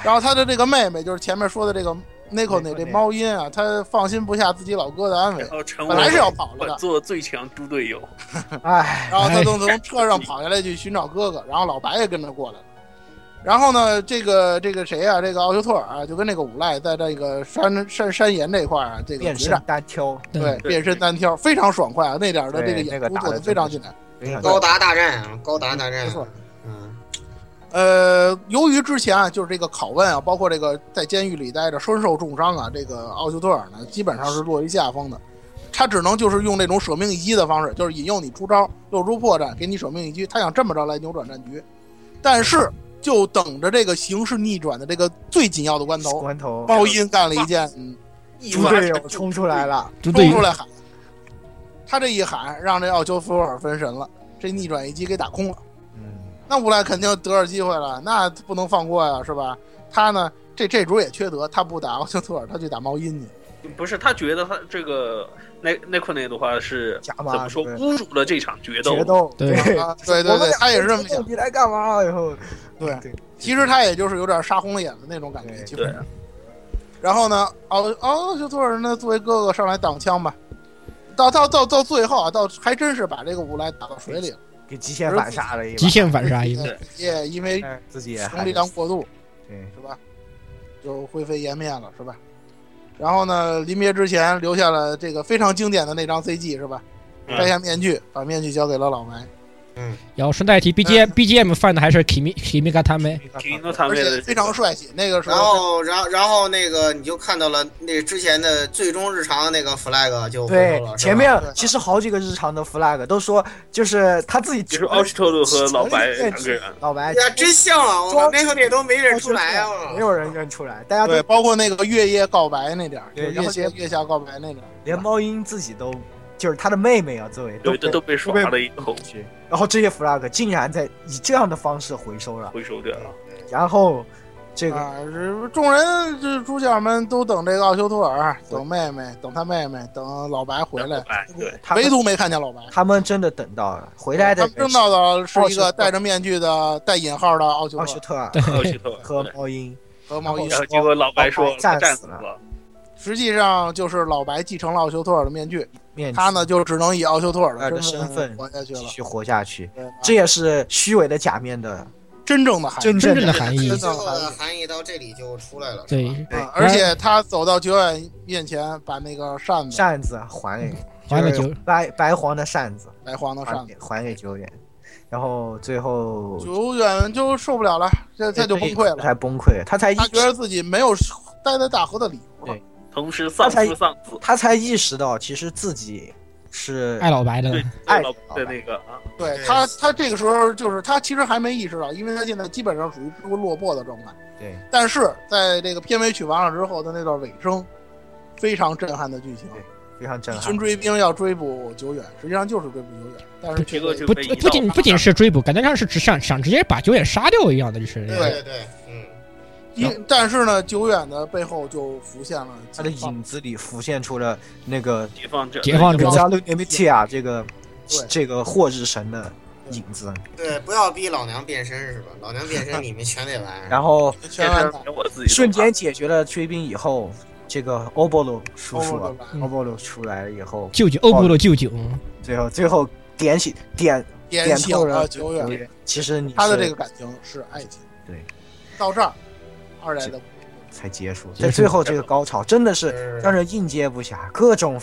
S5: 然后他的这个妹妹，就是前面说的这个 Nico 那这猫音啊，他放心不下自己老哥的安危
S4: 然，后成为
S5: 本来是要跑了
S4: 本
S5: 的，
S4: 座最强猪队友。
S2: 哎，
S5: 然后他从从车上跑下来去寻找哥哥，然后老白也跟着过来了。然后呢，这个这个谁啊，这个奥修托尔啊，就跟那个五赖在这个山山山岩这块儿啊，这个
S2: 变
S5: 决
S2: 身
S5: 战，
S2: 单挑，
S5: 对，变身单挑非常爽快啊，那点儿的这个演出做的非常精彩。
S2: 非常
S3: 高达大战啊，高达大战
S5: 没错，
S3: 嗯，
S5: 呃，由于之前啊，就是这个拷问啊，包括这个在监狱里待着身受重伤啊，这个奥修特尔呢，基本上是落于下风的。他只能就是用这种舍命一击的方式，就是引诱你出招，露出破绽，给你舍命一击。他想这么着来扭转战局，但是就等着这个形势逆转的这个最紧要的关头，
S2: 关头，
S5: 包音干了一件嗯
S4: 意
S2: 猪
S4: 外
S2: 队友冲出来了，
S1: 猪队
S5: 冲出
S1: 友
S5: 来喊，他这一喊，让这奥修福尔分神了，这逆转一击给打空了。
S2: 嗯，
S5: 那乌兰肯定得着机会了，那不能放过呀，是吧？他呢，这这主也缺德，他不打奥修特尔，他去打猫音去。
S4: 不是他觉得他这个奈奈克内的话是
S2: 加
S4: 怎
S2: 码
S4: 么说
S2: 对
S4: 侮辱了这场决斗
S2: 决？斗，
S1: 对
S5: 啊，对对对，他也是这么想。
S2: 你来干嘛？然后
S5: 对，
S2: 对，
S5: 其实他也就是有点杀红了眼的那种感觉，
S2: 对
S5: 基本
S4: 对
S5: 上。然后呢，奥奥修特尔呢，作为哥哥上来挡枪吧。到到到到最后啊，到还真是把这个乌兰打到水里了，
S2: 给极限反杀了一
S1: 极
S2: 把，
S1: 限反杀一个，
S4: 对
S5: 也因为
S2: 哎自己也
S5: 使
S2: 还
S5: 用力量过度，
S2: 对，
S5: 是吧？就灰飞烟灭了，是吧？然后呢，临别之前留下了这个非常经典的那张 CG，是吧？
S4: 嗯
S5: 摘下面具，把面具交给了老白，
S1: 然后顺带提 BGM BGM 放的还是 Kimi Kimi g a t a m e
S4: 提诺他
S5: 而
S4: 们
S5: 且
S4: 的
S5: 非常帅气。那个时
S3: 然
S5: 候，
S3: 后，然后，然后那个你就看到了那之前的最终日常那个 flag 就回
S2: 对
S3: 头，了，是吧
S2: 前面
S5: 对
S2: 其实好几个日常的 flag 都说，就是他自己
S4: 就是奥斯特鲁和老白
S2: 承认
S4: 两个人，
S2: 老白
S3: 呀，真像啊！我靠，那个也都没认出来
S2: 没
S3: 啊！
S2: 有人认出来，大家
S5: 对，
S2: 都
S5: 包括那个月夜告白那点儿，就
S2: 对
S5: 月下
S2: 然后
S5: 月下告白那点儿，
S2: 连猫鹰自己都，就是他的妹妹啊，作为
S4: 对，这
S2: 被
S4: 都被
S2: 被
S4: 耍了一口
S2: 去，然后这些 flag 竟然在以这样的方式回收了，
S4: 回收掉了。
S2: 然后这个
S5: 啊，是众人这主角们都等这个奥修托尔，等妹妹，等他妹妹，等老白回来，
S4: 哎，对，
S2: 他
S5: 唯
S2: 们
S5: 独没看见老白。
S2: 他们真的等到了回来
S5: 他
S2: 的
S5: 们正到的是
S2: 奥
S5: 一
S2: 修
S5: 个
S2: 特
S5: 戴着面具的带引号的奥修
S2: 奥斯
S5: 托尔
S2: 特尔
S4: 奥斯特
S2: 和
S4: 鲁
S2: 猫鹰，
S5: 和毛衣
S4: 然后结果老白说
S2: 战死
S4: 他战死
S2: 了
S4: 了，
S5: 实际上就是老白继承了奥修托尔的面具，
S2: 面具
S5: 他呢就只能以奥修托尔
S2: 的
S5: 的
S2: 身份
S5: 活下去了
S2: 继。续活下去，
S5: 对
S2: 这也是虚伪的假面的
S5: 真正的含义。
S2: 真
S1: 真
S2: 正
S1: 正的含义
S3: 最。后的含义到这里就出来了，是吧
S1: 对，
S2: 对
S5: 啊而且他走到九眼面前，把那个扇子，
S2: 扇子还
S4: 嗯
S2: 给
S1: 还给
S2: 就是
S1: 九
S2: 白白黄的扇子哎
S5: 白黄的
S2: 还
S5: 扇
S2: 给
S5: 子，
S2: 还给久远，然后最后
S5: 九眼就受不了了，
S2: 哎
S5: 这他就崩溃了。
S2: 才崩溃，他才意
S5: 他觉得自己没有待在大河的理由了
S2: 对。
S4: 同时丧
S2: 他
S4: 夫
S2: 才
S4: 丧子，
S2: 他才意识到其实自己是
S1: 爱老白的
S4: 对，
S5: 哎
S2: 爱
S4: 老白的那个啊，
S5: 对
S3: 对
S5: 他，他这个时候就是他其实还没意识到，因为他现在基本上属于一个落魄的状态。
S2: 对
S5: 但是在这个片尾曲完了之后的那段尾声，非常震撼的剧情。
S2: 对非常震
S5: 一
S2: 撼
S5: 群。追兵要追捕久远，实际上就是追捕久远，但是
S4: 结
S5: 这
S4: 果
S5: 个
S4: 就
S1: 不
S4: 被移
S1: 不
S4: 到
S1: 仅
S4: 了
S1: 不仅是追捕，感觉像是只想想直接把九眼杀掉一样的，就是
S3: 对对对，嗯，
S5: 因但是呢，久远的背后就浮现了
S2: 他的影子里浮现出了那个
S4: 解放者，
S1: 解放者
S2: 加鲁尼米提亚这个
S5: 对
S2: 这个霍日神的影子，
S3: 对，不要逼老娘变身是吧？老娘变身你们全得玩。
S2: 然后
S5: 全
S4: 这
S5: 完
S4: 事
S5: 蛋，
S4: 连我自己都啊
S2: 瞬
S4: 怕
S2: 间解决了追兵以后，这个欧波罗叔叔啊，
S5: 来
S1: 嗯
S2: 欧波罗出来了以后，
S1: 舅舅欧布的舅舅，
S2: 最后最后点起点
S5: 点
S2: 点
S5: 醒
S2: 透
S5: 了
S2: 了
S5: 啊久远，
S2: 远，其实你
S5: 他的
S2: 是
S5: 这个感情是爱情。
S2: 对，
S5: 到这儿，二代的
S2: 才结束，
S1: 结束
S2: 在最后这个高潮真的是
S3: 是
S2: 让人应接不暇，各种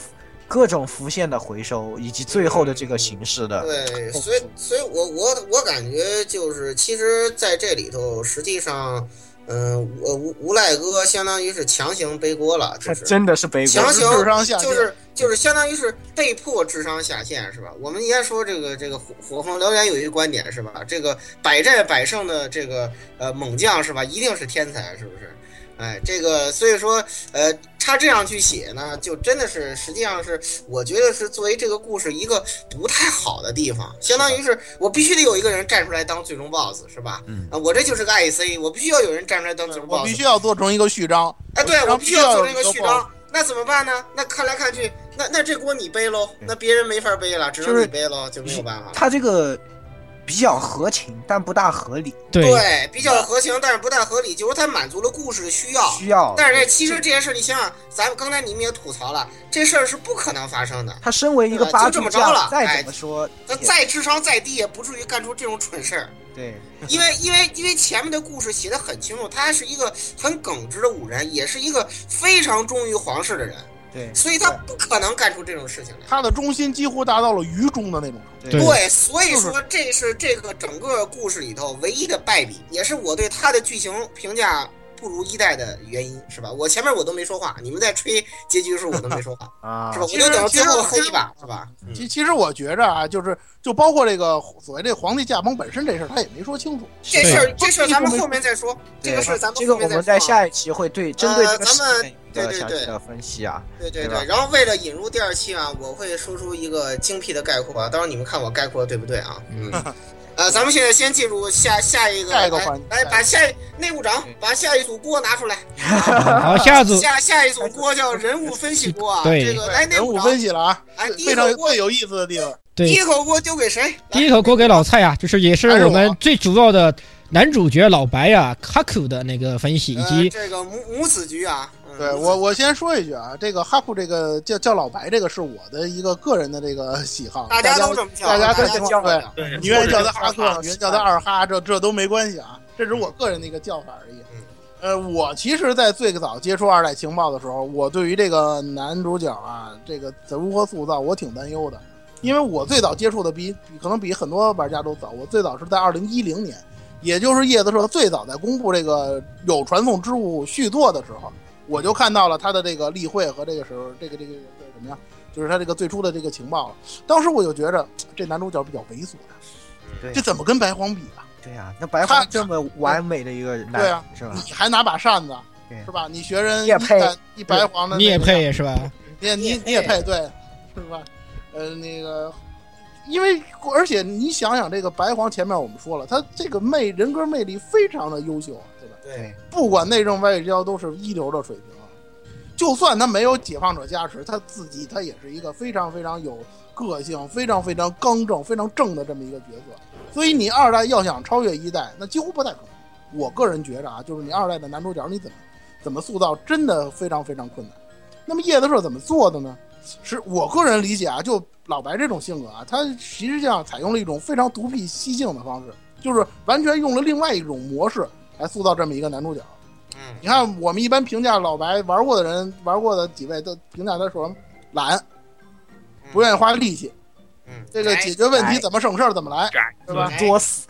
S2: 各种浮现的回收，以及最后的这个形式的，
S3: 对，所以，所以我我我感觉就是，其实在这里头，实际上，嗯、呃，无无赖哥相当于是强行背锅了，
S2: 他
S3: 就是
S2: 真的是悲
S3: 强
S2: 观。
S3: 行
S5: 智商下降
S3: 就是就是相当于是被迫智商下线是吧？我们应该说这个这个火火凤燎原有一个观点是吧？这个百战百胜的这个呃猛将是吧，一定是天才是不是？哎，这个所以说呃他这样去写呢，就真的是实际上是我觉得是作为这个故事一个不太好的地方，相当于是我必须得有一个人站出来当最终 BOSS 是吧？
S2: 嗯
S3: 啊，我这就是个 IC，我必须要有人站出来当最终 BOSS，
S5: 我必须要做成一个序章。
S3: 哎，对，
S5: 我
S3: 我
S5: 必
S3: 必
S5: 须
S3: 须
S5: 要
S3: 要
S5: 有
S3: 做
S5: 一
S3: 这
S5: 个
S3: 个
S5: 序
S3: 序
S5: 章
S3: 章，那怎么办呢？那看来看去，那那这锅你背喽，
S2: 对
S3: 那别人没法背了，只
S2: 就
S3: 能
S2: 是
S3: 你背喽，就没有办法了。
S2: 他这个比较合情，但不大合理，
S1: 对
S3: 对，比较合情，但是不太合理，就是它满足了故事的需要。
S2: 需要。
S3: 啊但是这其实这件事，你想想，咱们刚才你们也吐槽了，这事儿是不可能发生的。
S2: 他身为一个
S3: 对吧
S2: 八
S3: 就这
S2: 主
S3: 么着
S2: 将
S3: 了，
S2: 再
S3: 哎
S2: 怎么说，
S3: 他
S2: 也
S3: 再智商再低，也不至于干出这种蠢事儿。
S2: 对
S3: 因为因为因为前面的故事写的很清楚，他是一个很耿直的武人，也是一个非常忠于皇室的人，
S2: 对
S3: 所以他不可能干出这种事情来。
S5: 他的中心几乎达到了愚忠的那种程度。
S1: 对
S3: 对，所以说这是这个整个故事里头唯一的败笔，也是我对他的剧情评价不如一代的原因，是吧？我前面我都没说话，你们在吹结局的时候我都没说话，
S2: 啊
S3: 是吧？我
S5: 其
S3: 就
S5: 实
S3: 等最后
S5: 其
S3: 黑
S5: 实
S3: 一把，是吧？嗯
S5: 其其实我觉着啊，就是就包括这个所谓这皇帝驾崩本身这事儿，他也没说清楚。
S3: 这事儿这事儿咱们后面再说，这
S2: 对
S3: 个事儿咱们
S2: 这
S3: 后
S2: 个
S3: 面
S2: 我们在
S3: 再说啊呃
S2: 下一期会对针对这个
S3: 咱们
S2: 事件有一个
S3: 对对
S2: 详
S3: 对
S2: 细的分析啊。
S3: 对对
S2: 对吧
S3: 对，然后为了引入第二期啊，我会说出一个精辟的概括啊，到时候你们看我概括对不对啊？嗯， 呃，咱们现在先进入下下一个
S5: 下一个
S3: 来
S5: 环节
S3: 来把下一内务长
S2: 对
S3: 把下一组锅拿出来，
S1: 好，下 组
S3: 下下一组锅叫人物分析锅啊，
S1: 哎对
S3: 这个来内
S5: 人
S3: 务
S5: 物
S3: 长
S5: 分，析了啊，
S3: 哎，第一
S5: 非常
S3: 口锅
S5: 最有意思的地方。
S3: 第
S1: 对
S3: 一口锅丢给谁？
S1: 第一口锅给老蔡啊，就是也是我们最主要的男主角老白呀、卡库的那个分析，以
S3: 呃
S1: 及
S3: 这个母母子局啊，嗯
S5: 对我，我先说一句啊，这个哈库这个叫叫老白，这个是我的一个个人的这个喜好，
S3: 大
S5: 家
S3: 家都
S5: 会
S3: 这么叫，啊
S5: 大
S3: 大
S5: 家都
S3: 家
S5: 这么
S3: 叫
S5: 对
S3: 的，
S4: 对，
S5: 你愿意叫
S4: 叫
S5: 他哈
S4: 啊
S5: 克，你愿意叫他二哈，这这都没关系啊，这只是我个人的一个叫法而已
S3: 嗯。
S5: 呃，我其实，在最早接触二代情报的时候，我对于这个男主角啊，这个如何塑造，我挺担忧的，因为我最早接触的比比可能比很多玩家都早，我最早是在二零一零年，也就是叶子社最早在公布这个有传送之物续作的时候，我就看到了他的这个例会和这个时候这个这个这个什么呀，就是他这个最初的这个情报了。当时我就觉着这男主角比较猥琐呀。
S2: 对
S5: 这怎么跟白皇比啊？
S2: 对呀，那白
S5: 他
S2: 皇这么完美的一个男
S5: 对啊
S2: 人是吧？
S5: 你还拿把扇子
S2: 嗯对，
S5: 是吧？你学人
S2: 你也配
S5: 一男一白皇的，
S1: 你也，配是吧？
S5: 你也你
S3: 你也配
S5: 你也配，对，是吧？呃，那个，因为而且你想想，这个白皇前面我们说了，他这个魅人格魅力非常的优秀，啊对吧？
S3: 对，
S5: 不管内政外交都是一流的水平啊。就算他没有解放者加持，他自己他也是一个非常非常有个性、非常非常刚正、非常正的这么一个角色。所以你二代要想超越一代，那几乎不太可能。我个人觉着啊，就是你二代的男主角你怎么怎么塑造，真的非常非常困难。那么叶子社怎么做的呢？是我个人理解啊，就老白这种性格啊，他实际上采用了一种非常独辟蹊径的方式，就是完全用了另外一种模式来塑造这么一个男主角。
S3: 嗯，
S5: 你看，我们一般评价老白玩过的人，玩过的几位都评价他说什么懒，
S3: 嗯
S5: 不愿意花力气，
S3: 嗯，
S5: 这个解决问题怎么省事儿怎么来，是吧？
S3: 哎
S2: 作死，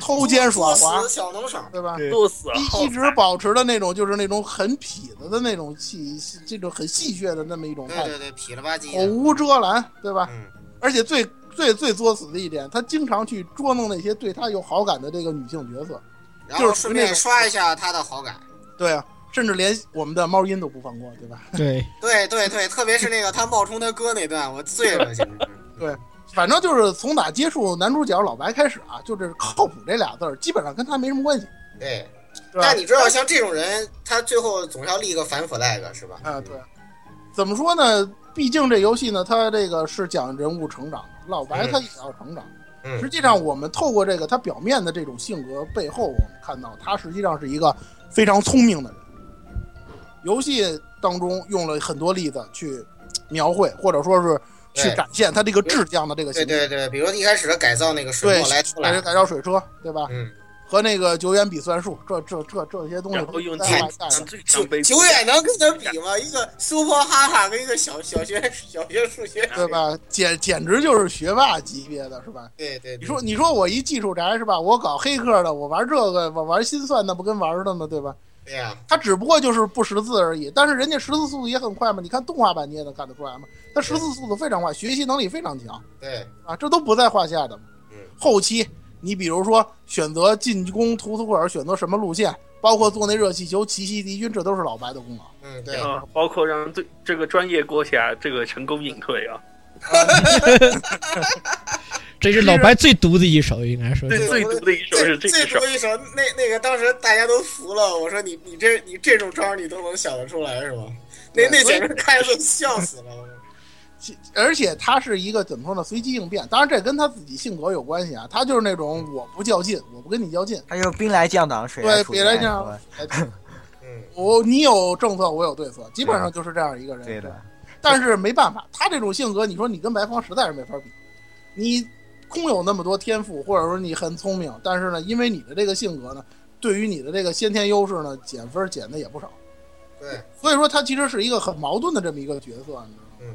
S5: 偷奸耍滑
S3: 作死，小能手，
S5: 对吧？
S2: 对
S4: 作死好
S5: 一一直保持的那种就是那种很痞子的那种戏，戏这种很戏谑的那么一种
S3: 对
S5: 态度，
S3: 对对，痞了吧唧
S5: 口
S3: 的，
S5: 无遮拦，对吧？
S3: 嗯。
S5: 而且最最最作死的一点，他经常去捉弄那些对他有好感的这个女性角色，
S3: 然
S5: 就
S3: 后
S5: 是
S3: 顺
S5: 那
S3: 便
S5: 种
S3: 刷一下他的好感。
S5: 对啊，甚至连我们的猫音都不放过，对吧？
S1: 对，
S3: 对对对，特别是那个他冒充他哥那段，我醉了，简直。
S5: 反正就是从打接触男主角老白开始啊，就是靠谱这俩字儿，基本上跟他没什么关系，
S3: 嗯对，
S5: 是吧
S3: 但？你知道，像这种人，他最后总要立一个反 flag 是吧？
S5: 啊，对。怎么说呢？毕竟这游戏呢，它这个是讲人物成长的，老白
S3: 嗯
S5: 他也要成长。
S3: 嗯
S5: 实际上，我们透过这个他表面的这种性格背后，我们看到他实际上是一个非常聪明的人。游戏当中用了很多例子去描绘，或者说是去
S3: 对
S5: 展现他这个智将的这个
S3: 对
S5: 形象。
S3: 对对，比如一开始他改造那个水墨来出
S5: 改
S3: 来
S5: 这，改造水车，对吧？
S3: 嗯，
S5: 和那个九眼比算术，这这这这些东西
S4: 然后用
S5: 在
S4: 最
S5: 外带的
S4: 强最强杯
S3: 久远能跟他比吗？一个 super 哈哈跟一个小小学小学数学，
S5: 对吧？简简直就是学霸级别的，是吧？
S3: 对对，对
S5: 你说，你说我一技术宅是吧？我搞黑客的，我玩这个，我玩心算，那不跟玩儿的吗？对吧？
S3: 对呀，
S5: 他只不过就是不识字而已，但是人家识字速度也很快嘛。你看动画版你也能看得出来嘛，他识字速度非常快，学习能力非常强
S3: 对，
S5: 啊，这都不在话下的嘛
S3: 嗯。
S5: 后期你比如说选择进攻图图库尔，选择什么路线，包括做那热气球奇袭敌军，这都是老白的功劳。
S3: 嗯对
S4: 然，后啊包括让最这个专业锅侠这个成功隐退啊，
S1: 这是老白最毒的一手，应
S2: 嗯
S1: 该说
S4: 最
S1: 是。
S4: 最毒的一手是这
S3: 最最
S4: 一手
S3: 多，一首，那那个当时大家都服了。我说你你这你这种招儿你都能想得出来是吧？那
S5: 对
S3: 那
S5: 所以
S3: 简直看着笑死了。我说
S5: 而且他是一个怎么说呢？随机应变，当然这跟他自己性格有关系啊。他就是那种我不较劲，我不跟你较劲。
S2: 他就兵来将挡，水
S5: 对，
S2: 土
S5: 别来
S2: 掩
S5: 这样
S2: 吧，
S5: 哎
S3: 嗯，
S5: 我你有政策，我有对策，基本上就是这样一个人。
S2: 对的，
S5: 但是没办法，他这种性格，你说你跟白方实在是没法比。你空有那么多天赋，或者说你很聪明，但是呢，因为你的这个性格呢，对于你的这个先天优势呢，减分减的也不少。
S3: 对，
S5: 所以说他其实是一个很矛盾的这么一个角色，你知道吗？
S3: 嗯。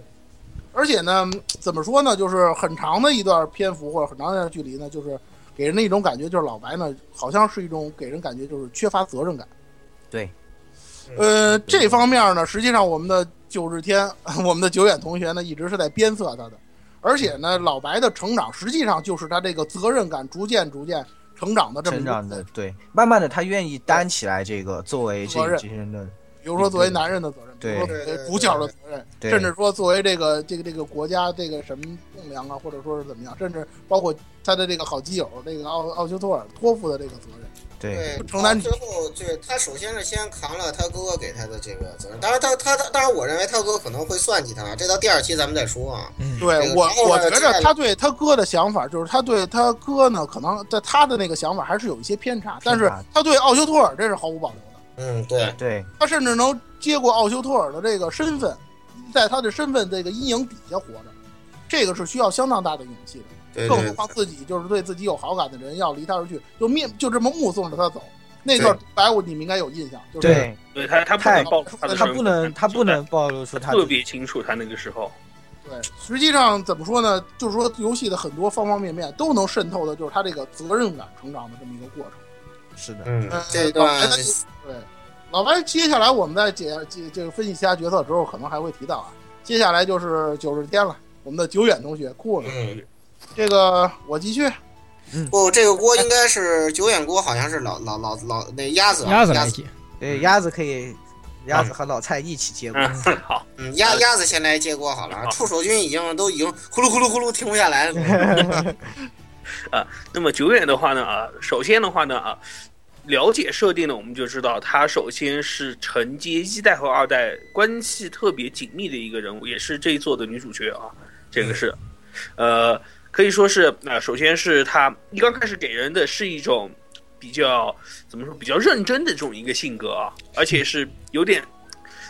S5: 而且呢，怎么说呢，就是很长的一段篇幅或者很长的一段距离呢，就是给人的一种感觉，就是老白呢，好像是一种给人感觉就是缺乏责任感。
S2: 对。
S3: 嗯
S5: 呃，这方面呢，实际上我们的九日天， 我们的久远同学呢，一直是在鞭策他的。而且呢，老白的成长实际上就是他这个责任感逐渐逐渐成长的这么一
S2: 成
S5: 个
S2: 长的对，慢慢的他愿意担起来这个作为这
S5: 责任
S2: 这些人的
S5: 比如说作为男人的责任，
S2: 对
S5: 比如说作为主角的责任，
S2: 对
S5: 甚至说作为这个这个这个国家这个什么栋梁啊，或者说是怎么样，甚至包括他的这个好基友这个奥奥修托尔托付的这个责任。
S3: 嗯
S2: 对
S5: 不承担
S3: 到最后就是他首先是先扛了他哥哥给他的这个责任，当然他他他当然我认为他哥可能会算计他，这到第二期咱们再说啊。
S5: 对
S3: 这个
S5: 我
S3: 然后，呢
S5: 我觉
S3: 这
S5: 着他对他哥的想法，就是他对他哥呢，可能在他的那个想法还是有一些偏差，但是他对奥修托尔这是毫无保留的，
S3: 嗯，对，
S2: 对
S5: 他甚至能接过奥修托尔的这个身份，在他的身份这个阴影底下活着，这个是需要相当大的勇气的。
S3: 对
S5: 更
S3: 对
S5: 何况自己就是对自己有好感的人要离他而去，就面就这么目送着他走。那段独白我你们应该有印象，就是
S2: 对，
S4: 对他他不
S2: 太
S4: 能暴露他的
S2: 他
S4: 身
S2: 不
S4: 份
S2: 能他不能暴露出
S4: 他
S2: 他
S4: 特别清楚他那个时候，
S5: 对实际上怎么说呢？就是说游戏的很多方方面面都能渗透的，就是他这个责任感成长的这么一个过程。
S2: 是的，
S3: 嗯
S5: 呃，
S3: 这段
S5: 老白呢对，老白接下来我们在解解这个分析其他角色之后，可能还会提到啊。接下来就是九十天了，我们的久远同学酷了，
S3: 嗯，
S5: 这个我继续。
S3: 不，这个锅应该是久远锅，好像是老老老老那鸭子啊
S1: 鸭子
S3: 鸭
S1: 来
S3: 子，
S1: 接，
S2: 对鸭子可以，鸭子和老蔡一起接过，
S4: 嗯， 好，
S3: 嗯，鸭鸭子先来接锅好了啊，触手君已经都已经呼噜呼噜呼噜停不 下来了，
S4: 那么久远的话呢啊，首先的话呢啊，了解设定呢，我们就知道他首先是承接一代和二代关系特别紧密的一个人物，也是这一作的女主角啊，这个是，呃，可以说是那、首先是他一刚开始给人的是一种比较怎么说比较认真的这种一个性格啊，而且是有点。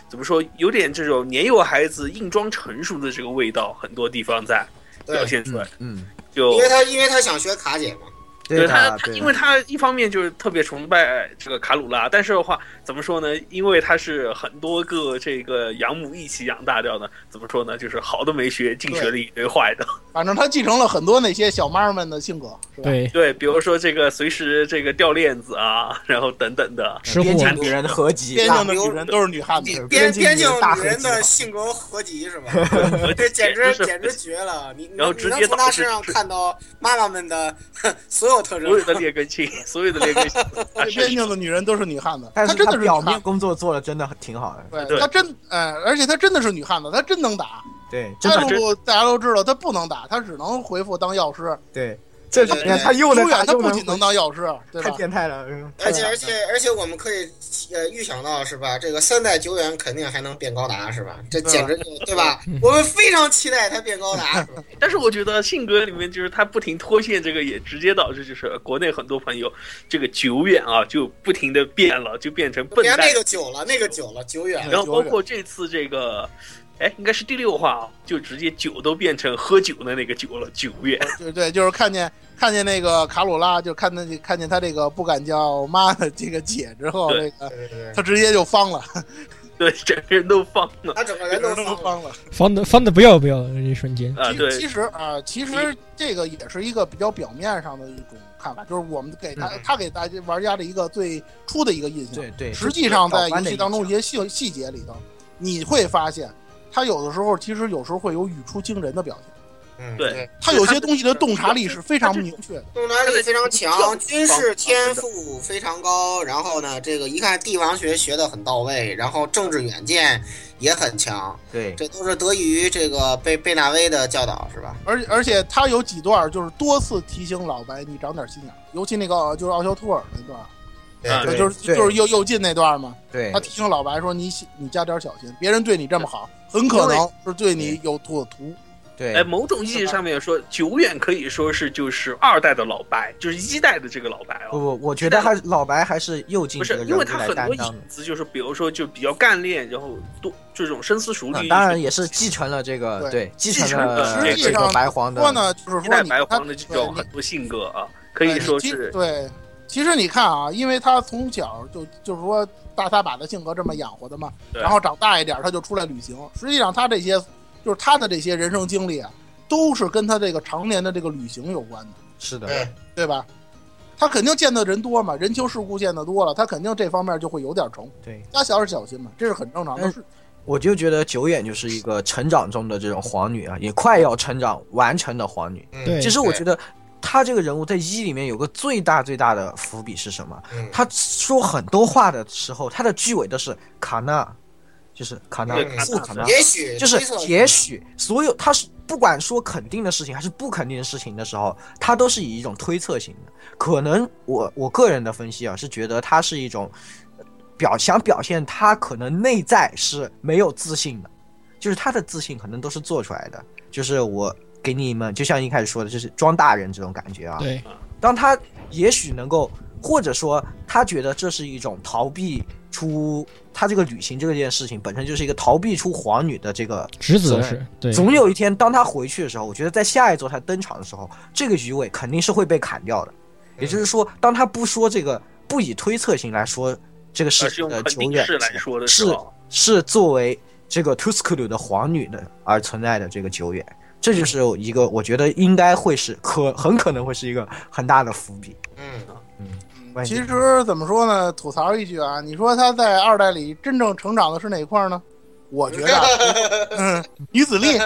S4: 怎么说？有点这种年幼孩子硬装成熟的这个味道，很多地方在表
S3: 对
S4: 现出来。
S2: 嗯，
S4: 就
S3: 因为他因为他想学卡姐嘛，
S4: 对他，
S2: 的，
S4: 他
S2: 对
S4: 因为
S2: 的，
S4: 他一方面就是特别崇拜这个卡鲁拉，但是的话怎么说呢？因为他是很多个这个养母一起养大掉的，怎么说呢？就是好的没学，净学了一堆坏的。
S5: 反正他继承了很多那些小妈儿们的性格，是吧？
S1: 对，
S4: 对，比如说这个随时这个掉链子啊，然后等等的。
S1: 吃货
S2: 边境女人 的合集，啊
S5: 边
S2: 大
S5: 境的女人都是女汉子，
S3: 边
S2: 边
S3: 边
S2: 边
S3: 境
S2: 境
S3: 女
S2: 女
S3: 人
S2: 人
S3: 的
S2: 的
S3: 性格合 集是吧？
S4: 合
S3: 这
S4: 集
S3: 简直
S4: 就是
S3: 简直绝了！你你
S4: 然后
S3: 你
S4: 直
S3: 能
S4: 接
S3: 从
S4: 导
S3: 他
S4: 致
S3: 身上
S4: 是
S3: 看到妈妈们的 哼所有特征
S4: 所。有的劣根性，所有的劣根性，啊
S5: 对边境的女人都是女汉子，她
S2: 但是
S5: 真
S2: 他
S5: 的是女
S2: 表
S5: 汉子
S2: 面工作做的真的挺好的，
S5: 对
S4: 对
S5: 她真，呃，而且她真的是女汉子，她真能打。
S2: 对，真
S5: 大
S2: 的
S4: 真
S5: 陆大家都知道，她不能打，她只能回复当药师。
S2: 对，这
S3: 对
S2: 你
S3: 对
S2: 看他又
S5: 久
S2: 能
S5: 远
S2: 打
S5: 她
S2: 又
S5: 不
S2: 能
S5: 仅能当药师，对
S2: 太
S5: 吧？
S2: 变态了，嗯
S3: 而且而且而且我们可以呃预想到是吧？这个三代久远肯定还能变高达是吧？这简直就对吧？我们非常期待他变高达。 是吧
S4: 但是我觉得性格里面就是他不停脱线，这个也直接导致就是国内很多朋友这个久远啊，就不停的变了，就变成笨
S3: 别
S4: 蛋。
S3: 那个久了，那个久了，久远了。
S4: 然后包括这次这个，哎，应该是第六话啊，就直接酒都变成喝酒的那个酒了，九月。
S5: 对对，就是看见看见那个卡鲁拉，就看见看见她这个不敢叫妈的这个姐之后，这
S4: 对
S5: 个
S3: 对对对，
S5: 她直接就方了，
S4: 对，整个人都放了
S3: 他整个人都
S5: 都
S3: 疯了。
S5: 方了。
S1: 方的方的不要不要，这一瞬间，
S4: 啊！
S5: 其
S4: 对，
S5: 其实啊、其实这个也是一个比较表面上的一种看法，就是我们给他、
S3: 嗯
S5: 他给大家玩家的一个最初的一个印象。
S2: 对对，
S5: 实际上在游戏当中一
S2: 也
S5: 些细细节里头，你会发现，他有的时候其实有时候会有语出惊人的表现，
S3: 嗯，
S4: 对
S3: 对，
S5: 他有些东西的洞察力是非常明确的。
S3: 洞察力非常强，军事天赋非常高。然后呢，这个一看帝王学学的很到位，然后政治远见也很强。
S2: 对
S3: 这都是得益于这个贝贝纳威的教导，是吧？
S5: 而而且他有几段就是多次提醒老白你长点心眼儿，尤其那个就是奥修托尔那段儿，
S2: 对
S3: 嗯
S4: 啊
S5: 他
S2: 对
S5: 就是
S2: 对
S5: 就是右右进那段嘛，
S2: 对
S5: 他提醒老白说你小你加点小心，别人对你这么好，很可能是对你有所图。
S2: 对
S4: 哎，某种意义上面说，久远可以说是就是二代的老白，就是一代的这个老白
S2: 不
S4: 哦。
S2: 不，我觉得还老白还是右进
S4: 不
S2: 这个，
S4: 是
S2: 人
S4: 因
S2: 物
S4: 为他
S2: 来
S4: 很
S2: 担
S4: 多
S2: 当的
S4: 影。子，就是比如说就比较干练，然后多这种深思熟
S2: 啊
S4: 虑。，
S2: 当然也是继承了这个
S5: 对
S2: 对，继
S4: 继
S2: 承
S4: 承
S2: 了
S4: 了
S5: 实际
S2: 这个
S5: 上
S2: 白黄的
S5: 说呢，就是
S4: 一
S5: 说
S4: 代
S5: 你
S4: 白
S5: 看
S4: 黄的这
S5: 对
S4: 种
S5: 你
S4: 很多性格啊，可
S5: 对
S4: 以
S5: 你
S4: 说
S5: 其
S4: 是
S5: 对。其实你看啊，因为他从小就就是说大撒把的性格这么养活的嘛，
S4: 对
S5: 然后长大一点他就出来旅行。实际上他这些就是他的这些人生经历啊，都是跟他这个常年的这个旅行有关的，
S2: 是的，
S3: 对，
S5: 对吧？他肯定见的人多嘛，人情世故见的多了，他肯定这方面就会有点成。
S2: 对，
S5: 加小是小心嘛，这是很正常的
S2: 嗯
S5: 事。
S2: 我就觉得久远就是一个成长中的这种皇女啊，也快要成长完成的皇女。
S3: 嗯
S1: 对
S2: 其实我觉得她这个人物在一里面有个最大最大的伏笔是什么？
S3: 嗯
S2: 她说很多话的时候，她的句尾都是卡纳，就是卡纳
S4: 对
S3: 卡纳
S2: 不卡纳，
S3: 也许
S2: 就是
S3: 推测
S2: 也许所有他是不管说肯定的事情还是不肯定的事情的时候，他都是以一种推测型的。可能我我个人的分析啊，是觉得他是一种呃表想表现他可能内在是没有自信的，就是他的自信可能都是做出来的。就是我给你们，就像一开始说的，就是装大人这种感觉啊。
S1: 对
S2: 当他也许能够，或者说他觉得这是一种逃避出他这个旅行这件事情本身就是一个逃避出皇女的这个
S1: 侄子
S2: 责
S1: 是
S2: 任。
S1: 对，
S2: 总有一天，当他回去的时候，我觉得在下一周他登场的时候，这个鱼尾肯定是会被砍掉的。也就是说，当他不说这个，不以推测型来说这个事
S4: 而是
S2: 情
S4: 用
S2: 的
S4: 肯
S2: 久
S4: 定
S2: 远
S4: 式来说的时
S2: 是
S4: 候，
S2: 是作为这个 t u s c u l u 的皇女的而存在的这个久远，这就是一个我觉得应该会是可很可能会是一个很大的伏笔。
S3: 嗯，
S2: 万一
S5: 其实怎么说呢？吐槽一句啊，你说他在二代里真正成长的是哪一块儿呢？我觉得 啊，嗯，女子力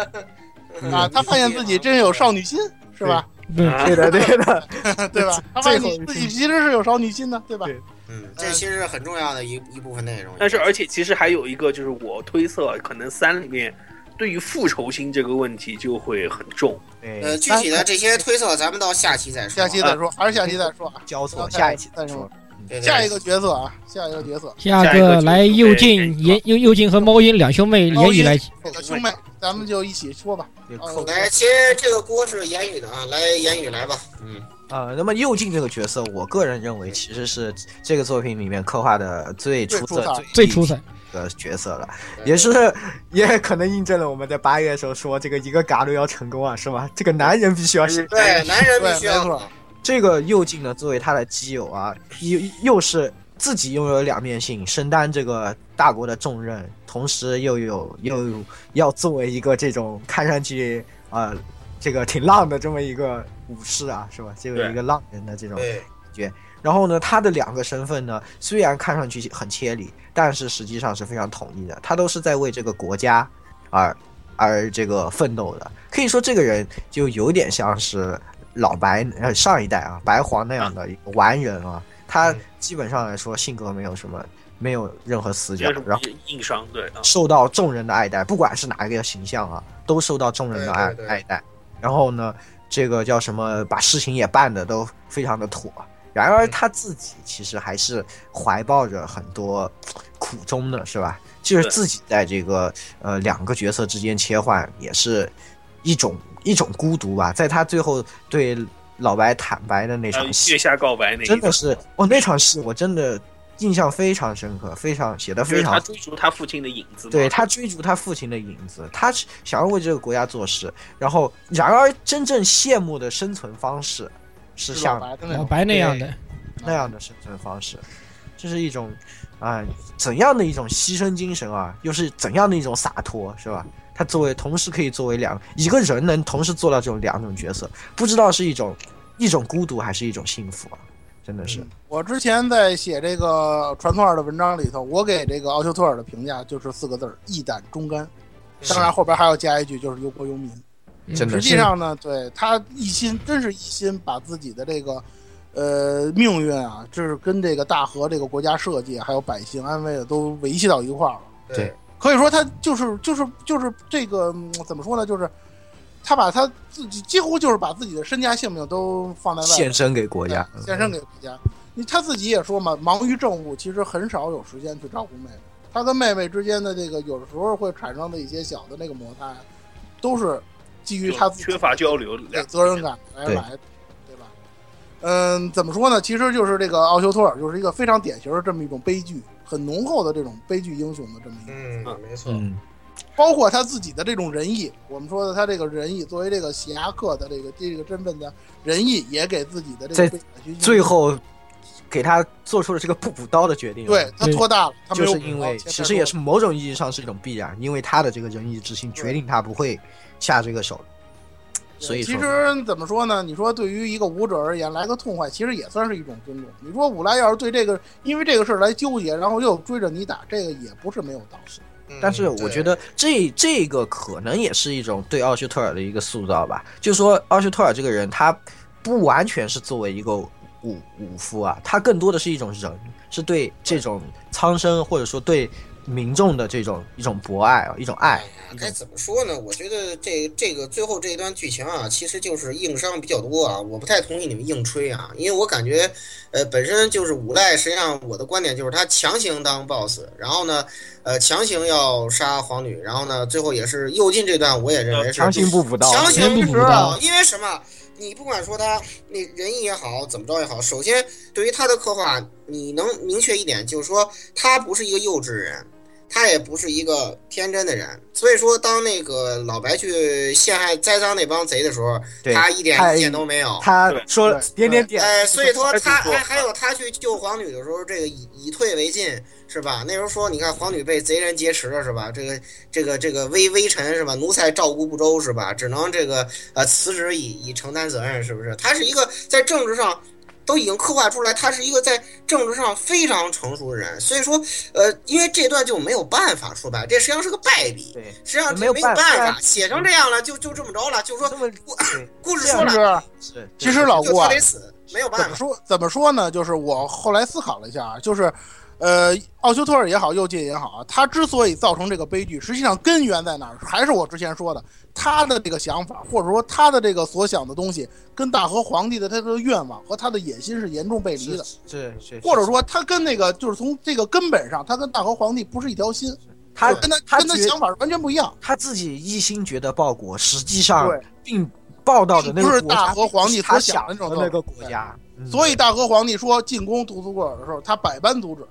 S2: 嗯
S5: 啊，她发现自己真有少女心，是吧？
S1: 对
S4: 啊
S2: 对的，对的，
S5: 对 吧？她发现你自己其实是有少女心的，对吧？
S2: 对
S3: 嗯，这其实是很重要的一一部分内容。
S4: 但是而且其实还有一个就是我推测，可能三里面对于复仇心这个问题就会很重。
S3: 呃，
S2: 对，
S3: 具体的这些推测，咱们到下期再说。啊
S5: 下期再说，还是下期再说啊。
S2: 交错，
S5: 刚才
S2: 下一期再
S5: 但是
S2: 说。
S3: 对对
S5: 下一个角色啊，下一个角色，
S1: 下
S4: 下一个
S1: 个
S4: 就是
S1: 来右
S4: 哎
S1: 进严右右进和猫音两兄妹
S5: 猫
S1: 言
S5: 音
S1: 语来
S5: 这个兄妹，咱们就一起说吧。
S2: 对
S5: 哦
S2: 扣
S3: 来，其实这个锅是言语的啊，来言语来吧。嗯，
S2: 呃，那么右进这个角色，我个人认为其实是这个作品里面刻画的最出
S5: 最出
S2: 色
S5: 彩、
S1: 最出彩。
S2: 的角色了，也是也可能印证了我们在八月的时候说这个一个嘎鲁要成功啊，是吗？这个男人必须要是
S3: 对，哎男人必须
S5: 对没
S3: 要
S5: 错
S2: 这个右进呢，作为他的基友啊，又又是自己拥有两面性，身担这个大国的重任，同时又有又有要作为一个这种看上去呃这个挺浪的这么一个武士啊，是吧？这个
S4: 对
S2: 一个浪人的这种
S3: 对，
S2: 然后呢，他的两个身份呢，虽然看上去很切离，但是实际上是非常统一的，他都是在为这个国家而而这个奋斗的。可以说，这个人就有点像是老白呃上一代啊白黄那样的一个完人啊，他基本上来说性格没有什么没有任何死角
S4: 这，种
S2: 然后
S4: 硬伤，对啊，
S2: 受到众人的爱戴，不管是哪一个形象啊，都受到众人的爱
S3: 对对对
S2: 爱戴。然后呢，这个叫什么，把事情也办得都非常的妥。然而他自己其实还是怀抱着很多苦衷的，是吧？就是
S4: 对
S2: 自己在这个呃两个角色之间切换，也是一种一种孤独吧。在他最后对老白坦白的那
S4: 还
S2: 场
S4: 有呃月
S3: 呃
S2: 戏，
S4: 下告白那一
S2: 真的
S4: 段
S2: 是哦，那场戏我真的印象非常深刻，非常写的
S4: 就
S2: 非
S4: 是
S2: 常
S4: 他追逐他父亲的影子嘛，
S2: 对他追逐他父亲的影子，他是想要为这个国家做事，然后然而真正羡慕的生存方式是
S5: 是老
S2: 像
S5: 白的那
S1: 老
S5: 种
S1: 白那样的，
S2: 那样的生存方式，这是一种啊、怎样的一种牺牲精神啊，又是怎样的一种洒脱，是吧？他作为同时可以作为两一个人能同时做到这种两种角色，不知道是一种一种孤独还是一种幸福啊，真的是。
S5: 嗯我之前在写这个传统二的文章里头，我给这个奥修托尔的评价就是四个字儿：一胆忠肝。当然后边还要加一句，就是忧国忧民。
S1: 嗯
S2: 真的
S5: 实际上呢，对他一心真是一心把自己的这个呃命运啊，这是跟这个大和这个国家社稷还有百姓安危啊都维系到一块儿了。
S2: 对
S5: 可以说他就是就是就是这个、嗯怎么说呢，就是他把他自己几乎就是把自己的身家性命都放在外面
S2: 献，身给国家，
S5: 献身给国家。你他自己也说嘛，忙于政务，其实很少有时间去照顾妹妹。他跟妹妹之间的这个，有时候会产生的一些小的那个摩擦，都是基于他自己
S4: 缺乏交流，
S5: 对
S4: 两
S5: 责任感来来，对吧？嗯，怎么说呢？其实就是这个奥修托尔就是一个非常典型的这么一种悲剧，很浓厚的这种悲剧英雄的这么一个，
S3: 嗯，没错，
S2: 嗯，
S5: 包括他自己的这种仁义。我们说的他这个仁义，作为这个侠客的这个这个身份的仁义，也给自己的这
S2: 在
S5: 个悲惨去
S2: 最后给他做出了这个不补刀的决定。
S5: 对，他拖大了，他没
S2: 就
S5: 有
S2: 是因为
S5: 前面
S2: 其
S5: 说
S2: 实也是某种意义上是一种必然，因为他的这个仁义之心决定他不会下这个手，所以
S5: 其
S2: 说
S5: 实怎么说呢？你说对于一个舞者而言，来个痛快，其实也算是一种尊重。你说武来要是对这个因为这个事儿来纠结，然后又追着你打，这个也不是没有道理。
S3: 嗯
S2: 但是我觉得这这个可能也是一种对奥修特尔的一个塑造吧，就说奥修特尔这个人，他不完全是作为一个武武夫啊，他更多的是一种人，是对这种苍生或者说对民众的这种一种博爱啊，一种爱
S3: 哎。呀，该怎么说呢？我觉得这这个最后这一段剧情啊，其实就是硬伤比较多啊。我不太同意你们硬吹啊，因为我感觉，呃，本身就是无赖，实际上我的观点就是他强行当 boss，然后呢，呃，强行要杀皇女，然后呢，最后也是右进这段，我也认为是
S2: 强行不补刀，
S3: 强行
S1: 不
S3: 不
S1: 补
S3: 补
S1: 刀
S3: 刀，因为什么？你不管说他那仁义也好，怎么着也好，首先对于他的刻画，你能明确一点，就是说他不是一个幼稚人，他也不是一个天真的人。所以说，当那个老白去陷害栽赃那帮贼的时候，
S2: 对
S3: 他一点
S2: 太
S3: 意见都没有。
S2: 他说
S5: 对
S2: 点点点，
S3: 哎，所以说他
S4: 太不错
S3: 还还
S2: 嗯
S3: 有他去救皇女的时候，这个以以退为进是吧？那时候说，你看皇女被贼人劫持了是吧？这个这个这个微微臣是吧？奴才照顾不周是吧？只能这个呃辞职以以承担责任是不是？他是一个在政治上。都已经刻画出来，他是一个在政治上非常成熟的人，所以说，呃，因为这段就没有办法说白，这实际上是个败笔，
S2: 对，
S3: 实际上这
S2: 没有
S3: 没有
S2: 办
S3: 办
S2: 法
S3: 法，写成这样了，就就这么着了，就说
S2: 这么
S3: 故事
S2: 这
S3: 说
S2: 样
S5: 是
S3: 了
S5: 不，是？
S2: 是
S5: 其实老
S3: 就
S5: 顾
S3: 他
S5: 啊，
S3: 得死，没有办
S5: 怎
S3: 法
S5: 么。说怎么说呢？就是我后来思考了一下啊，就是，呃，奥修托尔也好，右进也好啊，他之所以造成这个悲剧，实际上根源在哪儿？还是我之前说的，他的这个想法，或者说他的这个所想的东西，跟大和皇帝的他的愿望和他的野心是严重背离的。
S2: 是是，
S5: 或者说他跟那个就是从这个根本上，他跟大和皇帝不是一条心，
S2: 他
S5: 就跟他
S2: 他
S5: 跟他
S2: 觉
S5: 想法完全不一样。
S2: 他自己一心觉得报国，实际上
S5: 对
S2: 并报道的那个
S5: 并不是
S2: 国家
S5: 大和皇
S2: 并
S5: 帝
S2: 不是他
S5: 所想的那种
S2: 的那个国家，嗯
S5: 所以大和皇帝说进攻图苏格尔的时候，他百般阻止。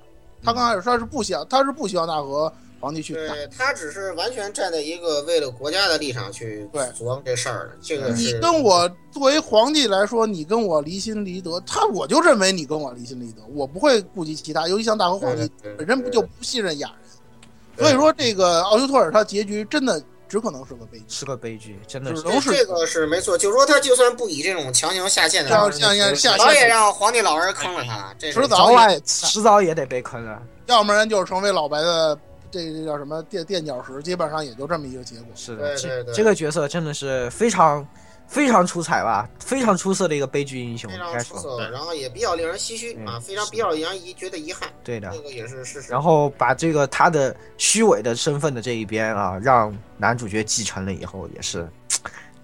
S5: 他刚开始说是不想，他是不希望大和皇帝去打，
S3: 对他只是完全站在一个为了国家的立场去
S5: 对
S3: 琢磨这事儿的，这个
S5: 你
S3: 是
S5: 跟我作为皇帝来说，你跟我离心离德，他我就认为你跟我离心离德，我不会顾及其他。尤其像大和
S3: 嗯
S5: 皇帝本身不就不信任雅人，
S3: 对
S5: 所以说这个奥修托尔他结局真的只可能是个悲剧。
S2: 是个悲剧，真的
S5: 只
S2: 是
S5: 能
S3: 对
S5: 是
S3: 这个是没错，就是说他就算不以这种强行下线的
S5: 像
S3: 方式，
S5: 像像下
S3: 早也
S5: 线，
S3: 让皇帝老儿坑了他，这是
S5: 迟
S2: 早
S5: 早
S2: 晚
S5: 也，
S2: 迟早也得被坑了。
S5: 要不然就是成为老白的这这叫什么垫垫脚石，基本上也就这么一个结果。
S2: 是的，
S3: 对
S2: 这
S3: 对对
S2: 这个角色真的是非常非常出彩吧，非常出色的一个悲剧英雄，
S3: 非
S2: 应
S3: 常
S2: 该
S3: 出
S2: 说
S3: 色，然后也比较令人唏嘘
S2: 嗯
S3: 啊，非常
S2: 是
S3: 比较让人遗觉得遗憾，
S2: 对的
S3: 这。个也是事实。
S2: 然后把这个他的虚伪的身份的这一边啊，让男主角继承了以后，也是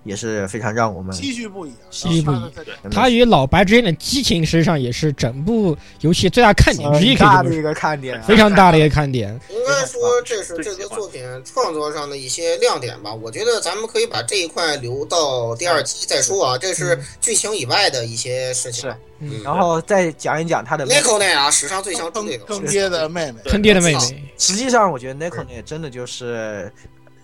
S2: 也是非常让我们
S5: 唏嘘不已啊，
S1: 唏嘘不已
S5: 然后他的
S2: 真的
S1: 他与老白之间的激情，实际上也是整部游戏最大看点之一，可以
S2: 很
S1: 这
S2: 大的
S1: 么说，
S2: 一个看点啊，
S1: 非常大的一个看点。
S3: 应该说这是
S4: 对
S3: 这
S4: 喜
S3: 个
S4: 欢
S3: 作品创作上的一些亮点吧。我觉得咱们可以把这一块留到第
S2: 嗯
S3: 二期再说啊，这是剧情以外的一些事情。
S2: 是
S1: 嗯
S2: 然后再讲一讲他的
S3: n i c o 那啊，史上最强猪
S5: 坑
S3: 队友。
S5: 坑爹的妹妹，
S1: 坑爹的妹妹，
S2: 实际上，我觉得 Nico 呢，真的就是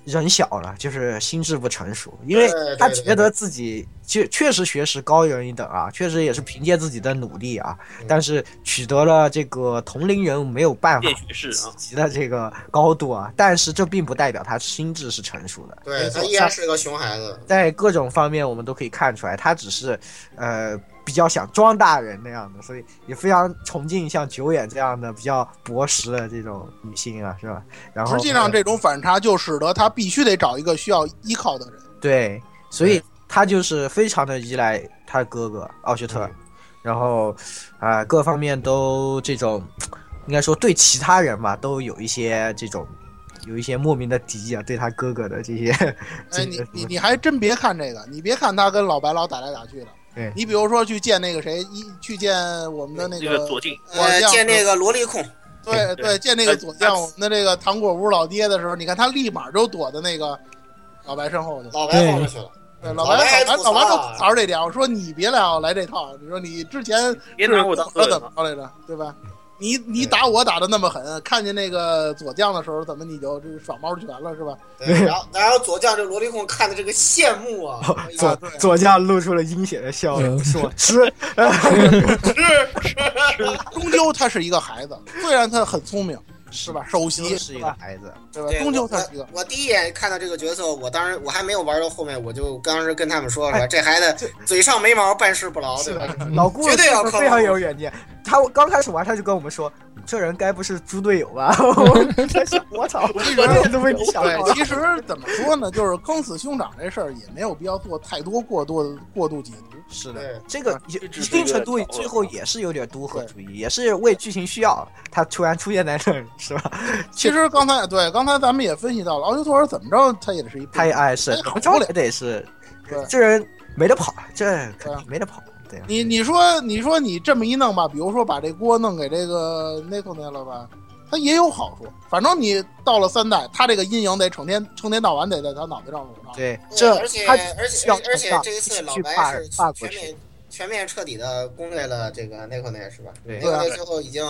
S2: 人小了，就是心智不成熟，因为
S3: 对
S2: 他
S3: 对
S2: 觉得自己确确实学识高人一等啊，确实也是凭借自己的努力啊，
S3: 嗯
S2: 但是取得了这个同龄人没有办法
S4: 电学士啊，
S2: 及的这个高度啊，但是这并不代表他心智是成熟的。
S3: 对他
S2: 没错
S3: 依然是个熊孩子。
S2: 在各种方面我们都可以看出来，他只是呃比较想装大人那样的，所以也非常崇敬像久远这样的比较博识的这种女性啊，是吧？然后
S5: 实际上这种反差就使得他必须得找一个需要依靠的人。
S2: 对，所以他就是非常的依赖他哥哥奥修特尔，然后啊、各方面都这种，应该说对其他人吧都有一些这种有一些莫名的敌啊，对他哥哥的这些，
S5: 哎，你你你还真别看这个，你别看他跟老白老打来打去的。
S2: 对
S5: 你比如说去见那个谁，一去见我们的那
S4: 这个左近，
S5: 我
S3: 呃，
S5: 这样
S3: 见那个萝莉控，
S5: 对
S4: 对
S5: 对，见那个左将我们的这个糖果屋老爹的时候，你看他立马就躲到那个老白身后去了。
S3: 老白放出去了，
S5: 对，
S3: 老
S5: 老
S3: 白还
S5: 白老白
S3: 吐槽
S5: 老白就
S3: 啊
S5: 吐槽这点，我说你别老来这套，你说你之前
S4: 别拿我
S5: 怎
S4: 当
S5: 么
S4: 客
S5: 怎
S4: 人
S5: 么
S4: 了。
S5: 着来着，对吧？你你
S2: 对
S5: 打我打的那么狠，看见那个左将的时候，怎么你就这爽猫拳了是吧？
S3: 对，然后然后左将这萝莉控看的这个羡慕啊，哎呀
S2: 哦左
S5: 对
S2: 左将露出了阴险的笑容，
S1: 嗯
S2: 说：“吃，
S5: 终究他是一个孩子，虽然他很聪明，是吧？首席
S2: 又是一个孩子，
S5: 对吧？
S3: 对
S5: 终究
S3: 我
S5: 他是一个
S3: 我我第一眼看到这个角色，我当时我还没有玩到后面，我就当时跟他们
S2: 哎
S3: 说了，这孩子嘴上没毛，办事不牢，对吧？
S2: 老顾
S3: 绝对要
S2: 是
S3: 靠
S2: 非常
S3: 谱
S2: 有远见。他刚开始玩，他就跟我们说：‘你这人该不是猪队友吧？’ 我在想，我 操，我一点都没你想好
S5: 对，。其实怎么说呢，就是坑死兄长这事儿也没有必要做太多过多过度解读。
S2: 是
S3: 对
S2: 的，这个也
S4: 这只
S2: 一
S4: 是
S2: 定
S4: 一个
S2: 程度
S4: 巧合
S2: 最后也是有点独合主义，也是为剧情需要，他突然出现在这里，是吧？
S5: 其实刚才对，刚才咱们也分析到了，奥修托尔怎么着，他也是一
S2: 他也爱是
S5: 哎，
S2: 怎
S5: 好
S2: 么着也得是
S5: 对，
S2: 这人没得跑，这肯定没得跑。对，
S5: 你你说你说你这么一弄吧，比如说把这锅弄给这个 n i c o 那了吧，他也有好处。反正你到了三代，他这个阴影得成天成天到晚得在他脑袋上抹上。
S2: 对，
S3: 对
S2: 这
S3: 而且
S2: 他
S3: 而且
S2: 需要
S3: 而且
S2: 成长
S3: 这一次
S2: 去
S3: 老
S2: 去
S3: 白
S2: 霸
S3: 是
S2: 霸国
S3: 全
S2: 去
S3: 面全面彻底的攻略了这个内克内是吧？
S2: 对
S3: 内克内最后已经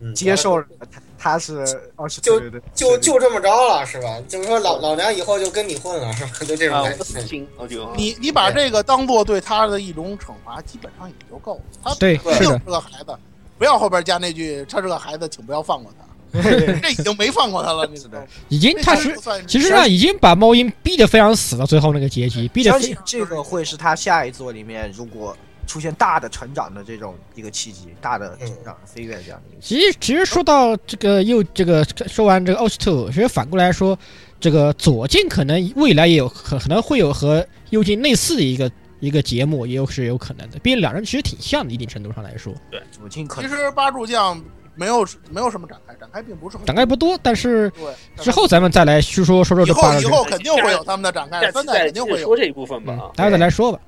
S3: 嗯
S2: 接受了他他是二十
S3: 就
S2: 对对对
S3: 就就这么着了是吧？就是说老老娘以后就跟你混了是吧？就这种
S4: 啊，
S3: 感
S4: 我
S3: 觉
S4: 死。心，我就
S5: 你你把这个当做对他的一种惩罚，基本上也就够了。他
S1: 对，
S5: 毕
S1: 是
S5: 竟
S1: 的，
S5: 是个孩子，不要后边加那句“他是个孩子，请不要放过他”， 这已经没放过他 了。你知道吗？
S1: 已经哎他
S5: 这
S1: 是
S5: 就算是
S1: 其实呢，已经把猫鹰逼得非常死了，最后那个结局逼得
S2: 相
S1: 非
S2: 信这个会是他下一座里面如果出现大的成长的这种一个契机，大的成长飞跃这样的一个。
S1: 其实，其实说到这个，又这个说完这个奥斯特，其实反过来说，这个左近可能未来也有可可能会有和右近类似的一个一个节目，也有是有可能的。毕竟两人其实挺像的，一定程度上来说，
S2: 主镜可
S5: 其
S2: 能
S5: 实八柱将没有没有什么展开，展开并不是很
S1: 展开不多，但是
S5: 对。
S1: 之后咱们再来叙说说说
S5: 以
S1: 这
S5: 后
S1: 八
S5: 以
S1: 个
S5: 后肯定会有他们的展开，
S4: 下
S5: 三
S4: 次
S5: 代
S4: 再
S5: 肯定
S4: 接
S5: 会
S4: 着
S5: 有。
S4: 说这一部分吧
S1: 嗯
S4: 啊，。
S1: 待会再来说
S5: 哎
S1: 吧。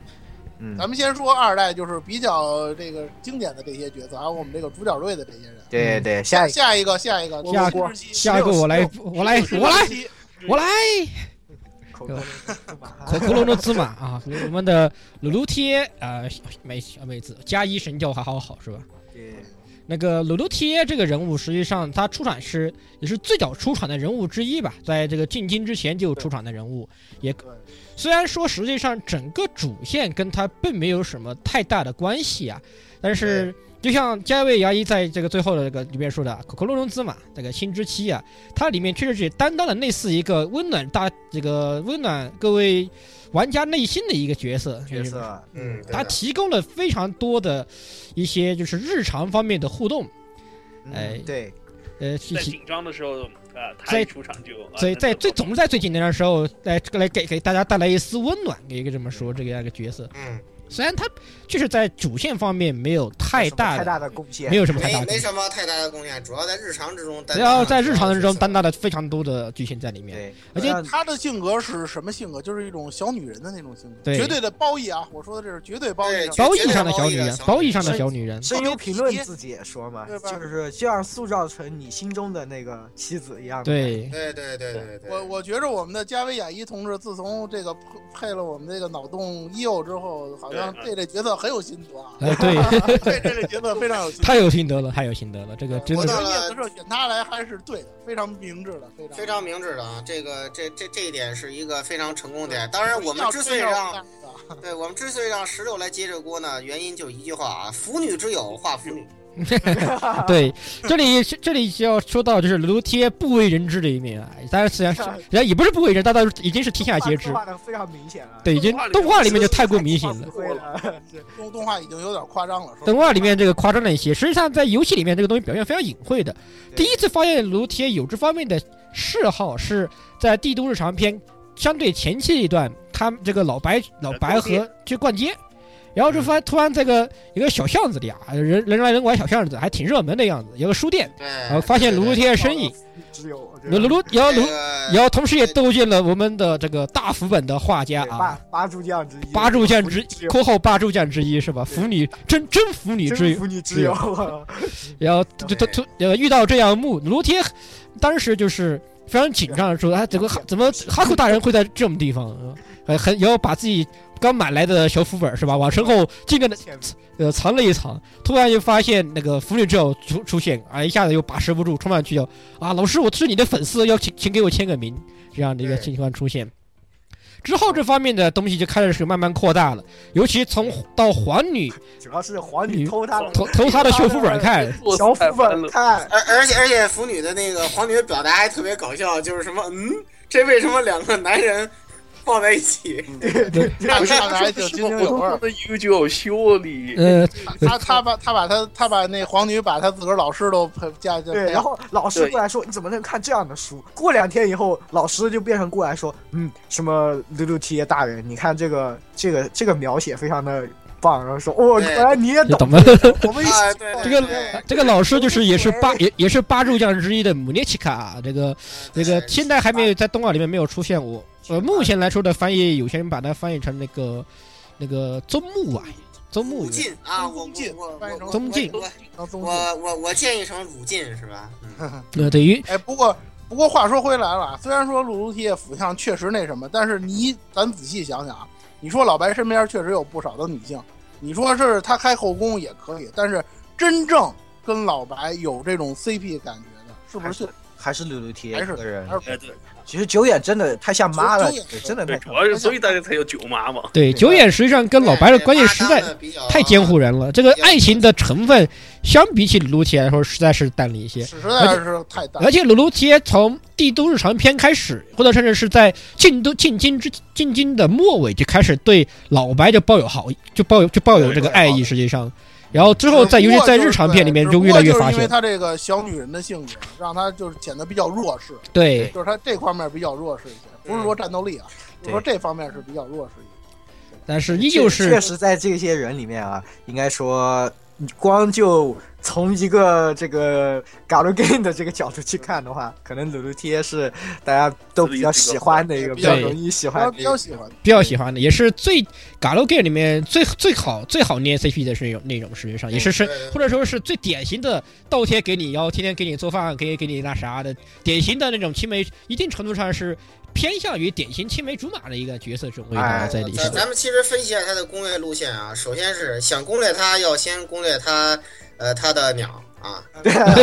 S2: 嗯
S5: 咱，们先说二代，就是比较这个经典的这些角色，还有我们这个主角队的这些人。
S2: 对对，下一
S5: 下一个，下一个，
S1: 下
S5: 我们17
S1: 下一个我来，我来，我来，
S5: 17
S1: 我来。
S2: 口
S1: 对
S2: 口
S1: 可克隆的芝麻啊，我们的鲁鲁贴啊，呃美美子加一神教还好好是吧？
S2: 对
S1: 那个鲁鲁贴这个人物，实际上他出场是也是最早出场的人物之一吧，在这个进京之前就出场的人物，也
S5: 对
S1: 虽然说实际上整个主线跟他并没有什么太大的关系啊，但是就像加卫牙医在这个最后的这个里面说的啊，可可隆隆之马这个新之妻啊，它里面确实是担当了类似一个温暖大这个温暖各位玩家内心的一个角色
S2: 角色，啊
S3: 嗯，对
S1: 它
S3: 的
S1: 提供了非常多的一些就是日常方面的互动，哎
S2: 嗯对，
S1: 呃，去
S4: 在
S1: 提
S4: 紧张的时候啊，他
S1: 在
S4: 一出场就啊
S1: 所以在最
S4: 真的
S1: 总是在最紧张的时候，来来给给大家带来一丝温暖，给一个这么说这个样一个角色。
S3: 嗯，
S1: 虽然他确实在主线方面没有太大
S2: 太
S1: 的，
S2: 大的贡献
S1: 没，有什么太大
S3: 没没
S1: 的，
S3: 什么太大的贡献，主要在日常之中担
S1: 只
S3: 当
S1: 要
S3: 了
S1: 在
S3: 主
S1: 日常
S3: 的
S1: 当中担
S3: 当
S1: 当了非常多的剧情在里面。
S2: 对，
S1: 而且
S2: 让
S5: 他的性格是什么性格？就是一种小女人的那种性格，
S1: 对
S5: 绝对的褒义啊！我说的这是绝对褒义
S3: 对
S5: 啊。
S1: 褒义上的小女人
S3: 绝，对
S1: 褒义
S3: 是
S1: 上的小女人，
S2: 声优评论自己也说嘛，
S5: 对吧
S2: 就是这样塑造成你心中的那个妻子一样的。，
S1: 对，，
S3: 对对对对对，
S5: 我我觉着我们的加维雅一同志，自从这个配配了我们这个脑洞伊柚之后，好像
S4: 对
S5: 对这角色很有心得啊
S1: 哎对，
S5: 对这个角色非常有心得。
S1: 太有心得了，太有心得了，这个真
S5: 我
S1: 的
S5: 觉
S1: 是
S5: 得叶子社选他来还是对的，非常明智的，非常
S3: 非常明智的啊，这个这这这一点是一个非常成功
S5: 对
S3: 点。当然，我们之所以
S5: 要
S3: 让对我们之所以让石榴来接这锅呢，原因就一句话啊，腐女之友化腐女。
S1: 对，这里这里就要说到就是卢贴不为人知的一面啊，当然虽然是 人家也不是不为人，但倒是已经是天下皆知，
S2: 画的非常明显啊了。
S1: 对，已经动画里面就太过明显 了。
S2: 会了，
S5: 动动画已经有点夸张了，说
S1: 动画里面这个夸张了一些，实际上在游戏里面这个东西表现非常隐晦的。第 一次发现卢铁有这方面的嗜好是在《帝都日
S6: 呃
S1: 常篇》相对前期一段，他们这个老白老白和去逛街，然后就
S6: 嗯
S1: 发现突然这个一个小巷子里啊，人人来人往小巷子，还挺热门的样子，有个书店，
S3: 对，
S6: 哎
S1: 然后呃发现卢卢天的身影，
S6: 只有这
S1: 卢
S6: 个
S1: 卢卢，然后卢，然
S3: 有
S1: 后同时也斗进了我们的这个大副本的画家
S6: 对八
S1: 啊，
S6: 八柱将之一，
S1: 八柱将之（括号八柱将之一）是吧？
S6: 对
S1: 腐女真真腐女之
S6: 真
S1: 友，
S6: 服你之友，
S1: 然后就突突呃遇到这样一幕，卢天当时就是非常紧张，说：“哎，怎么哈怎么哈库大人会在这种地方？”呃，很然后把自己刚买来的小副本是吧，往身后尽量的
S6: 欠
S1: 呃藏了一藏，突然就发现那个腐女之友出出现啊，一下子又把持不住，冲上去要啊，老师，我是你的粉丝，要请请给我签个名，这样的一个
S3: 对
S1: 情况出现。之后这方面的东西就开始慢慢扩大了，尤其从到皇女
S6: 主要是皇女偷 他的
S1: 投投她的小副本看，
S6: 小
S4: 太
S6: 副
S4: 欢
S6: 本
S4: 乐，
S6: 看，
S3: 而而且而且腐女的那个皇女的表达还特别搞笑，就是什么嗯，这为什么两个男人放在 一起？
S5: 不是看来就津津有味儿。
S4: 的悠久修理
S1: 呃，
S5: 他他把他把他他把那皇女把他自个儿老师都陪加加
S6: 对，
S5: 陪
S6: 然
S5: 养
S6: 后老师过来说：“你怎么能看这样的书？”过两天以后，老师就变成过来说：“嗯，什么六六七爷大人，你看这个这个这个描写非常的棒。”然后说：“哦，
S3: 对
S6: 果然你也
S1: 就
S6: 懂
S1: 怎，么
S6: 我们一起
S3: 啊，对，
S1: 这
S3: 对
S1: 个
S3: 对
S1: 这个老师就是也是八也也是八柱将之一的姆涅奇卡啊，这个这个
S3: 对
S1: 现在还没有在动画里面没有出现过。呃，目前来说的翻译，有些人把它翻译成那个那个宗木啊，宗木
S3: 武进啊，我
S5: 宗进
S3: 我我
S5: 翻译
S3: 我
S5: 成
S3: 我
S1: 宗进
S3: 我
S5: 当宗教。
S3: 我我我建议成乳进是吧？嗯，
S1: 呃，等于
S5: 哎，不过不过话说回来了啊，虽然说鲁鲁铁辅相确实那什么，但是你咱仔细想想啊，你说老白身边确实有不少的女性，你说是他开后宫也可以，但是真正跟老白有这种 CP 感觉的，是不是？
S2: 还是鲁鲁贴
S5: 还
S2: 一
S5: 是
S2: 个人
S5: 还。是
S4: 哎对，
S2: 其实久远真的太像妈了
S5: 久久远，
S2: 对真的
S4: 对，
S2: 太
S4: 主
S2: 像
S4: 要是所以大家才有九妈嘛。
S1: 对久远实际上跟老白的呃关系实在太监护人了，这个爱情的成分相比起卢铁来说实在是淡了一些。
S5: 实在是太大
S1: 而。且鲁鲁贴从帝都日常篇开始，或者甚至是在进都进京之进京的末尾就开始对老白就抱有好，就抱有就抱有这个爱意，实际上，然后之后
S5: 呃
S1: 在尤其在日常片里面
S5: 只
S1: 就
S5: 不
S1: 越
S5: 过
S1: 来越
S5: 就是
S1: 发
S5: 因为
S1: 现，
S5: 他这个小女人的性格，让他就是显得比较弱势，
S1: 对
S5: 就是他这块面比较弱势一些，不是说战斗力啊，就是说这方面是比较弱势一些。
S1: 但是依
S2: 确
S1: 旧
S2: 确
S1: 是
S2: 实在这些人里面啊，应该说，光就从一个这个 g a l g a m e 的这个角度去看的话，可能鲁鲁贴是大家都比较喜欢的一个，
S5: 对
S2: 比较容易喜欢
S5: 他
S2: 的
S5: 比
S2: 一个
S5: 较。喜欢
S1: 比较喜欢的，也是最《g a l g a 里面最最好最好捏 CP 的是那种那种，实际上也是是
S3: 对对
S1: 或者说是最典型的倒贴给你，然后天天给你做饭，给给你那啥的，典型的那种青梅，一定程度上是偏向于典型青梅竹马的一个角色这种味道
S2: 哎
S1: 在里面
S3: 呃咱。咱们其实分析一下它的攻略路线啊，首先是想攻略它，要先攻略它，呃，它的鸟 啊，然后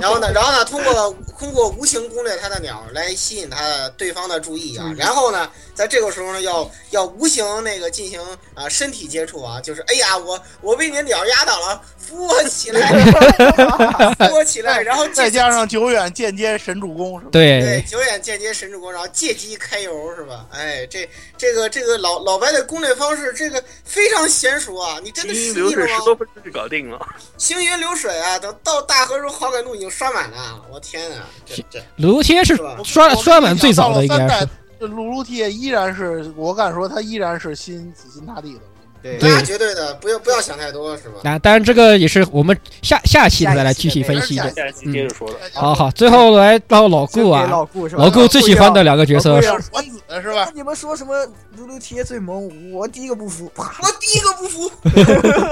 S3: 然后呢，然后呢，通过通过无情攻略它的鸟来吸引它的对方的注意
S1: 嗯
S3: 啊，然后呢，在这个时候呢，要要无形那个进行啊、身体接触啊，就是哎呀，我我被你的鸟压倒了，扶我起来，扶我 起来，然后
S5: 再加上久远间接神助攻是吧？
S1: 对
S3: 对，，久远间接神助攻，然后借机开油是吧？哎，这这个这个老老白的攻略方式，这个非常娴熟啊！你真的
S4: 行云
S3: 失
S4: 流
S3: 忆
S4: 水
S3: 了
S4: 十多
S3: 吗？
S4: 分钟就搞定了。
S3: 行云流水啊，等到大河时候好感度已经刷满了，我天啊，这这
S1: 卢天是
S3: 是吧？
S1: 刷刷满最早的应
S5: 到了
S1: 该
S5: 三
S1: 是
S5: 代，这鲁鲁铁依然是我敢说他依然是心死心塌地 的。
S2: 对
S1: 对
S3: 那绝对的，不要不要想太多是吧？
S1: 那当然这个也是我们下下期再来具体分析
S5: 下
S1: 的
S5: 一。
S4: 下一期接着说了，
S1: 好好，最后来到老
S6: 就
S1: 顾
S6: 给
S1: 啊，
S6: 老顾是吧？
S1: 老顾最喜欢的两个角色
S6: 老顾
S1: 是
S6: 要
S5: 像传子是吧？
S6: 你们说什么卢卢贴最萌，我第一个不服，啪，
S3: 我第一个不服，是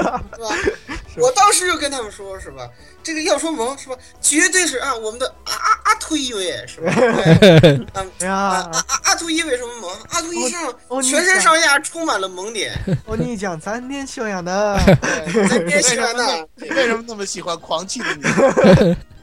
S3: 吧？我当时就跟他们说，是吧？这个要说萌，是吧？绝对是啊，我们的阿阿阿秃一位，是吧？哎
S6: 哎
S3: 啊
S6: 呀，
S3: 阿阿阿秃一为什么萌？阿秃一身上
S6: 哦，你
S3: 全身
S6: 讲，
S3: 上下充满了萌点，
S6: 哦，你讲咱天修养的，
S3: 咱别喜欢
S5: 为什
S3: 他。
S5: 你为什么那么喜欢狂气的你？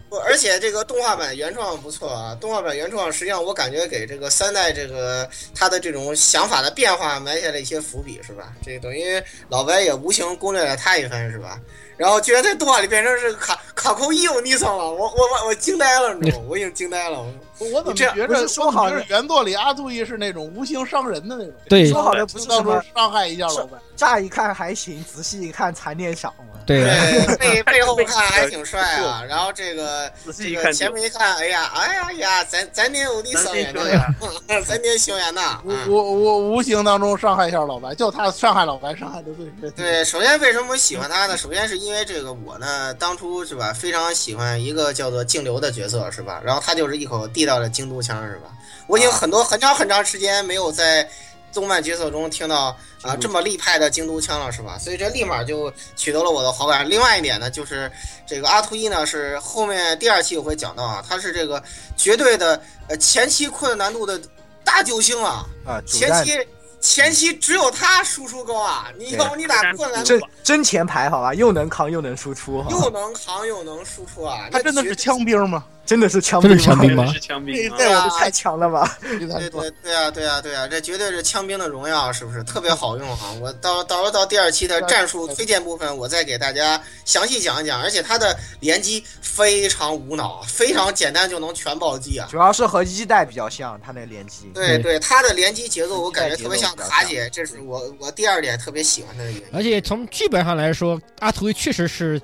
S3: 不而且这个动画版原创不错啊，动画版原创实际上我感觉给这个三代这个他的这种想法的变化埋下了一些伏笔，是吧？这等于老白也无形攻略了他一番，是吧？然后居然在动画里变成是卡卡空伊欧尼桑了，我我我我惊呆了，你知道吗？我已经惊呆了。我
S5: 我怎么
S3: 这样
S5: 觉
S6: 不是
S5: 着
S6: 说
S5: 我怎么
S6: 好
S5: 觉
S6: 的
S5: 着原作里阿杜伊是那种无形伤人的那种，
S1: 对
S6: 说好的不是
S5: 到
S6: 什
S5: 时候
S6: 么，
S5: 伤害一下老板。
S6: 乍一看还行，仔细一看残念赏嘛。
S1: 对，
S3: 对，背背后看还挺帅啊，然后这个
S4: 仔细
S3: 这
S4: 一
S3: 个
S4: 看
S3: 前
S4: 就
S3: 面一看，哎呀，哎呀呀，咱咱年欧尼桑呀，那个 咱年匈牙那，
S5: 我
S3: 嗯
S5: 我我无形当中伤害一下老白，就他伤害老白伤害的最深。
S3: 对，首先为什么喜欢他呢？首先是因为这个我呢，当初是吧，非常喜欢一个叫做静流的角色是吧？然后他就是一口地道的京都腔是吧？我已经很多很长很长时间没有在动漫角色中听到啊这么立派的京都腔了是吧？所以这立马就取得了我的好感。另外一点呢，就是这个阿图一呢是后面第二期我会讲到啊，他是这个绝对的呃前期困难度的大救星啊，
S2: 啊，主
S3: 前
S2: 战
S3: 期。前期只有他输出高啊！你要不你打困难度
S6: 真真前排好吧，又能扛又能输出，哈，
S3: 又能扛又能输出啊！
S5: 他
S3: 那
S5: 真的
S3: 绝
S5: 是枪兵吗？
S6: 真的是枪
S1: 真
S6: 毙
S1: 的是枪
S6: 吗
S1: 毙兵吗
S4: 是枪兵啊
S5: 这我就
S6: 太强了吧！
S5: 太
S3: 对
S5: 太多了。
S3: 对对啊对啊对啊，这绝对是枪兵的荣耀，啊是不是特别好用啊？我到到时候到第二期的
S5: 啊
S3: 战术推荐部分，我再给大家详细讲一讲。而且他的连击非常无脑，非常简单就能全暴击啊！
S6: 主要是和一代比较像，他那连击。
S3: 对
S1: 对
S3: 对，他的连击节奏我感觉特别像
S2: 节奏比较
S3: 卡
S2: 像
S3: 姐，这是我我第二点特别喜欢他的原因。
S1: 而且从剧本上来说，阿图确实是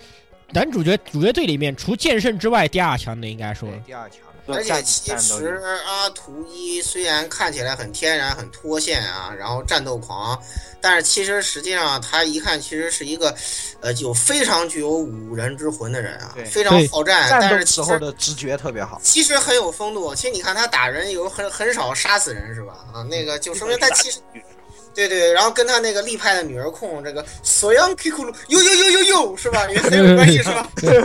S1: 男主角主角队里面除剑圣之外第二强的，应该说
S6: 对，第二强。
S3: 而且
S2: 战
S3: 其
S2: 战斗力
S3: 实阿图一虽然看起来很天然、很脱线啊，然后战斗狂，但是其实实际上他一看其实是一个，呃，有非常具有武人之魂的人啊
S2: 对，
S3: 非常好战，
S6: 战
S3: 但
S6: 斗
S3: 是
S6: 时
S3: 其
S6: 候
S3: 实
S6: 的直觉特别好，
S3: 其实很有风度。其实你看他打人有很很少杀死人是吧？啊，那个就说明他其实。对对，然后跟他那个立派的女儿控，这个索扬 K 库鲁，呦呦呦呦呦，是吧？也很有关系是吧？
S1: 呦哎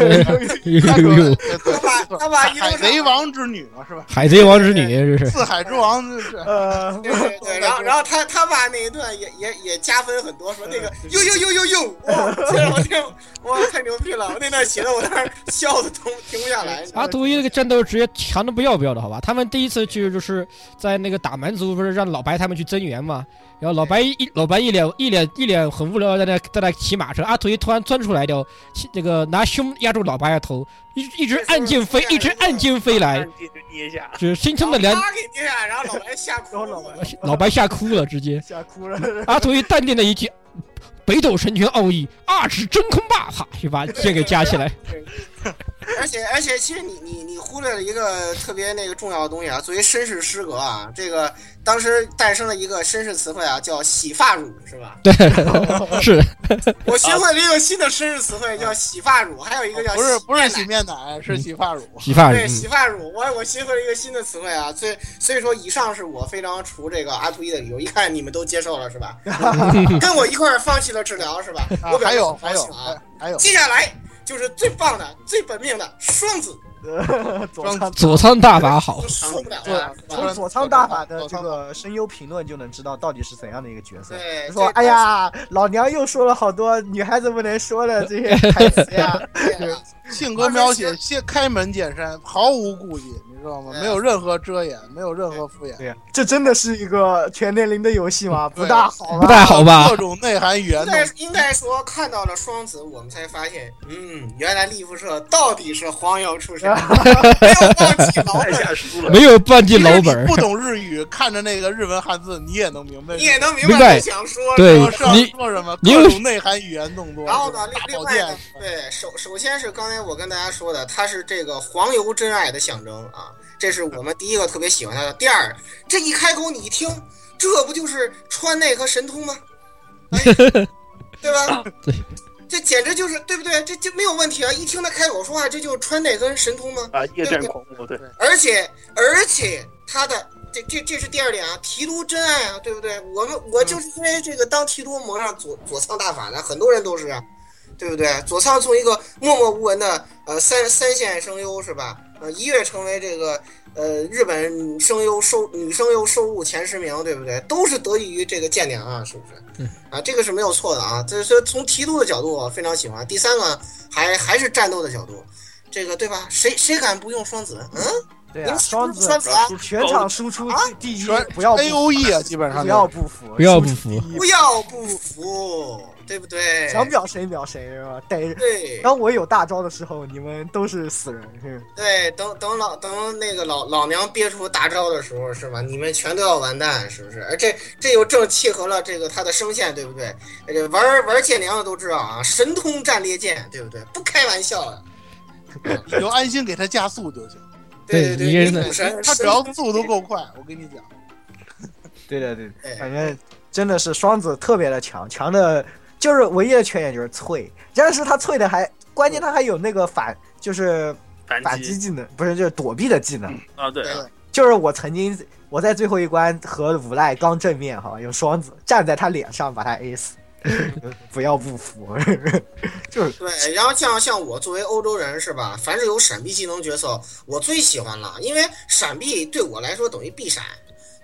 S1: 呦呦，
S5: 对
S3: 他把
S5: 对
S3: 他把移动
S5: 海
S3: 场
S5: 贼王之女嘛，是吧？
S1: 海贼王之女这是。
S5: 四海之王 这是
S6: 呃，
S3: 对对 对，然后然后他他爸那一段也也也加分很多，说那个呦呦呦呦呦，哇，这我这哇太牛逼了！我那段写的我当时笑的都停不下来。你知道吗
S5: 啊
S1: 阿图一那个战斗直接强的不要不要的，好吧？他们第一次去就是在那个打蛮族，不是让老白他们去增援嘛？然后老白一老白一脸一脸一脸很无聊，在那在那骑马车。阿图一突然钻出来掉，那个拿胸压住老白的头，一一直按键飞，一直按键飞来，
S4: 按键就捏一下，
S1: 只心疼的两
S3: 然后啪给捏下来，然后老白吓哭了。
S1: 老白吓哭了，直接。
S6: 吓哭了。
S1: 阿图一淡定的一句：“北斗神拳奥义，二指真空霸！”哈，就把剑给夹起来。
S3: 而且而且，其实你你你忽略了一个特别那个重要的东西啊，作为绅士诗歌啊，这个当时诞生了一个绅士词汇啊，叫洗发乳，是吧？
S1: 对，是
S3: 我学会了一个新的绅士词汇，叫洗发乳，还有一个叫
S5: 哦不是
S3: 呃洗
S5: 不是
S3: 面奶嗯
S5: 洗面奶，是洗发乳。
S1: 洗发
S3: 对，
S1: 人。
S3: 洗发乳，我我新会了一个新的词汇啊，所以所以说以上是我非常除这个阿图一的理由，一看你们都接受了是吧？
S1: 嗯
S3: 跟我一块儿放弃了治疗是吧？
S5: 啊
S3: 我表
S5: 还
S3: 示
S5: 有
S3: 很
S5: 还
S3: 高
S5: 有
S3: 兴
S5: 还
S3: 啊！
S5: 还有，
S3: 接下来就是最棒的、最本命的双子，
S6: 左仓
S1: 左仓大法好
S3: 我，受不了了
S5: 哦对
S3: 是吧？
S6: 从左仓大法的这个声优评论就能知道到底是怎样的一个角色。
S3: 对，
S6: 说
S3: 这
S6: 哎，呀，老娘又说了好多女孩子不能说的这些台 词呀。
S3: 对啊
S5: 性格描写先开门见山，毫无顾忌，你知道吗？
S3: 对啊
S5: 没有任何遮掩，没有任何敷衍，
S6: 对呀，这真的是一个全年龄的游戏吗？
S5: 对
S6: 不大
S2: 啊
S6: 好
S1: 不
S6: 吧？
S1: 太好吧
S5: 各？种内涵语言
S3: 应
S5: 都
S3: 该应该说看到了双子，我们才发现，嗯，原来利夫社到底是黄油出 身，没有忘
S4: 太
S3: 记老
S5: 哎
S3: 本。
S4: 吓输了。
S1: 没有半句老本
S5: 你
S1: 儿。
S5: 不懂日语，看着那个日文汉字，你也能明白。
S3: 你也能明
S1: 明白
S3: 白我想说的
S1: 对
S5: 我知道
S1: 你
S5: 说什么，
S1: 你
S5: 各种内涵语言动作，
S3: 然后呢，
S5: 大
S3: 另另
S5: 宝
S3: 外
S5: 剑
S3: 呢，，对，首首先是刚才我跟大家说的，它是这个黄油真爱的象征啊，这是我们第一个特别喜欢它的。第二，这一开口你一听，这不就是川内和神通吗？哎对吧？
S1: 对，
S3: 这简直就是对不对？这就没有问题啊！一听他开口说话，这就是川内跟神通吗？
S4: 啊，夜战狂魔，对，
S3: 而且而且他的这这这是第二点啊，提督真爱啊，对不对？我们我就是因为这个当提督蒙上左左仓大法的，很多人都是啊，对不对？左仓从一个默默无闻的呃三三线声优是吧？呃，一跃成为这个呃日本声优收女声优收入前十名，对不对？都是得益于这个剑娘啊，是不是
S1: 嗯？
S3: 啊，这个是没有错的啊。这是从提督的角度我非常喜欢。第三个还还是战斗的角度，这个对吧？谁谁敢不用双子？嗯，
S2: 对
S3: 您
S2: 啊，双子
S3: 穿反
S2: 全场输出
S3: 啊
S2: 第一
S5: 全，
S2: 不要不
S7: 哎
S5: A O E 啊，基本上
S2: 不
S5: 都
S2: 要不服，
S1: 不要不
S2: 输出
S1: 服
S2: 第一
S3: 不要不服，对不对？
S2: 想秒谁秒谁是吧？逮着。
S3: 对
S2: 当我有大招的时候，你们都是死人，是吧
S3: 对，等等老等那个老老娘憋出大招的时候，是吧？你们全都要完蛋，是不是？而这这又正契合了这个他的声线，对不对？呃，玩玩剑娘的都知道啊，神通战列剑，对不对？不开玩笑的，
S5: 你就安心给他加速就行。
S1: 对
S3: 对
S1: 一个人
S3: 对，你
S1: 的
S3: 赌神，
S5: 他只要速度够快，我跟你讲，
S7: 对的对的，
S3: 神，
S2: 反
S3: 哎
S2: 正真的是双子特别的强，强的就是唯一的缺点就是脆，但是他脆的还关键他还有那个反就是
S4: 反
S2: 反击
S4: 击
S2: 技能，不是就是躲避的技能。
S4: 啊，对
S3: 对
S4: 啊，
S2: 就是我曾经我在最后一关和无赖刚正面哈，用双子站在他脸上把他 A 死，不要不服， 就是
S3: 对，然后像像我作为欧洲人是吧？凡是有闪避技能角色，我最喜欢了，因为闪避对我来说等于避闪，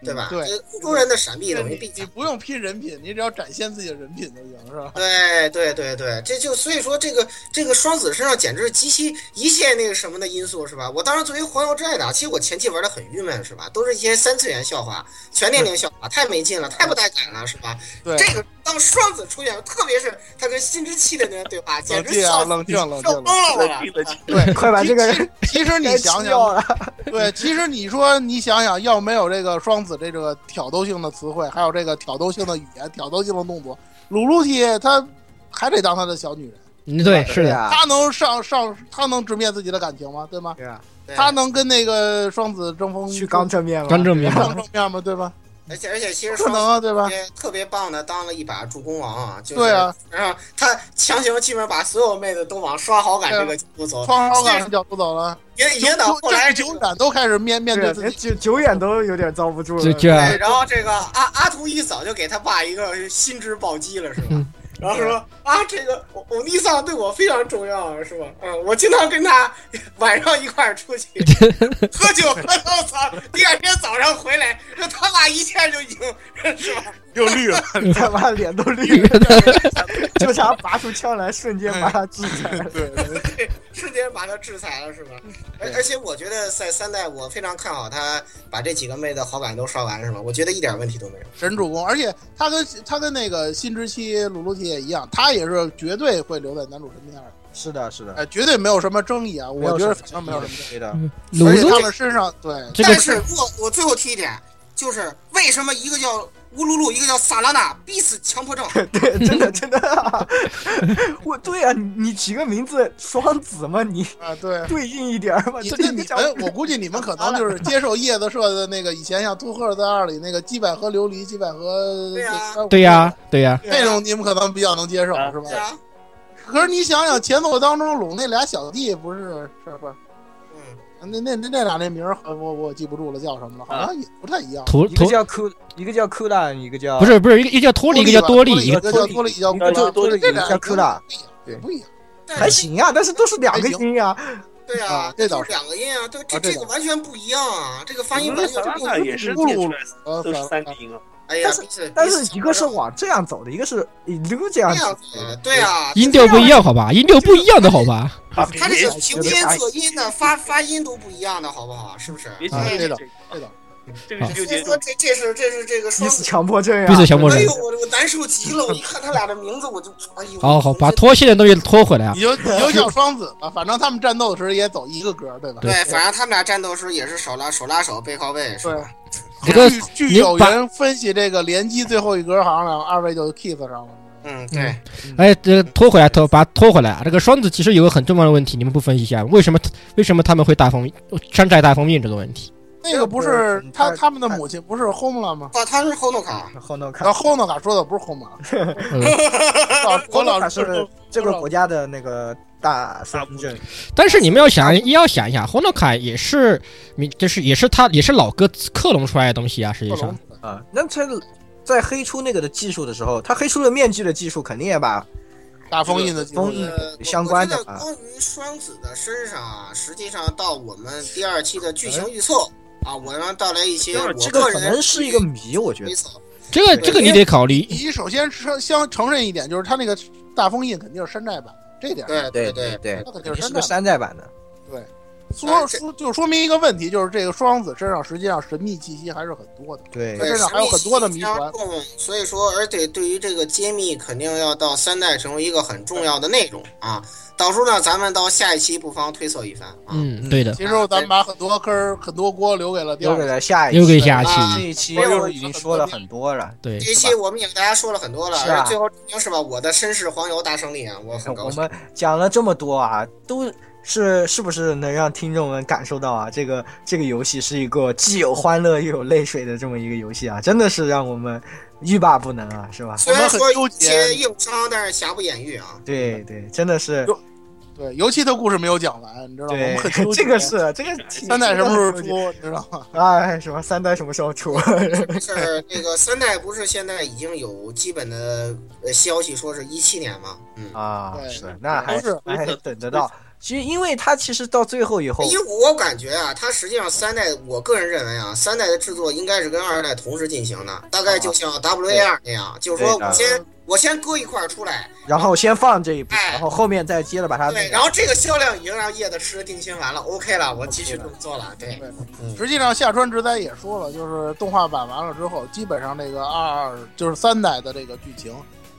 S3: 对吧？
S5: 嗯对
S3: 呃欧洲人的闪避
S5: 就是
S3: 等于
S5: 你
S3: 避
S5: 你
S3: 闪。
S5: 不用拼人品，你只要展现自己的人品就行，是吧？
S3: 对对对对，这就所以说这个这个双子身上简直是极其一切那个什么的因素是吧？我当时作为黄油之爱党，其实我前期玩的很郁闷是吧？都是一些三次元笑话、全年龄笑话，太没劲了，太不带感了是吧？
S5: 对，
S3: 这个当双子出现，特别是他跟新之气的那段对话，简
S5: 冷
S3: 直
S5: 静啊，
S3: 笑死
S5: 冷静，冷
S3: 笑
S5: 静。
S3: 崩了我
S4: 冷
S3: 了。
S4: 静啊的气
S5: 对，
S2: 快把这个人
S5: 其其实你
S2: 该
S5: 想
S2: 吃掉
S5: 想，
S2: 了。
S5: 对，其实你说你想想，要没有这个双子这个挑逗性的词汇，还有这个挑逗性的语言、挑逗性的动作，鲁鲁提她还得当她的小女人，
S1: 嗯，
S2: 啊
S1: 对，是
S3: 啊
S1: 的，
S2: 呀，
S5: 她能上上，她能直面自己的感情吗？对吗？
S2: 对啊，
S3: 对
S5: 她能跟那个双子争锋
S2: 去刚正面了，
S1: 刚正面
S5: 上正面吗？对吧？
S3: 而且而且其实
S5: 不
S3: 双
S5: 能
S3: 子
S5: 啊，对吧
S3: 特？别特别棒的当了一把助攻王啊，就是
S5: 对啊，
S3: 然后他强行基本把所有妹子都往刷好感这个角度走，
S5: 啊双啊好感角度走了，
S3: 也
S5: 九
S3: 也等后来这
S5: 这
S3: 个
S5: 九展都开始面面对
S2: 对，
S5: 自
S2: 啊连
S5: 己，
S2: 久久远都有点遭不住
S1: 就
S2: 了。
S1: 就
S3: 对，然后这个阿阿图一早就给他爸一个心智暴击了，是吧
S1: 嗯？
S3: 然后说啊，这个欧欧尼桑对我非常重要，是吧？嗯，我经常跟他晚上一块儿出去喝酒，喝到早，第二天早上回来，这他爸一下就已经是吧？
S5: 又绿了。
S2: 他妈脸都绿了， 就差拔出枪来，瞬间把他制 裁了。
S5: 对，对
S3: 瞬间把他制裁了，是吧？而而且我觉得在三代，我非常看好他把这几个妹的好感都刷完，是吧？我觉得一点问题都没有。
S5: 神主公，而且他跟他跟那个新之期鲁鲁提也一样，他也是绝对会留在男主身边的，
S2: 是的，是的，
S5: 哎，绝对没有什么争议啊。
S2: 有
S5: 我觉得
S2: 什么
S5: 反正没有什么争议。
S7: 对的，
S1: 鲁
S5: 而且
S1: 鲁
S5: 他们身上对
S1: 这个
S3: 但是我我最后提一点，就是为什么一个叫乌鲁鲁，一个叫萨拉娜，必死强迫症？
S2: 对，真的，真的、啊， 我对啊，你你起个名字双子嘛，你
S5: 啊，对。
S2: 对应一点儿嘛，
S5: 你
S2: 这
S5: 这你哎
S2: 讲
S5: 们，我估计你们可能就是接受叶子社的那个以前像《秃鹤在二》里那个几百合琉璃、几百合哎
S3: 对啊
S1: 对呀，对呀，
S5: 那种你们可能比较能接受，
S4: 啊
S5: 是吧
S3: 对？啊，
S5: 可是你想想，前作当中拢那俩小弟不是是吧？
S3: 嗯，
S5: 那那那那俩那名儿，我我记不住了，叫什么了？好像也不太一样。
S1: 图
S7: 一个
S1: 图
S7: 叫库，一个叫库拉，一个叫
S1: 不是不是，一个一个叫托里，一个叫多利
S5: 一，个叫多利，
S7: 一
S5: 一个叫库拉
S7: 个叫多利，
S5: 这
S7: 一个
S5: 俩
S7: 叫库拉，
S5: 不一样，也不一样。
S3: 但
S2: 还
S3: 是
S2: 行啊，但是都是两个
S5: 还行
S2: 音啊，
S3: 对啊
S5: 啊，这
S3: 就
S5: 倒是
S3: 两个音啊，对，这
S5: 啊这
S3: 这个
S5: 倒
S3: 完全不一样啊，这个发音
S4: 我
S3: 完
S4: 们
S3: 全
S4: 萨
S3: 不
S4: 拉
S3: 一
S4: 娜
S3: 样。
S4: 也是借出来的
S5: 呃，
S4: 都是
S5: 反
S4: 三个音啊，
S3: 哎呀
S2: 但是，
S3: 必死
S2: 但
S3: 必死
S2: 是一
S3: 强
S2: 个
S3: 迫
S2: 是
S3: 症
S2: 往这样走的，一个是溜这样
S3: 这
S2: 走
S3: 啊样
S2: 的。
S3: 子，对啊，
S1: 音调不一样，好吧？音调不一样的好吧？
S4: 啊
S3: 他这
S4: 别
S3: 是平天仄音的发发音都不一样的，好不好？是不是？
S4: 别纠
S5: 啊
S4: 结
S5: 这
S4: 个
S5: 种，这种
S4: 这个
S3: 所
S4: 纠
S3: 以
S4: 结
S3: 说这这是这是这个
S2: 逼
S3: 双
S2: 死
S3: 子。
S2: 强迫症呀、
S1: 必死强迫症
S3: 哎呦，。我我难受极了！我一看他俩的名字，我就哎呦，
S1: 好好，
S3: 我
S1: 把
S3: 真
S1: 脱线的东西拖回来啊
S5: 你！就你就叫双子吧，反正他们战斗的时候也走一个格儿，对吧？
S1: 对
S3: 对，反正他们俩战斗时也是手拉手拉手，背靠背，是吧？
S1: 我觉得
S5: 据据
S1: 您
S5: 有
S1: 把
S5: 人分析，这个联机最后一格好像两二位就 kiss 上了。
S3: 嗯，对，
S1: 哎，这个拖回来，拖把它拖回来啊！这个双子其实有个很重要的问题，你们不分析一下，为什么为什么他们会大封山寨大封印这个问题？
S5: 那个不是
S2: 嗯
S5: 他
S2: 太
S5: 他们的母亲不是 home 了吗？
S3: 哦，他是后诺卡，
S2: 后头看
S5: 然，后 home 卡说的不是 home 啊，
S1: 嗯
S5: 老我老
S2: 是
S5: 是
S2: 这个国家的那个大身份证，
S1: 但是你们要想，也要想一下，红诺卡也是，你就是也是他也是老哥克隆出来的东西啊，实际
S6: 嗯
S1: 上，
S2: 啊，那他在黑出那个的技术的时候，他黑出了面具的技术，肯定也把
S5: 大封印的记录
S2: 封印
S3: 呃，我
S2: 相关的
S3: 我觉得关于双子的身上啊，实际上到我们第二期的剧情预测啊，我让带来一些
S4: 第
S3: 我
S4: 二期
S2: 这个
S3: 个
S2: 可
S3: 人
S2: 能是一个谜，我觉得
S3: 推测。
S1: 这个这个你得考虑，
S5: 你首先承相承认一点，就是他那个大封印肯定是山寨版，这点儿
S2: 对
S3: 对对
S2: 对，
S5: 那肯定
S2: 肯定
S5: 是
S2: 是
S5: 山
S2: 个
S5: 寨版。
S2: 山寨版的。
S5: 说说就说明一个问题，就是这个双子身上实际上神秘气息还是很多的。
S2: 对
S5: 这上还有很多的谜团
S3: 神秘气息非常重所以说，而且对于这个揭秘，肯定要到三代成为一个很重要的内容啊。到时候呢，咱们到下一期不妨推测一番啊。
S1: 嗯，对的，
S5: 其实咱们把很多坑儿、很多锅留给了第
S2: 留
S5: 二
S2: 给
S5: 期。
S2: 了下一
S1: 留给
S2: 期。
S1: 下
S3: 啊
S2: 这
S1: 期，
S2: 一期又已经说了很多了，
S1: 对
S3: 这，一期我们也给大家说了很多了，
S2: 是啊
S3: 而最后证明是吧？我的绅士黄油大胜利啊，我 很高
S2: 我
S3: 兴。
S2: 们讲了这么多啊，都是是不是能让听众们感受到啊，这个这个游戏是一个既有欢乐又有泪水的这么一个游戏啊，真的是让我们欲罢不能啊，是吧？
S3: 虽然说有
S5: 我们
S3: 些
S5: 很
S3: 硬伤，但是瑕不掩瑜啊。
S2: 对对，真的是
S5: 有对，尤其他故事没有讲完，你知道吗？我
S2: 对
S5: 们很纠，结。
S2: 这个是这个挺
S5: 三代什么时候？
S2: 挺
S5: 出，你知道吗？
S2: 哎，什么三代什么时候出？
S3: 是这个三代不是现在已经有基本的呃消息说是一七年吗？嗯，
S2: 啊，
S5: 对
S2: 是那还
S4: 都是
S2: 还等得到。其实，因为它其实到最后以后，
S3: 因为我感觉啊，它实际上三代，我个人认为啊，三代的制作应该是跟二代同时进行的，大概就像 W A R 那样，就是说
S2: 对
S3: 我先我先搁一块儿出来，
S6: 然后先放这一部，
S3: 哎
S6: 然后后面再接着把它
S2: 啊
S6: 那
S3: 对，
S6: 个
S3: 然后这个销量已经让叶子吃了定心丸了，OK 了，我继续这么做了，对，
S5: 实际上，下川直哉也说了，就是动画版完了之后，基本上这个二就是三代的这个剧情，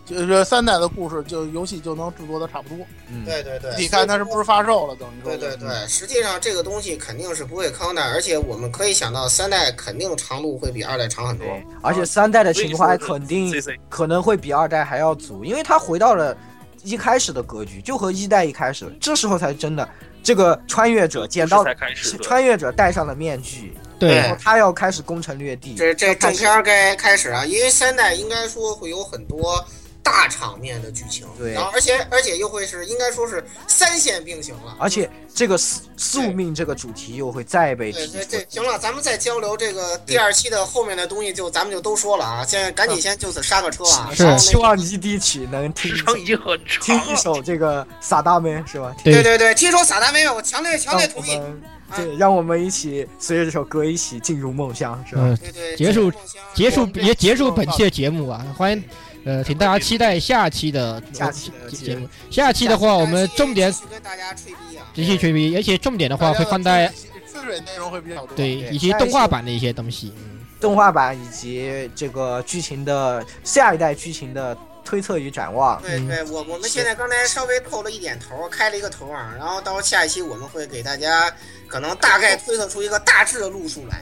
S5: 就是三代的故事，就游戏就能制作的差不多。
S2: 嗯，
S3: 对对对，
S5: 你看它是不是发售了？等于说
S3: 对对对，实际上这个东西肯定是不会坑的，而且我们可以想到三代肯定长度会比二代长很多。
S2: 对，而且三代的情怀肯定
S4: C C
S6: 可能会比二代还要足，因为它回到了一开始的格局，就和一代一开始，这时候才真的这个穿越者捡到
S4: 才开始的，
S6: 穿越者戴上了面具，
S1: 对
S3: 对
S6: 然后他要开始攻城略地，
S3: 这这
S6: 要开
S3: 正
S6: 始
S3: 片儿该开始啊，因为三代应该说会有很多大场面的剧情，
S2: 对
S3: 然后而且而且又会是应该说是三线并行了，
S6: 而且这个宿宿命这个主题又会再被
S3: 对
S6: 提
S3: 对
S6: 出
S3: 对，，行了，咱们再交流这个第二期的后面的东西就，咱们就都说了啊。现在赶紧先就此刹个车啊！
S1: 是
S3: 然后那个
S6: 希望一地曲能听
S4: 时
S6: 一
S4: 长
S6: 首
S4: 已经很长
S6: 听
S4: 了
S6: 一。首这个傻大妹是吧？
S3: 对对对，听说撒旦妹妹，我强烈强
S6: 让
S1: 哦
S3: 烈
S6: 我
S3: 同意。
S6: 们对，让我们一起随着这首歌一起进入梦乡是吧？
S1: 嗯，
S3: 对对，
S1: 结束
S3: 这个梦想
S1: 结束也结束本期的节目啊，欢迎，呃，请大家期待下期的
S6: 嗯下期的
S1: 节目。下期的话，我们重点
S3: 继续跟大家吹逼啊！
S1: 继续吹逼，而且重点的话会放在
S5: 自水内容会比较多。
S1: 对以及动画版的一些东西。嗯
S6: 动画版以及这个剧情的下一代剧情的推测与展望。
S1: 嗯
S3: 对对，我我们现在刚才稍微透了一点头，开了一个头啊，然后到下一期我们会给大家可能大概推测出一个大致的路数来。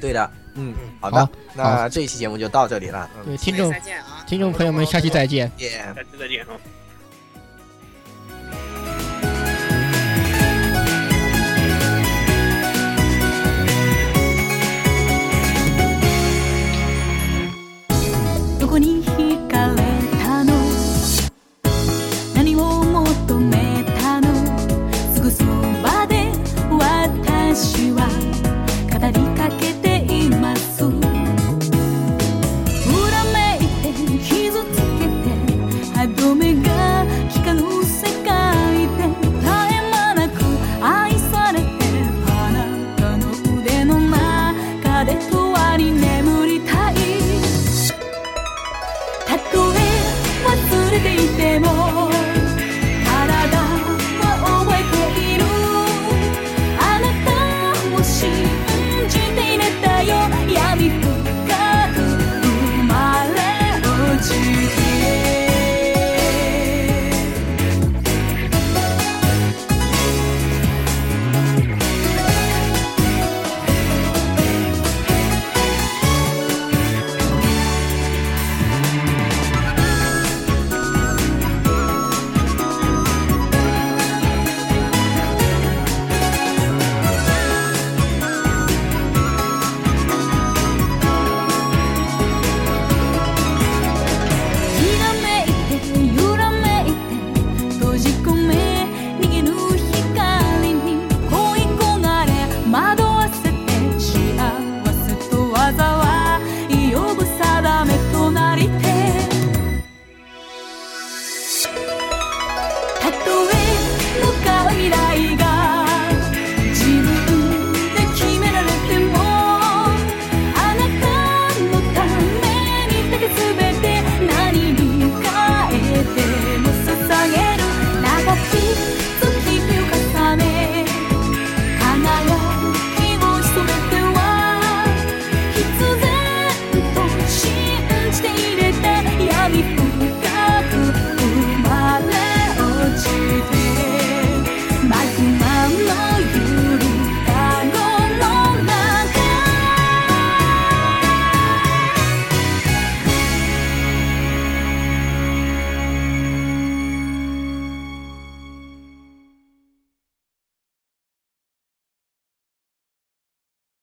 S6: 对的，嗯
S3: 嗯，
S6: 好的
S1: 好，
S6: 那这一期节目就到这里了，嗯，
S1: 对听众
S3: 再见啊，
S1: 听众朋友们，下期再见。
S6: 见。
S4: 下期再见啊。